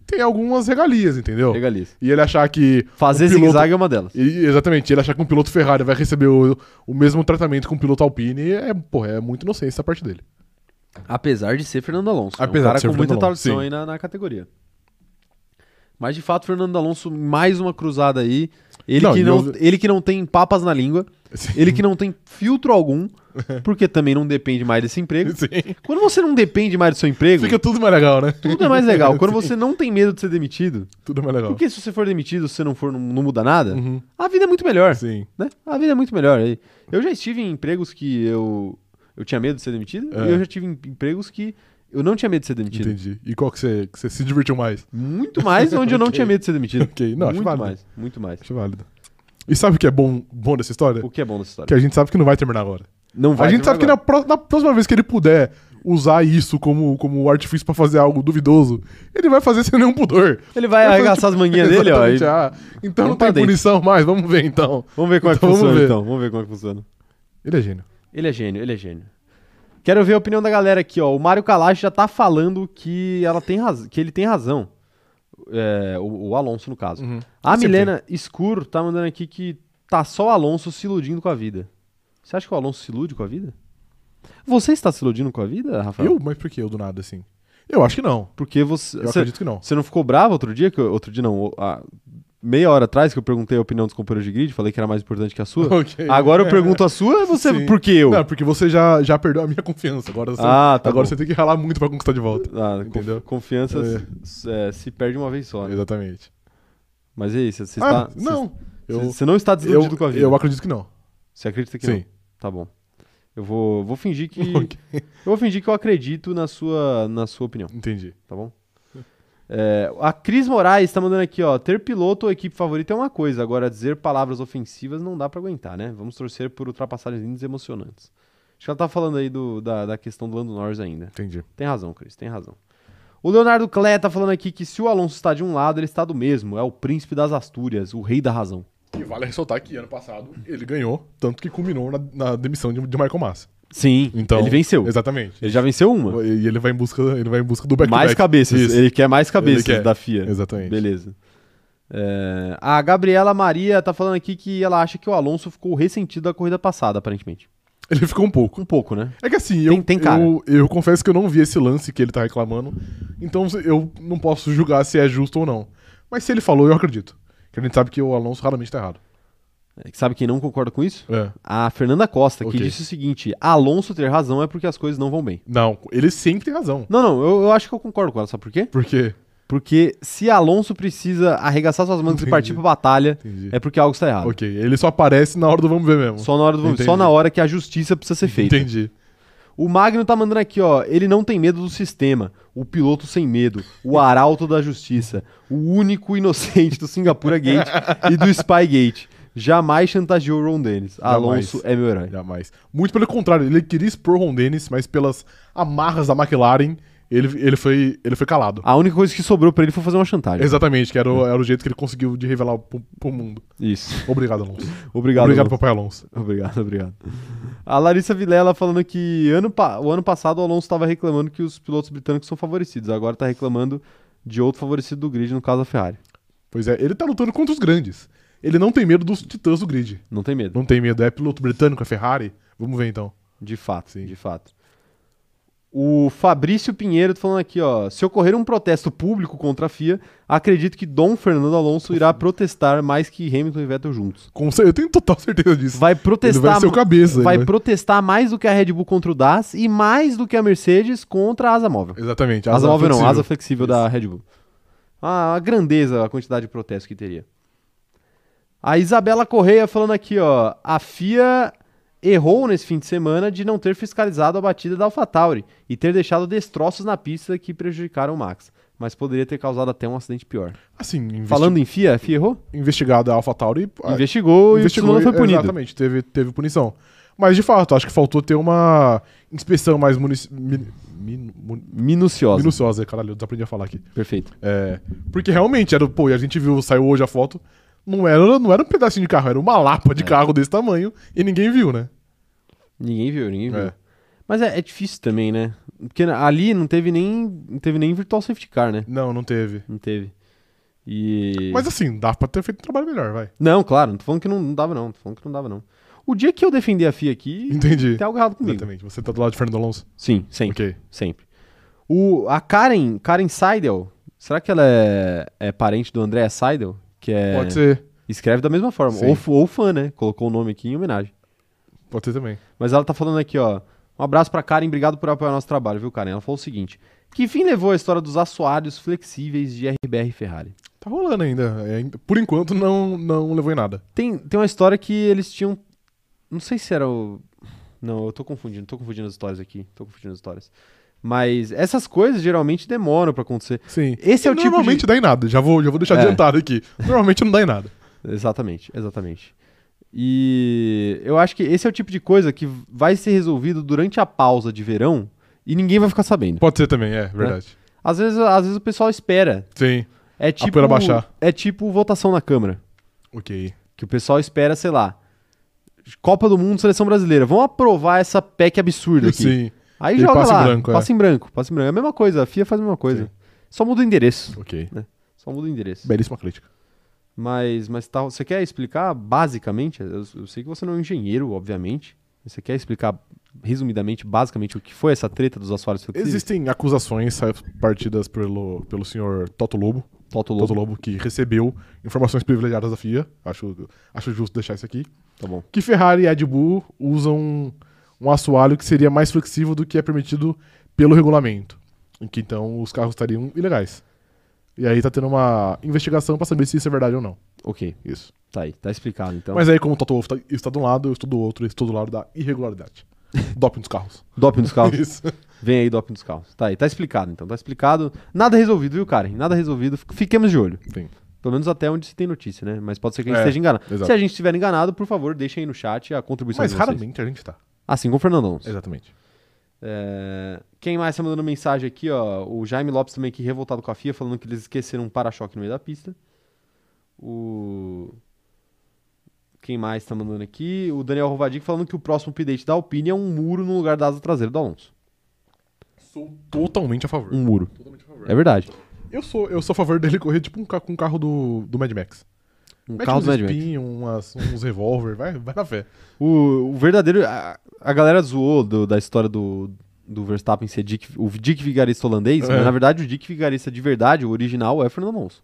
tem algumas regalias, entendeu? Pega ali. E ele achar que. Fazer um piloto- zigue-zague é uma delas. E- exatamente, ele achar que um piloto Ferrari vai receber o, o mesmo tratamento que um piloto Alpine é, porra, é muito inocência essa parte dele. Apesar de ser Fernando Alonso. Apesar é um cara de ser com muita Fernando Alonso, tradição sim. aí na, na categoria. Mas de fato, Fernando Alonso, mais uma cruzada aí. Ele, Não, que, e não, eu- ele que não tem papas na língua, Sim. ele que não tem filtro algum, porque também não depende mais desse emprego. Sim. Quando você não depende mais do seu emprego, Fica tudo mais legal, né? Tudo é mais legal. Quando você não tem medo de ser demitido, Tudo mais legal. porque se você for demitido, se você não for, não, não muda nada, Uhum. a vida é muito melhor, Sim. né? A vida é muito melhor. E Eu já estive em empregos que eu, eu tinha medo de ser demitido, É. e eu já tive em- empregos que eu não tinha medo de ser demitido. Entendi. E qual que você, que você se divertiu mais? Muito mais onde eu não tinha medo de ser demitido. Ok, não, acho muito válido. mais, muito mais. Acho válido. E sabe o que é bom, bom dessa história? O que é bom nessa história? Que a gente sabe que não vai terminar agora. Não vai a gente terminar sabe que é na, pró- na próxima vez que ele puder usar isso como, como artifício pra fazer algo duvidoso, ele vai fazer sem nenhum pudor. agora. Ele vai Vai fazer, arregaçar as manguinhas dele, ó. Exatamente, e- ah, então Vamos não pra tem dentro. punição mais, vamos ver então. Vamos ver como é que Então, vamos funciona, ver. então. Vamos ver como é que funciona. Ele é gênio. Ele é gênio, ele é gênio. Quero ver a opinião da galera aqui, ó. O Mário Kalash já tá falando que, ela tem raz- que ele tem razão. É, o, o Alonso, no caso. Uhum. A Sempre Milena Escuro tá mandando aqui que tá só o Alonso se iludindo com a vida. Você acha que o Alonso se ilude com a vida? Você está se iludindo com a vida, Rafael? Eu? Mas por que eu do nada, assim? Eu acho que não. Porque você. Eu você- acredito que não. Você não ficou bravo outro dia? Que eu- outro dia não. o- a- meia hora atrás que eu perguntei a opinião dos companheiros de grid, falei que era mais importante que a sua. Ok. Agora eu pergunto a sua, você. Sim. Por que eu? Não, porque você já, já perdeu a minha confiança. Agora, você, Ah, tá agora bom. você tem que ralar muito pra conquistar de volta. Ah, conf- Entendeu? Confiança s- é, se perde uma vez só. né? Exatamente. Mas e aí, você você Ah, está. você- não. Eu, Você você não está eu, tá desiludido com a vida. eu acredito que não. Você acredita que Sim. não? Tá bom. Eu vou, vou fingir que. Ok. Eu vou fingir que eu acredito na sua, na sua opinião, Entendi. tá bom? É, a Cris Moraes tá mandando aqui, ó. Ter piloto ou equipe favorita é uma coisa, agora dizer palavras ofensivas não dá pra aguentar, né? Vamos torcer por ultrapassagens lindas e emocionantes. Acho que ela tá falando aí do- da, da questão do Lando Norris ainda. Entendi. Tem razão, Cris, tem razão. O Leonardo Clé tá falando aqui que se o Alonso está de um lado, ele está do mesmo. É o príncipe das Astúrias, o rei da razão. E vale ressaltar que ano passado ele ganhou, tanto que culminou na, na demissão de, de Michael Massa. Sim, Então, ele venceu. Exatamente. Ele já venceu uma. E ele vai em busca, ele vai em busca do back mais cabeças. Ele quer mais cabeças quer. da FIA. Exatamente. Beleza. É, a Gabriela Maria tá falando aqui que ela acha que o Alonso ficou ressentido da corrida passada, aparentemente. Ele ficou um pouco. Um pouco, né? É que assim, Tem- eu, tem cara. eu, eu confesso que eu não vi esse lance que ele tá reclamando, então eu não posso julgar se é justo ou não. Mas se ele falou, eu acredito. Que a gente sabe que o Alonso raramente tá errado. É, Sabe quem não concorda com isso? É. A Fernanda Costa, Ok. que disse o seguinte: Alonso ter razão é porque as coisas não vão bem. Não, ele sempre tem razão. Não, não, eu, eu acho que eu concordo com ela, sabe por quê? Porque. Porque se Alonso precisa arregaçar suas mangas Entendi. e partir pra batalha, Entendi. é porque algo está errado. Ok, ele só aparece na hora do vamos ver mesmo. Só na, hora do- Entendi. só na hora que a justiça precisa ser feita. Entendi. O Magno tá mandando aqui, ó. Ele não tem medo do sistema. O piloto sem medo. O arauto da justiça. O único inocente do Singapura Gate e do Spy Gate. Jamais chantageou o Ron Dennis. Alonso é meu herói. Jamais. Muito pelo contrário, ele queria expor Ron Dennis, mas pelas amarras da McLaren, ele, ele, foi, ele foi calado. A única coisa que sobrou pra ele foi fazer uma chantagem. Exatamente, que era É. o, era o jeito que ele conseguiu de revelar pro, pro mundo. Isso. Obrigado, Alonso. Obrigado. Obrigado, Alonso. papai Alonso. Obrigado, obrigado. A Larissa Vilela falando que ano pa- o ano passado o Alonso estava reclamando que os pilotos britânicos são favorecidos. Agora tá reclamando de outro favorecido do grid, no caso da Ferrari. Pois é, ele tá lutando contra os grandes. Ele não tem medo dos titãs do grid. Não tem medo. Não tem medo. É piloto britânico, é Ferrari? Vamos ver então. De fato, Sim. de fato. O Fabrício Pinheiro tá falando aqui, ó. Se ocorrer um protesto público contra a FIA, acredito que Dom Fernando Alonso irá protestar mais que Hamilton e Vettel juntos. Com cer- eu tenho total certeza disso. Vai protestar, ele vai ser o cabeça. né? ele vai vai- protestar mais do que a Red Bull contra o DAS e mais do que a Mercedes contra a Asa Móvel. Exatamente. Asa, móvel não, flexível. asa flexível da Red Bull. Ah, a grandeza, a quantidade de protestos que teria. A Isabela Correia falando aqui, ó. A FIA errou nesse fim de semana de não ter fiscalizado a batida da AlphaTauri e ter deixado destroços na pista que prejudicaram o Max. Mas poderia ter causado até um acidente pior. Assim, investi... Falando em FIA, a FIA errou? investigado a AlphaTauri. a- investigou e o Tsunoda foi punido. Ah, Exatamente, teve, teve punição. Mas, de fato, acho que faltou ter uma inspeção mais munici- min- min- mun- Minuciosa. minuciosa. Caralho, eu desaprendi a falar aqui. Perfeito. É, porque realmente era, pô, e a gente viu, saiu hoje a foto, não era, não era um pedacinho de carro, era uma lapa É. de carro desse tamanho e ninguém viu, né? Ninguém viu, ninguém viu. É. Mas é, é difícil também, né? Porque na- ali não teve nem, não teve nem virtual safety car, né? Não, não teve. Não teve. E. Mas assim, dá pra ter feito um trabalho melhor, vai. Não, claro, não tô falando que não, não dava, não. Tô falando que não dava, não. O dia que eu defender a FIA aqui, Entendi. tem algo errado comigo. Exatamente. Você tá do lado de Fernando Alonso? Sim, sempre. Ok. Sempre. O, a Karen, Karen Seidel, será que ela é, é parente do André Seidel? Que é. Pode ser. Escreve da mesma forma. Sim. Ou, f- ou fã, né? Colocou o nome aqui em homenagem. Pode ser também. Mas ela tá falando aqui, ó. Um abraço pra Karen, obrigado por apoiar nosso trabalho, viu, Karen? Ela falou o seguinte: que fim levou a história dos assoalhos flexíveis de RBR Ferrari? Tá rolando ainda. É, ainda- por enquanto, não, não levou em nada. Tem, tem uma história que eles tinham. Não sei se era o. Não, eu tô confundindo, tô confundindo as histórias aqui. Tô confundindo as histórias. Mas essas coisas geralmente demoram pra acontecer. Sim. Esse é o tipo Normalmente de. dá em nada. Já vou, já vou deixar É. adiantado aqui. Normalmente não dá em nada. Exatamente, exatamente. E eu acho que esse é o tipo de coisa que vai ser resolvido durante a pausa de verão e ninguém vai ficar sabendo. Pode ser também, é verdade. Às vezes, às vezes o pessoal espera. Sim. É tipo. poeira baixar. É tipo votação na Câmara. Ok. Que o pessoal espera, sei lá. Copa do Mundo, Seleção Brasileira. Vamos aprovar essa PEC absurda aqui. Sim. Aí Ele joga passa em lá, branco, é. passa em branco, passa em branco. É a mesma coisa, a FIA faz a mesma coisa. Sim. Só muda o endereço, Ok. só muda o endereço. Belíssima crítica. Mas, mas tá, você quer explicar basicamente? Eu, eu sei que você não é um engenheiro, obviamente. Mas Você quer explicar resumidamente, basicamente, o que foi essa treta dos assoalhos flexíveis? Existem acusações sabe, partidas pelo, pelo senhor Toto Lobo, Toto Lobo. Toto Lobo, que recebeu informações privilegiadas da FIA. Acho, acho justo deixar isso aqui. Tá bom. que Ferrari e Red Bull usam um, um assoalho que seria mais flexível do que é permitido pelo regulamento, em que então os carros estariam ilegais. E aí tá tendo uma investigação pra saber se isso é verdade ou não. Ok, Isso. tá aí, tá explicado então. Mas aí, como o Toto Wolff tá, está de um lado, eu estou do outro, eu estou do lado da irregularidade. Doping dos carros. Doping dos carros. Isso. Vem aí, doping dos carros. Tá aí, tá explicado então, tá explicado. Nada resolvido, viu, Karen? Nada resolvido. Fic- Fiquemos de olho. Sim. Pelo menos até onde se tem notícia, né? Mas pode ser que a gente É, esteja enganado. exato. Se a gente estiver enganado, por favor, deixem aí no chat a contribuição Mas de vocês. raramente a gente tá. Assim como o Fernandão. Exatamente. É, Quem mais tá mandando mensagem aqui, ó? O Jaime Lopes também aqui revoltado com a FIA, falando que eles esqueceram um para-choque no meio da pista. O. Quem mais tá mandando aqui? O Daniel Rovadic falando que o próximo update da Alpine é um muro no lugar da asa traseira do Alonso. Sou totalmente a favor. Um muro. Totalmente a favor. É verdade. Eu sou, eu sou a favor dele correr tipo um, ca com um carro do, do Mad Max. Um Mete carro uns do Mad Max. espinhos, umas- uns revólver, vai, vai na fé. O, o verdadeiro. A, a galera zoou do- da história do, do Verstappen ser Dick, o Dick Vigarista holandês, É. mas na verdade o Dick Vigarista de verdade, o original, é Fernando Alonso.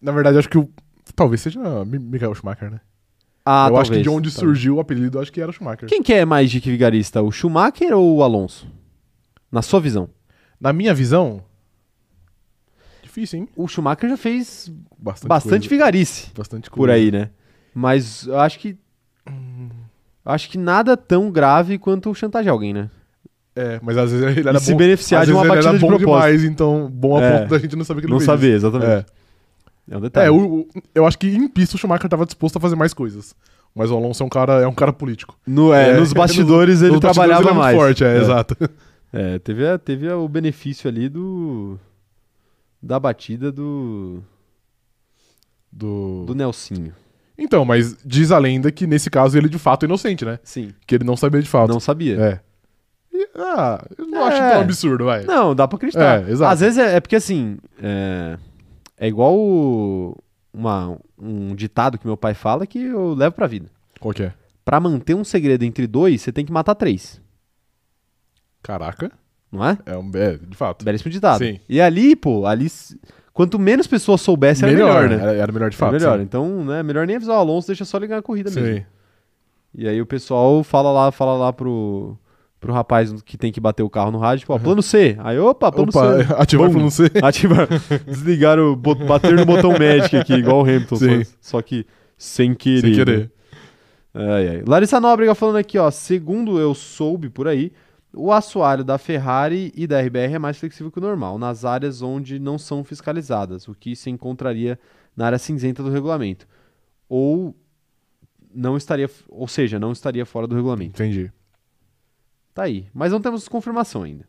Na verdade, acho que o. Talvez seja Mi- Michael Schumacher, né? Ah, eu acho que de talvez, onde talvez. surgiu o apelido, eu acho que era Schumacher. Quem que é mais Dick Vigarista, o Schumacher ou o Alonso? Na sua visão. Na minha visão. Difícil, hein? O Schumacher já fez Bastante. bastante coisa. vigarice Bastante coisa. por aí, né? Mas eu acho que. Acho que nada tão grave quanto chantagear alguém, né? É, mas às vezes ele era E se bom. beneficiar às de uma vezes ele batida era de bom propósito. demais, então bom a É. ponto da gente não saber que ele Não fez saber, isso. exatamente. É um É, detalhe. é o- o- eu acho que em pista o Schumacher tava disposto a fazer mais coisas. Mas o Alonso é um cara, é um cara político. No- é, É, nos nos- bastidores ele Nos bastidores trabalhava ele é muito mais. forte, é, exato. É, teve, a- teve a- o benefício ali do. Da batida do. Do- Do Nelsinho. Então, mas diz a lenda que nesse caso ele de fato é inocente, né? Sim. Que ele não sabia de fato. Não sabia. É. E, ah, eu não acho É. tão absurdo, vai. Não, dá pra acreditar. É, exato. Às vezes é, é porque assim. É, é igual o- uma, um ditado que meu pai fala que eu levo pra vida. Qual que é? Pra manter um segredo entre dois, você tem que matar três. Caraca. Não é? É, um, é de fato. Belíssimo ditado. Sim. E ali, pô, ali. s- Quanto menos pessoas soubessem, era melhor, né? Era, era melhor de fato. Era melhor. sim. Então, né? Melhor nem avisar o Alonso, deixa só ligar a corrida mesmo. Sim. E aí o pessoal fala lá, fala lá pro, pro rapaz que tem que bater o carro no rádio, tipo, ó, plano C. Aí, opa, plano C. Opa, é. ativar Bum. pra não ser. Ativar. Ah, tipo, Desligaram, o bot- bateram no botão Magic aqui, igual o Hamilton. Sim. Só, só que sem querer. Sem né? querer. Ai, ai. Larissa Nóbrega falando aqui, ó. Segundo eu soube por aí, o assoalho da Ferrari e da RBR é mais flexível que o normal, nas áreas onde não são fiscalizadas, o que se encontraria na área cinzenta do regulamento. Ou não estaria, ou seja, não estaria fora do regulamento. Entendi. Tá aí. Mas não temos confirmação ainda.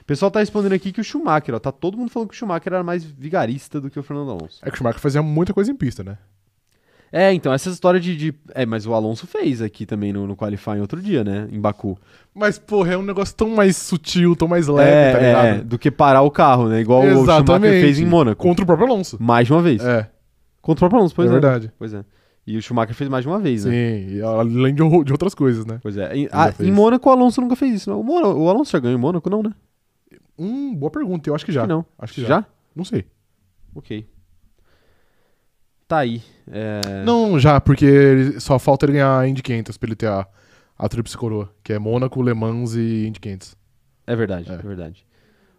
O pessoal tá respondendo aqui que o Schumacher, ó, tá todo mundo falando que o Schumacher era mais vigarista do que o Fernando Alonso. É que o Schumacher fazia muita coisa em pista, né? É, então, essa história de. de- É, mas o Alonso fez aqui também no, no Qualifying outro dia, né? Em Baku. Mas, porra, é um negócio tão mais sutil, tão mais leve, é, tá é, ligado? do que parar o carro, né? Igual o Schumacher Exatamente. fez em Mônaco. Contra o próprio Alonso. Mais de uma vez. É, Contra o próprio Alonso, pois é é. verdade. Pois é. E o Schumacher fez mais de uma vez, né? Sim, e além de, ou- de outras coisas, né? Pois é. Em, ah, já fez. em Mônaco o Alonso nunca fez isso. né? O, Mônaco- o Alonso já ganhou em Mônaco, não, né? Hum, boa pergunta, eu acho que já. Acho que não. Acho que já. Já? Não sei. Ok. Tá aí. É... Não, já, porque ele- só falta ele ganhar a Indy 500 pra ele ter a, a Tríplice Coroa, que é Mônaco, Le Mans e Indy 500. É verdade, é, É. verdade.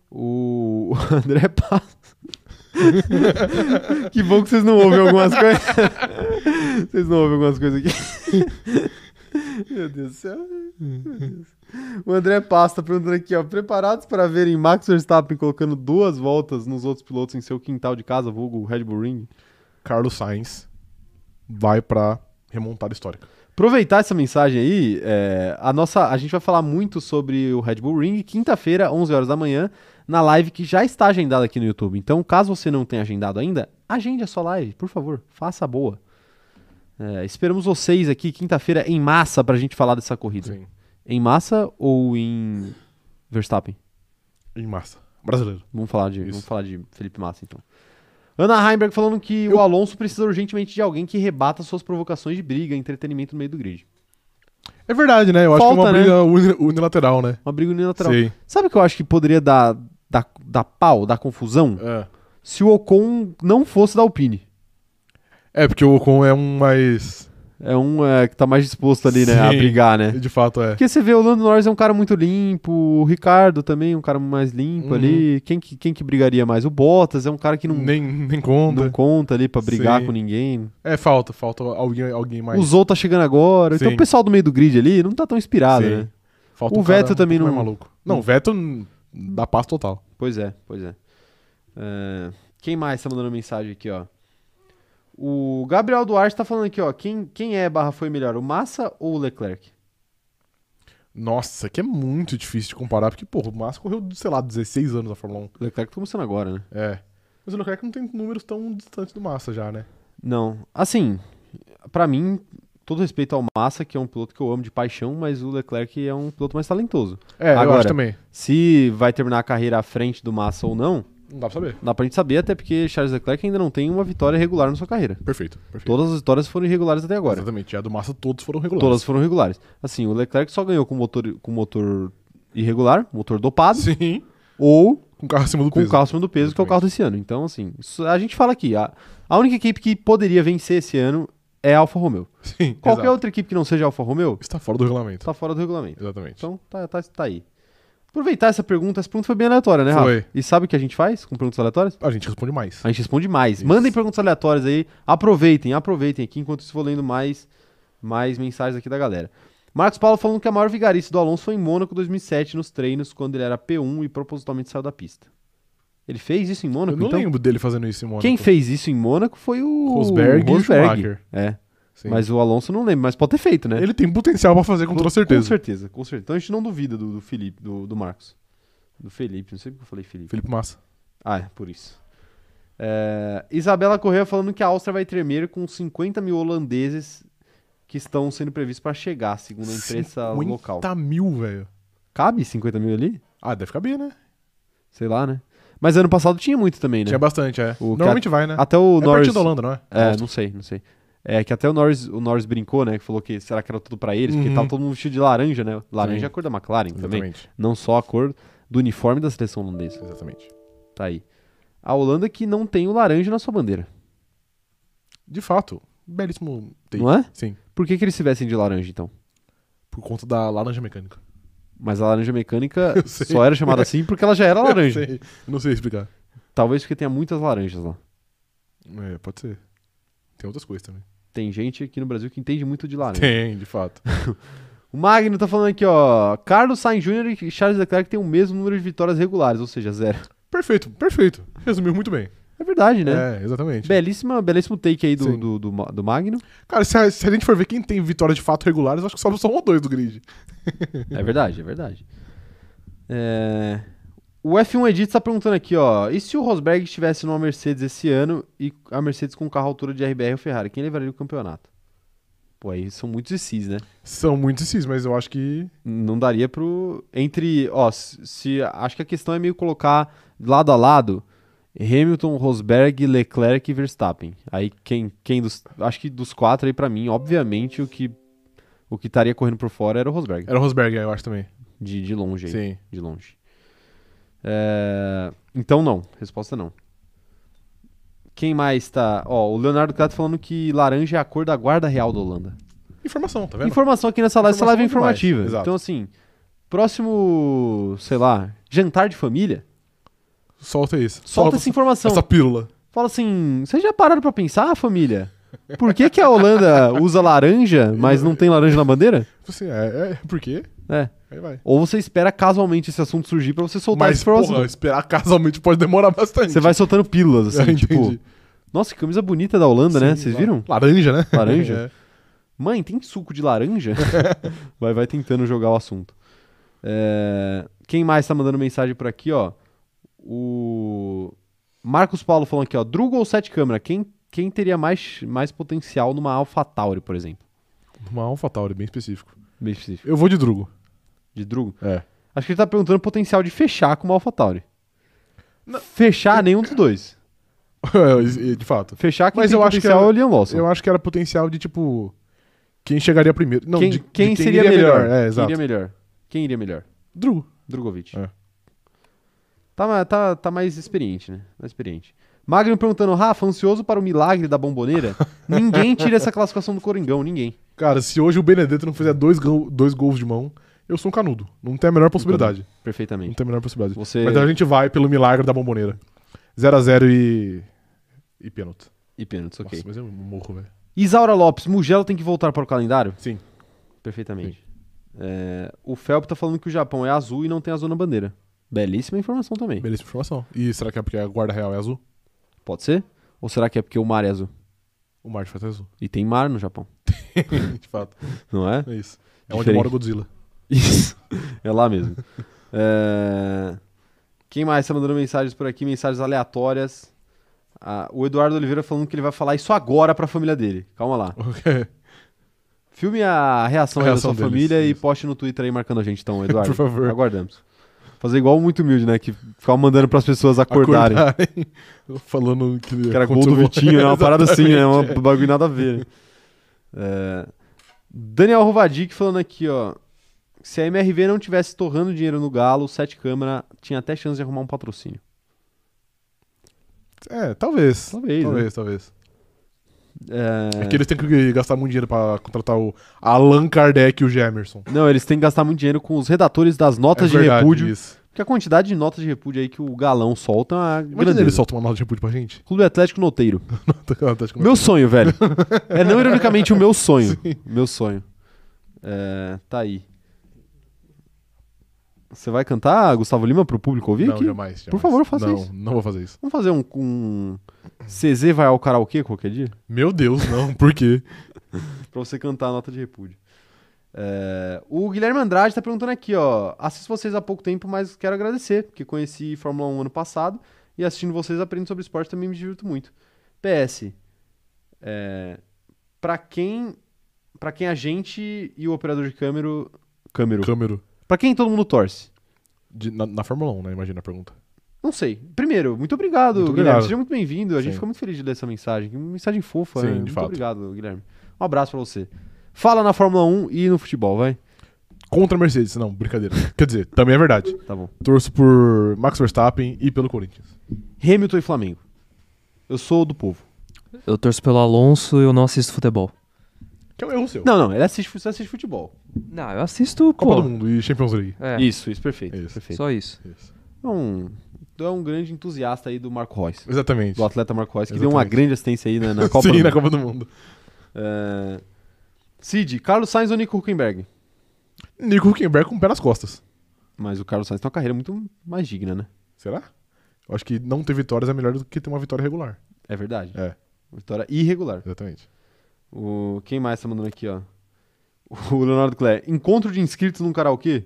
O o André Passo. que bom que vocês não ouvem algumas coisas. vocês não ouvem algumas coisas aqui. Meu Deus do céu. meu Deus. O André Passo tá perguntando aqui, ó. Preparados para verem Max Verstappen colocando duas voltas nos outros pilotos em seu quintal de casa, vulgo Red Bull Ring? Carlos Sainz vai pra remontada histórica. Aproveitar essa mensagem aí, é, a nossa, a gente vai falar muito sobre o Red Bull Ring quinta-feira, 11 horas da manhã, na live que já está agendada aqui no YouTube. Então, caso você não tenha agendado ainda, agende a sua live, por favor, faça a boa. É, esperamos vocês aqui quinta-feira em massa pra gente falar dessa corrida. Sim. Em massa ou em Verstappen? Em massa. Brasileiro. Vamos falar de, Isso. vamos falar de Felipe Massa, então. Ana Heimberg falando que o Alonso precisa urgentemente de alguém que rebata suas provocações de briga, entretenimento no meio do grid. É verdade, né? Eu acho que é Falta, uma né? briga uni- unilateral, né? Uma briga unilateral. Sim. Sabe o que eu acho que poderia dar, dar, dar pau, dar confusão? É. Se o Ocon não fosse da Alpine. É, porque o Ocon é um mais. É um é, que tá mais disposto ali, né, a Sim. brigar, né? De fato, é. Porque você vê, o Lando Norris é um cara muito limpo, o Ricardo também é um cara mais limpo Uhum. ali. Quem que, quem que brigaria mais? O Bottas é um cara que não, Nem, nem não conta. conta ali pra brigar Sim. com ninguém. É, falta. Falta alguém, alguém mais. O Zou tá chegando agora. Então Sim. o pessoal do meio do grid ali não tá tão inspirado, Sim. né? Falta O cara Vettel também pouco não- mais maluco. Não, o Vettel hum, dá paz total. Pois é, pois é. É, Quem mais tá mandando mensagem aqui, ó? O Gabriel Duarte tá falando aqui, ó. Quem, quem é barra foi melhor, o Massa ou o Leclerc? Nossa, que é muito difícil de comparar, porque, porra, o Massa correu, sei lá, 16 anos na Fórmula 1. O Leclerc tá começando agora, né? É. Mas o Leclerc não tem números tão distantes do Massa já, né? Não. Assim, pra mim, todo respeito ao Massa, que é um piloto que eu amo de paixão, mas o Leclerc é um piloto mais talentoso. É, eu Agora. acho também. Se vai terminar a carreira à frente do Massa ou não, Não dá pra saber. dá pra gente saber, até porque Charles Leclerc ainda não tem uma vitória regular na sua carreira. Perfeito, perfeito. Todas as vitórias foram irregulares até agora. Exatamente. E a do Massa todos foram regulares. Todas foram regulares. Assim, o Leclerc só ganhou com motor, com motor irregular, motor dopado, Sim. ou Com o carro acima do com peso. o carro acima do peso, que é o carro desse ano. Então, assim, isso a gente fala aqui. A, a única equipe que poderia vencer esse ano é a Alfa Romeo. Sim, Qualquer exato. outra equipe que não seja a Alfa Romeo Está fora do regulamento. tá fora do regulamento. Exatamente. Então, tá, tá, tá aí. Aproveitar essa pergunta, essa pergunta foi bem aleatória, né, Rafa? Foi. E sabe o que a gente faz com perguntas aleatórias? A gente responde mais. A gente responde mais. Mandem perguntas aleatórias aí. Aproveitem, aproveitem aqui. Enquanto isso, vou lendo mais, mais mensagens aqui da galera. Marcos Paulo falando que a maior vigarice do Alonso foi em Mônaco 2007, nos treinos, quando ele era P1 e propositalmente saiu da pista. Ele fez isso em Eu Mônaco, não então? lembro dele fazendo isso em Mônaco. Quem fez isso em Mônaco foi o Rosberg e Rosberg. Schumacher. É, Sim. mas o Alonso não lembro, mas pode ter feito, né? Ele tem potencial pra fazer com toda certeza. Com certeza, com certeza. Então a gente não duvida do, do Felipe, do, do Marcos. Do Felipe, não sei porque eu falei Felipe. Felipe Massa. Ah, é, por isso. É, Isabela Correia falando que a Áustria vai tremer com 50 mil holandeses que estão sendo previstos para chegar, segundo a imprensa local. 50 Tá mil, velho. Cabe 50 mil ali? Ah, deve caber, né? Sei lá, né? Mas ano passado tinha muito também, né? Tinha bastante, é. O Normalmente vai, né? Até o é Norris. partido da Holanda, não é? É, não sei, não sei. É que até o Norris, o Norris brincou, né? Que falou que será que era tudo pra eles? Porque Uhum. tava todo mundo vestido de laranja, né? Laranja Sim. é a cor da McLaren também. Exatamente. Não só a cor do uniforme da seleção holandesa. Exatamente. Tá aí. A Holanda que não tem o laranja na sua bandeira. De fato, belíssimo take. Não é? Sim. Por que, que eles se vestem de laranja, então? Por conta da laranja mecânica. Mas a laranja mecânica Eu sei. só era chamada assim porque ela já era laranja. Eu sei, não sei explicar. Talvez porque tenha muitas laranjas lá. É, pode ser. Tem outras coisas também. Tem gente aqui no Brasil que entende muito de laranja. Tem, de fato. O Magno tá falando aqui, ó. Carlos Sainz Jr. e Charles Leclerc têm o mesmo número de vitórias regulares, ou seja, zero. perfeito, perfeito. Resumiu muito bem. É verdade, né? É, exatamente. Belíssima, belíssimo take aí do, Sim. do, do, Ma- do Magno. Cara, se a, se a gente for ver quem tem vitória de fato regulares, eu acho que sobra só um ou dois do grid. É verdade, é verdade. É, O F1 Edit tá perguntando aqui, ó. E se o Rosberg estivesse numa Mercedes esse ano e a Mercedes com um carro à altura de RBR ou Ferrari, quem levaria o campeonato? Pô, aí são muitos ICs, né? São muitos esses, mas eu acho que. Não daria pro. Entre. Ó, se, se- Acho que a questão é meio colocar lado a lado Hamilton, Rosberg, Leclerc e Verstappen. Aí quem, quem dos. Acho que dos quatro aí, pra mim, obviamente, o que. O que estaria correndo por fora era o Rosberg. Era o Rosberg, eu acho também. De, de longe aí. Sim. De longe. É, Então não. Resposta não. Quem mais tá. Ó, o Leonardo Cato falando que laranja é a cor da guarda real da Holanda. Informação, tá vendo? Informação aqui nessa live, essa Informação live é demais, informativa. exato. Então, assim, próximo, sei lá, jantar de família, Solta isso. solta essa informação. Essa pílula. Fala assim, vocês já pararam pra pensar, família? Por que, que a Holanda usa laranja, mas não tem laranja na bandeira? Assim, é, é, por quê? É. Aí vai. Ou você espera casualmente esse assunto surgir pra você soltar Mas, essa informação. porra, esperar casualmente pode demorar bastante. Você vai soltando pílulas, assim, Eu tipo. entendi. Nossa, que camisa bonita da Holanda, né? Sim, Vocês la- viram? Laranja, né? Laranja? Mãe, tem suco de laranja? vai, vai tentando jogar o assunto. É, Quem mais tá mandando mensagem por aqui, ó? O Marcos Paulo falando aqui, ó. Drugo ou sete câmera? Quem quem teria mais, mais potencial numa AlphaTauri, por exemplo. Uma AlphaTauri, bem específico. Bem específico. Eu vou de Drugo. De Drugo. É. Acho que ele tá perguntando o potencial de fechar com uma AlphaTauri. Fechar nenhum dos dois. de fato. Fechar quem Mas tem eu acho que potencial ela- é o Liam Lawson. Eu acho que era potencial de, tipo, quem chegaria primeiro. Não, quem, de- de quem seria iria melhor? É, exato. Quem iria melhor? Quem iria melhor? Drugo. Drogovic. É. Tá, ma- tá, tá mais experiente, né? Mais experiente. Magno perguntando, Rafa, ansioso para o milagre da bomboneira? ninguém tira essa classificação do Coringão, ninguém. Cara, se hoje o Benedetto não fizer dois, gol- dois gols de mão, eu sou um canudo. Não tem a menor possibilidade. Não Perfeitamente. tem a menor possibilidade. Você Mas a gente vai pelo milagre da bomboneira. 0x0 e. E pênalti. e pênaltis, ok. Nossa, mas eu morro, velho. Isaura Lopes, Mugello tem que voltar para o calendário? Sim. Perfeitamente. É, o Felp tá falando que o Japão é azul e não tem azul na bandeira. Belíssima informação também. Belíssima informação. E será que é porque a guarda real é azul? Pode ser? Ou será que é porque o mar é azul? O mar de fato é azul. E tem mar no Japão, De fato. não é? É isso. É onde Diferente. mora o Godzilla. Isso. É lá mesmo. É, Quem mais tá mandando mensagens por aqui? Mensagens aleatórias. Ah, o Eduardo Oliveira falando que ele vai falar isso agora pra família dele. Calma lá. Filme a reação, A aí da reação sua deles, família e isso. poste no Twitter aí marcando a gente, então, Eduardo. Por favor. Aguardamos. Fazer igual o muito humilde, né? Que ficava mandando pras pessoas acordarem. Falando que. Que era gol do Vitinho, né? Uma parada assim, né? Um bagulho nada a ver. né? É, Daniel Rovadic falando aqui, ó. Se a MRV não tivesse torrando dinheiro no Galo, o Sete Câmara tinha até chance de arrumar um patrocínio. É, talvez. Talvez, Talvez, né? talvez. É, É. que eles têm que gastar muito dinheiro pra contratar o Allan Kardec e o Gemerson. Não, eles têm que gastar muito dinheiro com os redatores das notas É de verdade repúdio. isso. Porque a quantidade de notas de repúdio aí que o Galão solta é uma Imagina grande. ele solta uma nota de repúdio pra gente. Clube Atlético Noteiro. Fantástico, né? Meu sonho, velho. É não ironicamente o meu sonho. Meu sonho. É, tá aí. Você vai cantar, Gustavo Lima, pro público ouvir não, aqui? jamais, jamais. Por favor, faça não, isso. Não vou fazer isso. Vamos fazer um, um. CZ vai ao karaokê qualquer dia? Meu Deus, não. Por quê? Pra você cantar a nota de repúdio. É, o Guilherme Andrade tá perguntando aqui, ó. Assisto vocês há pouco tempo, mas quero agradecer, porque conheci Fórmula 1 ano passado e assistindo vocês aprendo sobre esporte também me divirto muito. PS, é, para quem para quem a gente e o operador de câmera, câmera, Câmero. para quem todo mundo torce? De- na, na Fórmula 1, né? Imagina a pergunta. Não sei. Primeiro, muito obrigado, Muito Guilherme. obrigado. Seja muito bem-vindo. A gente Sim. fica muito feliz de ler essa mensagem. Que mensagem fofa. Sim, né? de muito fato. obrigado, Guilherme. Um abraço pra você. Fala na Fórmula 1 e no futebol, vai. Contra a Mercedes, não, brincadeira. Quer dizer, também é verdade. Tá bom. Torço por Max Verstappen e pelo Corinthians. Hamilton e Flamengo. Eu sou do povo. Eu torço pelo Alonso eu não assisto futebol. Que é um erro seu. Não, não, ele assiste, fu- você assiste futebol. Não, eu assisto, Copa pô. do Mundo e Champions League. É, Isso, isso, perfeito. Isso. perfeito. só isso. Isso. É um, é um grande entusiasta aí do Marco Reus. Exatamente. Do atleta Marco Reus, que deu uma Exatamente. grande assistência aí na, na Copa Sim, do na Mundo. Copa do Mundo. É, Cid, Carlos Sainz ou Nico Huckenberg? Nico Huckenberg com o pé nas costas. Mas o Carlos Sainz tem uma carreira muito mais digna, né? Será? Eu acho que não ter vitórias é melhor do que ter uma vitória regular. É verdade. É. Vitória irregular. Exatamente. O... Quem mais tá mandando aqui, ó? O Leonardo Clé. Encontro de inscritos num karaokê?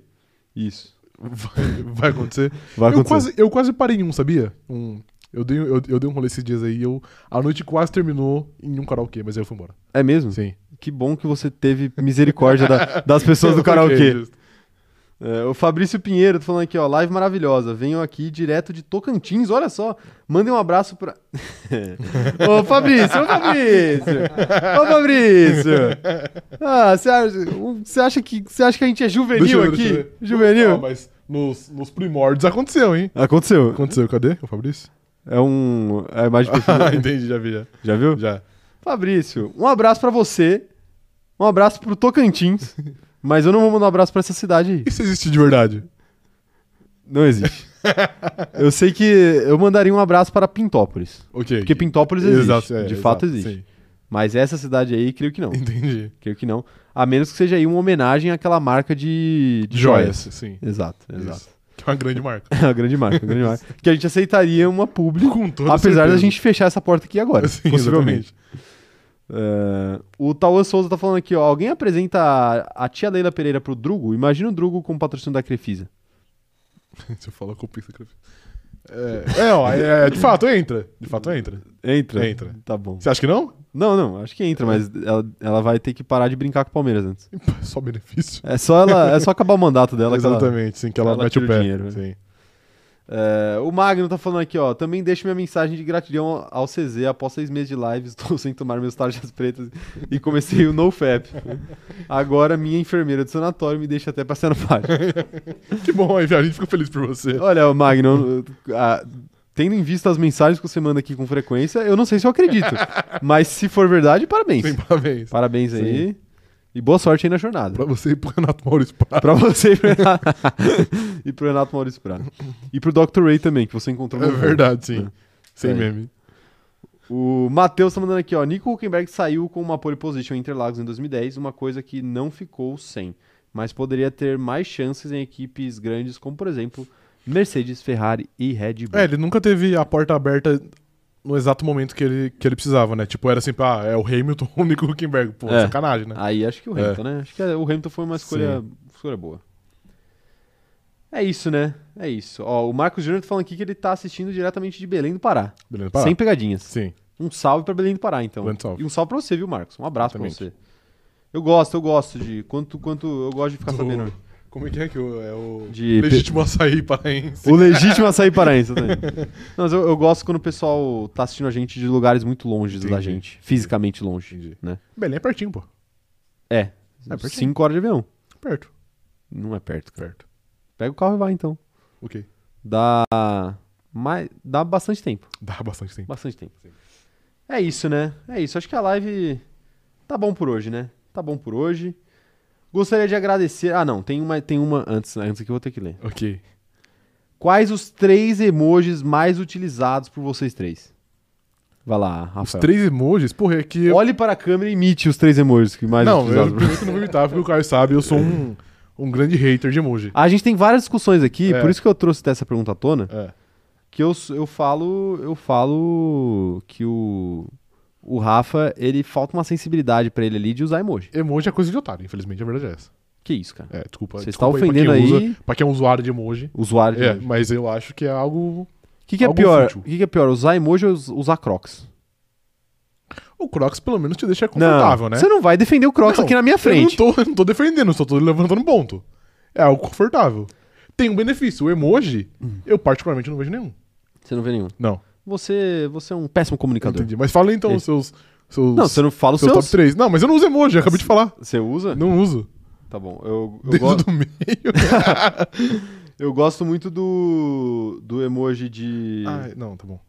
Isso. Vai, vai acontecer. Vai eu, acontecer. quase, eu quase parei em um, sabia? Um, eu, dei, eu, eu dei um rolê esses dias aí. Eu, a noite quase terminou em um karaokê, mas aí eu fui embora. É mesmo? Sim. Que bom que você teve misericórdia da- das pessoas do Ok, karaokê. justo. É, o Fabrício Pinheiro tá falando aqui, ó. Live maravilhosa. Venho aqui direto de Tocantins. Olha só. Mandem um abraço pra. ô, Fabrício, ô, Fabrício! Ô, Fabrício! Ah, você acha, você acha que, você acha que a gente é Deixa juvenil eu ver, aqui? deixa eu ver. Ah, Juvenil? mas nos, nos primórdios aconteceu, hein? Aconteceu. Aconteceu, cadê o Fabrício? É um. É a imagem de perfil. Ah, entendi, já vi, já. Já viu? já. Fabrício, um abraço pra você. Um abraço pro Tocantins. mas eu não vou mandar um abraço pra essa cidade aí. Isso existe de verdade. Não existe. eu sei que eu mandaria um abraço para Pintópolis. Ok. Porque Pintópolis existe. Exato, é, de exato, fato existe. sim. Mas essa cidade aí, creio que não. Entendi. creio que não. A menos que seja aí uma homenagem àquela marca de, de joias. Sim. Exato, exato. Exato. Que é uma grande marca. É uma grande marca, uma grande marca. Que a gente aceitaria uma publi, Com toda apesar da certeza. gente fechar essa porta aqui agora, Sim, possivelmente. exatamente. É, o Tauan Souza tá falando aqui, ó. Alguém apresenta a, a tia Leila Pereira pro Drugo? Imagina o Drugo com o patrocínio da Crefisa. Se eu falar com o Pixar. É, é, ó, é, de fato entra. De fato entra. Entra. Entra. Tá bom. Você acha que não? Não, não, acho que entra, mas ela, ela vai ter que parar de brincar com o Palmeiras antes. Só benefício. É só ela, é só acabar o mandato dela que ela- Exatamente, sim, que ela, ela mete o tira o pé. dinheiro, né? sim. É, o Magno tá falando aqui, ó. Também deixo minha mensagem de gratidão ao CZ. Após seis meses de live, estou sem tomar meus tarjas pretas e comecei o NoFap. Agora, minha enfermeira do sanatório me deixa até passar no página. Que bom, aí, a gente fica feliz por você. Olha, o Magno, eu- ah, tendo em vista as mensagens que você manda aqui com frequência, eu não sei se eu acredito. mas se for verdade, parabéns. Sim, parabéns. Parabéns aí. E boa sorte aí na jornada. Pra você e pro Renato Maurício Prado. Pra você e pro Renato, e pro Renato Maurício Prado. E pro Dr. Ray também, que você encontrou no É voo. verdade, sim. Sem Aí. meme. O Matheus tá mandando aqui, ó. Nico Huckenberg saiu com uma pole position em Interlagos em 2010, uma coisa que não ficou sem, mas poderia ter mais chances em equipes grandes, como por exemplo Mercedes, Ferrari e Red Bull. É, ele nunca teve a porta aberta no exato momento que ele, que ele precisava, né? Tipo, era sempre, ah, é o Hamilton, o Nico Huckenberg. Pô, É. sacanagem, né? Aí acho que o É. Hamilton, né? Acho que o Hamilton foi uma escolha, escolha boa. É isso, né? É isso. Ó, o Marcos Júnior tá falando aqui que ele tá assistindo diretamente de Belém do Pará, Beleza, para. sem pegadinhas. Sim. Um salve pra Belém do Pará, então. Grande salve. E um salve pra você, viu, Marcos? Um abraço pra Exatamente. você. Eu gosto, eu gosto de. Quanto, quanto eu gosto de ficar Do- sabendo. Como é que é que o- é o De- legítimo açaí paraense? O legítimo açaí paraense também. Não, mas eu, eu gosto quando o pessoal tá assistindo a gente de lugares muito longe da Entendi. gente. Fisicamente longe. Entendi. Né? Belém é pertinho, pô. É. pertinho. Cinco horas de avião. Perto. Não é perto, cara. Perto. Pega o carro e vai, então. Ok. Dá. Mas dá bastante tempo. Dá bastante tempo. Bastante tempo. É isso, né? É isso. Acho que a live tá bom por hoje, né? Tá bom por hoje. Gostaria de agradecer. Ah, não, tem uma, tem uma antes, né? antes que eu vou ter que ler. Ok. Quais os três emojis mais utilizados por vocês três? Vai lá, Rafael. Os três emojis, porra, é que... Olhe para a câmera e imite os três emojis que mais não, eu utilizados. primeiro que eu não vou imitar, porque o Caio sabe, eu sou um, um grande hater de emoji. A gente tem várias discussões aqui, É. por isso que eu trouxe até essa pergunta à tona, É. que eu, s- eu falo, eu falo que o o Rafa, ele falta uma sensibilidade pra ele ali de usar emoji. Emoji é coisa de otário, infelizmente a verdade é essa. Que isso, cara? É, desculpa. Você está desculpa pra ofendendo quem usa- aí- pra quem é um usuário de emoji. Usuário de É, emoji. mas eu acho que é algo. O que, que é Algo pior? fútil. O que, que é pior, usar emoji ou us- usar Crocs? O Crocs pelo menos te deixa confortável, não, né? Você não vai defender o Crocs Não, aqui na minha frente. Eu não tô, eu não tô defendendo, só tô levantando um ponto. É algo confortável. Tem um benefício. O emoji, eu particularmente não vejo nenhum. Você Hum. não vê nenhum. Não, Você, você é um péssimo comunicador. entendi. Mas fala então os seus. seus Não, você não fala os seu seus. top 3. Não, mas eu não uso emoji, eu acabei de falar. Você usa? Não uso. Tá bom. Eu, eu Dedo gosto- do meio. Eu gosto muito do, do emoji de. Ai, não, tá bom.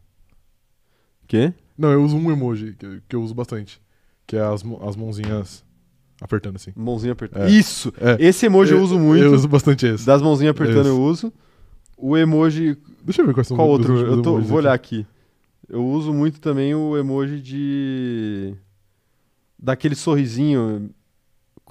Quê? Não, eu uso um emoji que, que eu uso bastante. Que é as, mão- as mãozinhas apertando assim. Mãozinha apertando. É. Isso! É. Esse emoji eu, uso muito. Eu uso bastante esse. Das mãozinhas apertando Esse. eu uso. O emoji. Deixa eu ver quais são Qual os outro? últimos Eu tô- emojis vou aqui. olhar aqui. Eu uso muito também o emoji de. Daquele sorrisinho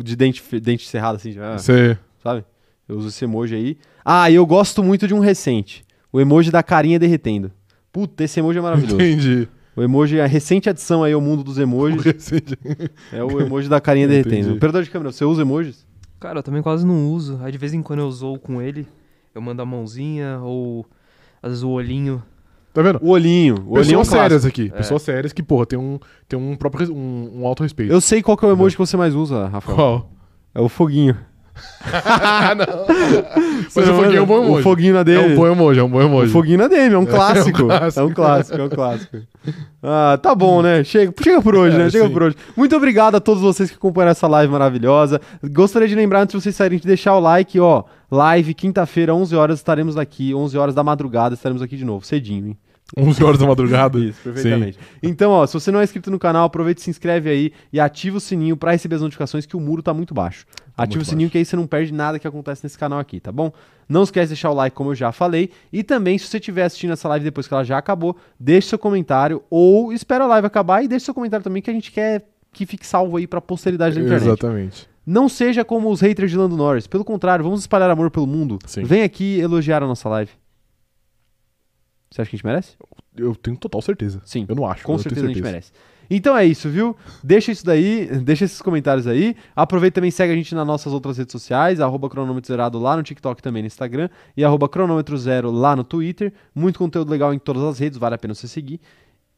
de dente, fe- dente cerrado, assim, já, Você. sabe? Eu uso esse emoji aí. Ah, e eu gosto muito de um recente. O emoji da carinha derretendo. Puta, esse emoji é maravilhoso. Entendi. Um O emoji, a recente adição aí ao mundo dos emojis. Recente. É o emoji da carinha Entendi. derretendo. Operador de câmera, você usa emojis? Cara, eu também quase não uso. Aí de vez em quando eu zoo com ele. Eu mando a mãozinha ou às vezes o olhinho. Tá vendo? O olhinho. O olhinho é um Pessoas clássico. sérias aqui. Pessoas sérias que, porra, tem um, tem um próprio res- um, um alto respeito. Eu sei qual que é o emoji que você mais usa, Rafael. Qual? É o foguinho. ah, não. Mas o foguinho é um bom emoji. O foguinho na é DM. um bom emoji, é um bom O emoji. foguinho na DM, é um clássico. clássico. É um clássico, é um clássico. Ah, tá bom, né? Chega, chega por hoje, né? É, Chega sim. por hoje. Muito obrigado a todos vocês que acompanharam essa live maravilhosa. Gostaria de lembrar, antes de vocês saírem, de deixar o like, ó. Live, quinta-feira, 11 horas, estaremos aqui. 11 horas da madrugada, estaremos aqui de novo, cedinho, hein? 11 horas da madrugada. Isso, perfeitamente. Então, ó, se você não é inscrito no canal, aproveita e se inscreve aí e ativa o sininho pra receber as notificações que o muro tá muito baixo. ativa muito o sininho baixo. que aí você não perde nada que acontece nesse canal aqui, tá bom? Não esquece de deixar o like, como eu já falei. E também, se você estiver assistindo essa live depois que ela já acabou, deixe seu comentário ou espera a live acabar e deixe seu comentário também que a gente quer que fique salvo aí pra posteridade da internet. Exatamente. Não seja como os haters de Lando Norris. Pelo contrário, vamos espalhar amor pelo mundo. Sim. Vem aqui elogiar a nossa live. Você acha que a gente merece? Eu tenho total certeza. Sim. Eu não acho. Com eu certeza, tenho a gente merece. Então é isso, viu? Deixa isso daí, deixa esses comentários aí. Aproveita e também segue a gente nas nossas outras redes sociais, arroba cronômetro zerado lá no TikTok também no Instagram e arroba cronômetro zero lá no Twitter. Muito conteúdo legal em todas as redes, vale a pena você seguir.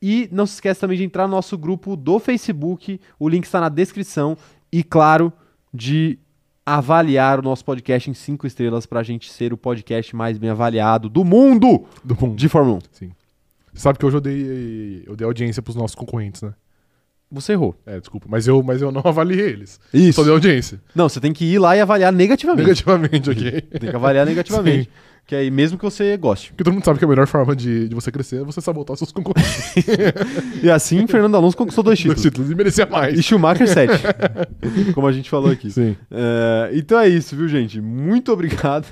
E não se esquece também de entrar no nosso grupo do Facebook, o link está na descrição. E claro, de avaliar o nosso podcast em 5 estrelas para a gente ser o podcast mais bem avaliado do mundo Do mundo. de Fórmula 1. Você sabe que hoje eu dei, eu dei audiência pros nossos concorrentes, né? Você errou. É, desculpa. Mas eu, mas eu não avaliei eles. Só dei Isso. audiência. Não, você tem que ir lá e avaliar negativamente. Negativamente, ok? Tem que avaliar negativamente. Que aí, mesmo que você goste. Porque todo mundo sabe que a melhor forma de, de você crescer é você sabotar seus concorrentes. E assim, Fernando Alonso conquistou dois Dois títulos. títulos e merecer mais. E Schumacher 7. como a gente falou aqui. Sim. É, então é isso, viu, gente? Muito obrigado.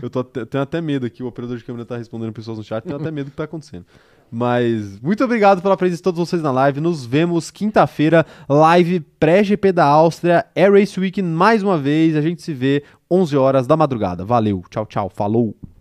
Eu tô até- tenho até medo aqui, o operador de câmera tá respondendo pessoas no chat, tenho até medo do que tá acontecendo. Mas muito obrigado pela presença de todos vocês na live. Nos vemos quinta-feira, live pré-GP da Áustria, Air Race Week mais uma vez. A gente se vê 11 horas da madrugada. Valeu, tchau, tchau, falou.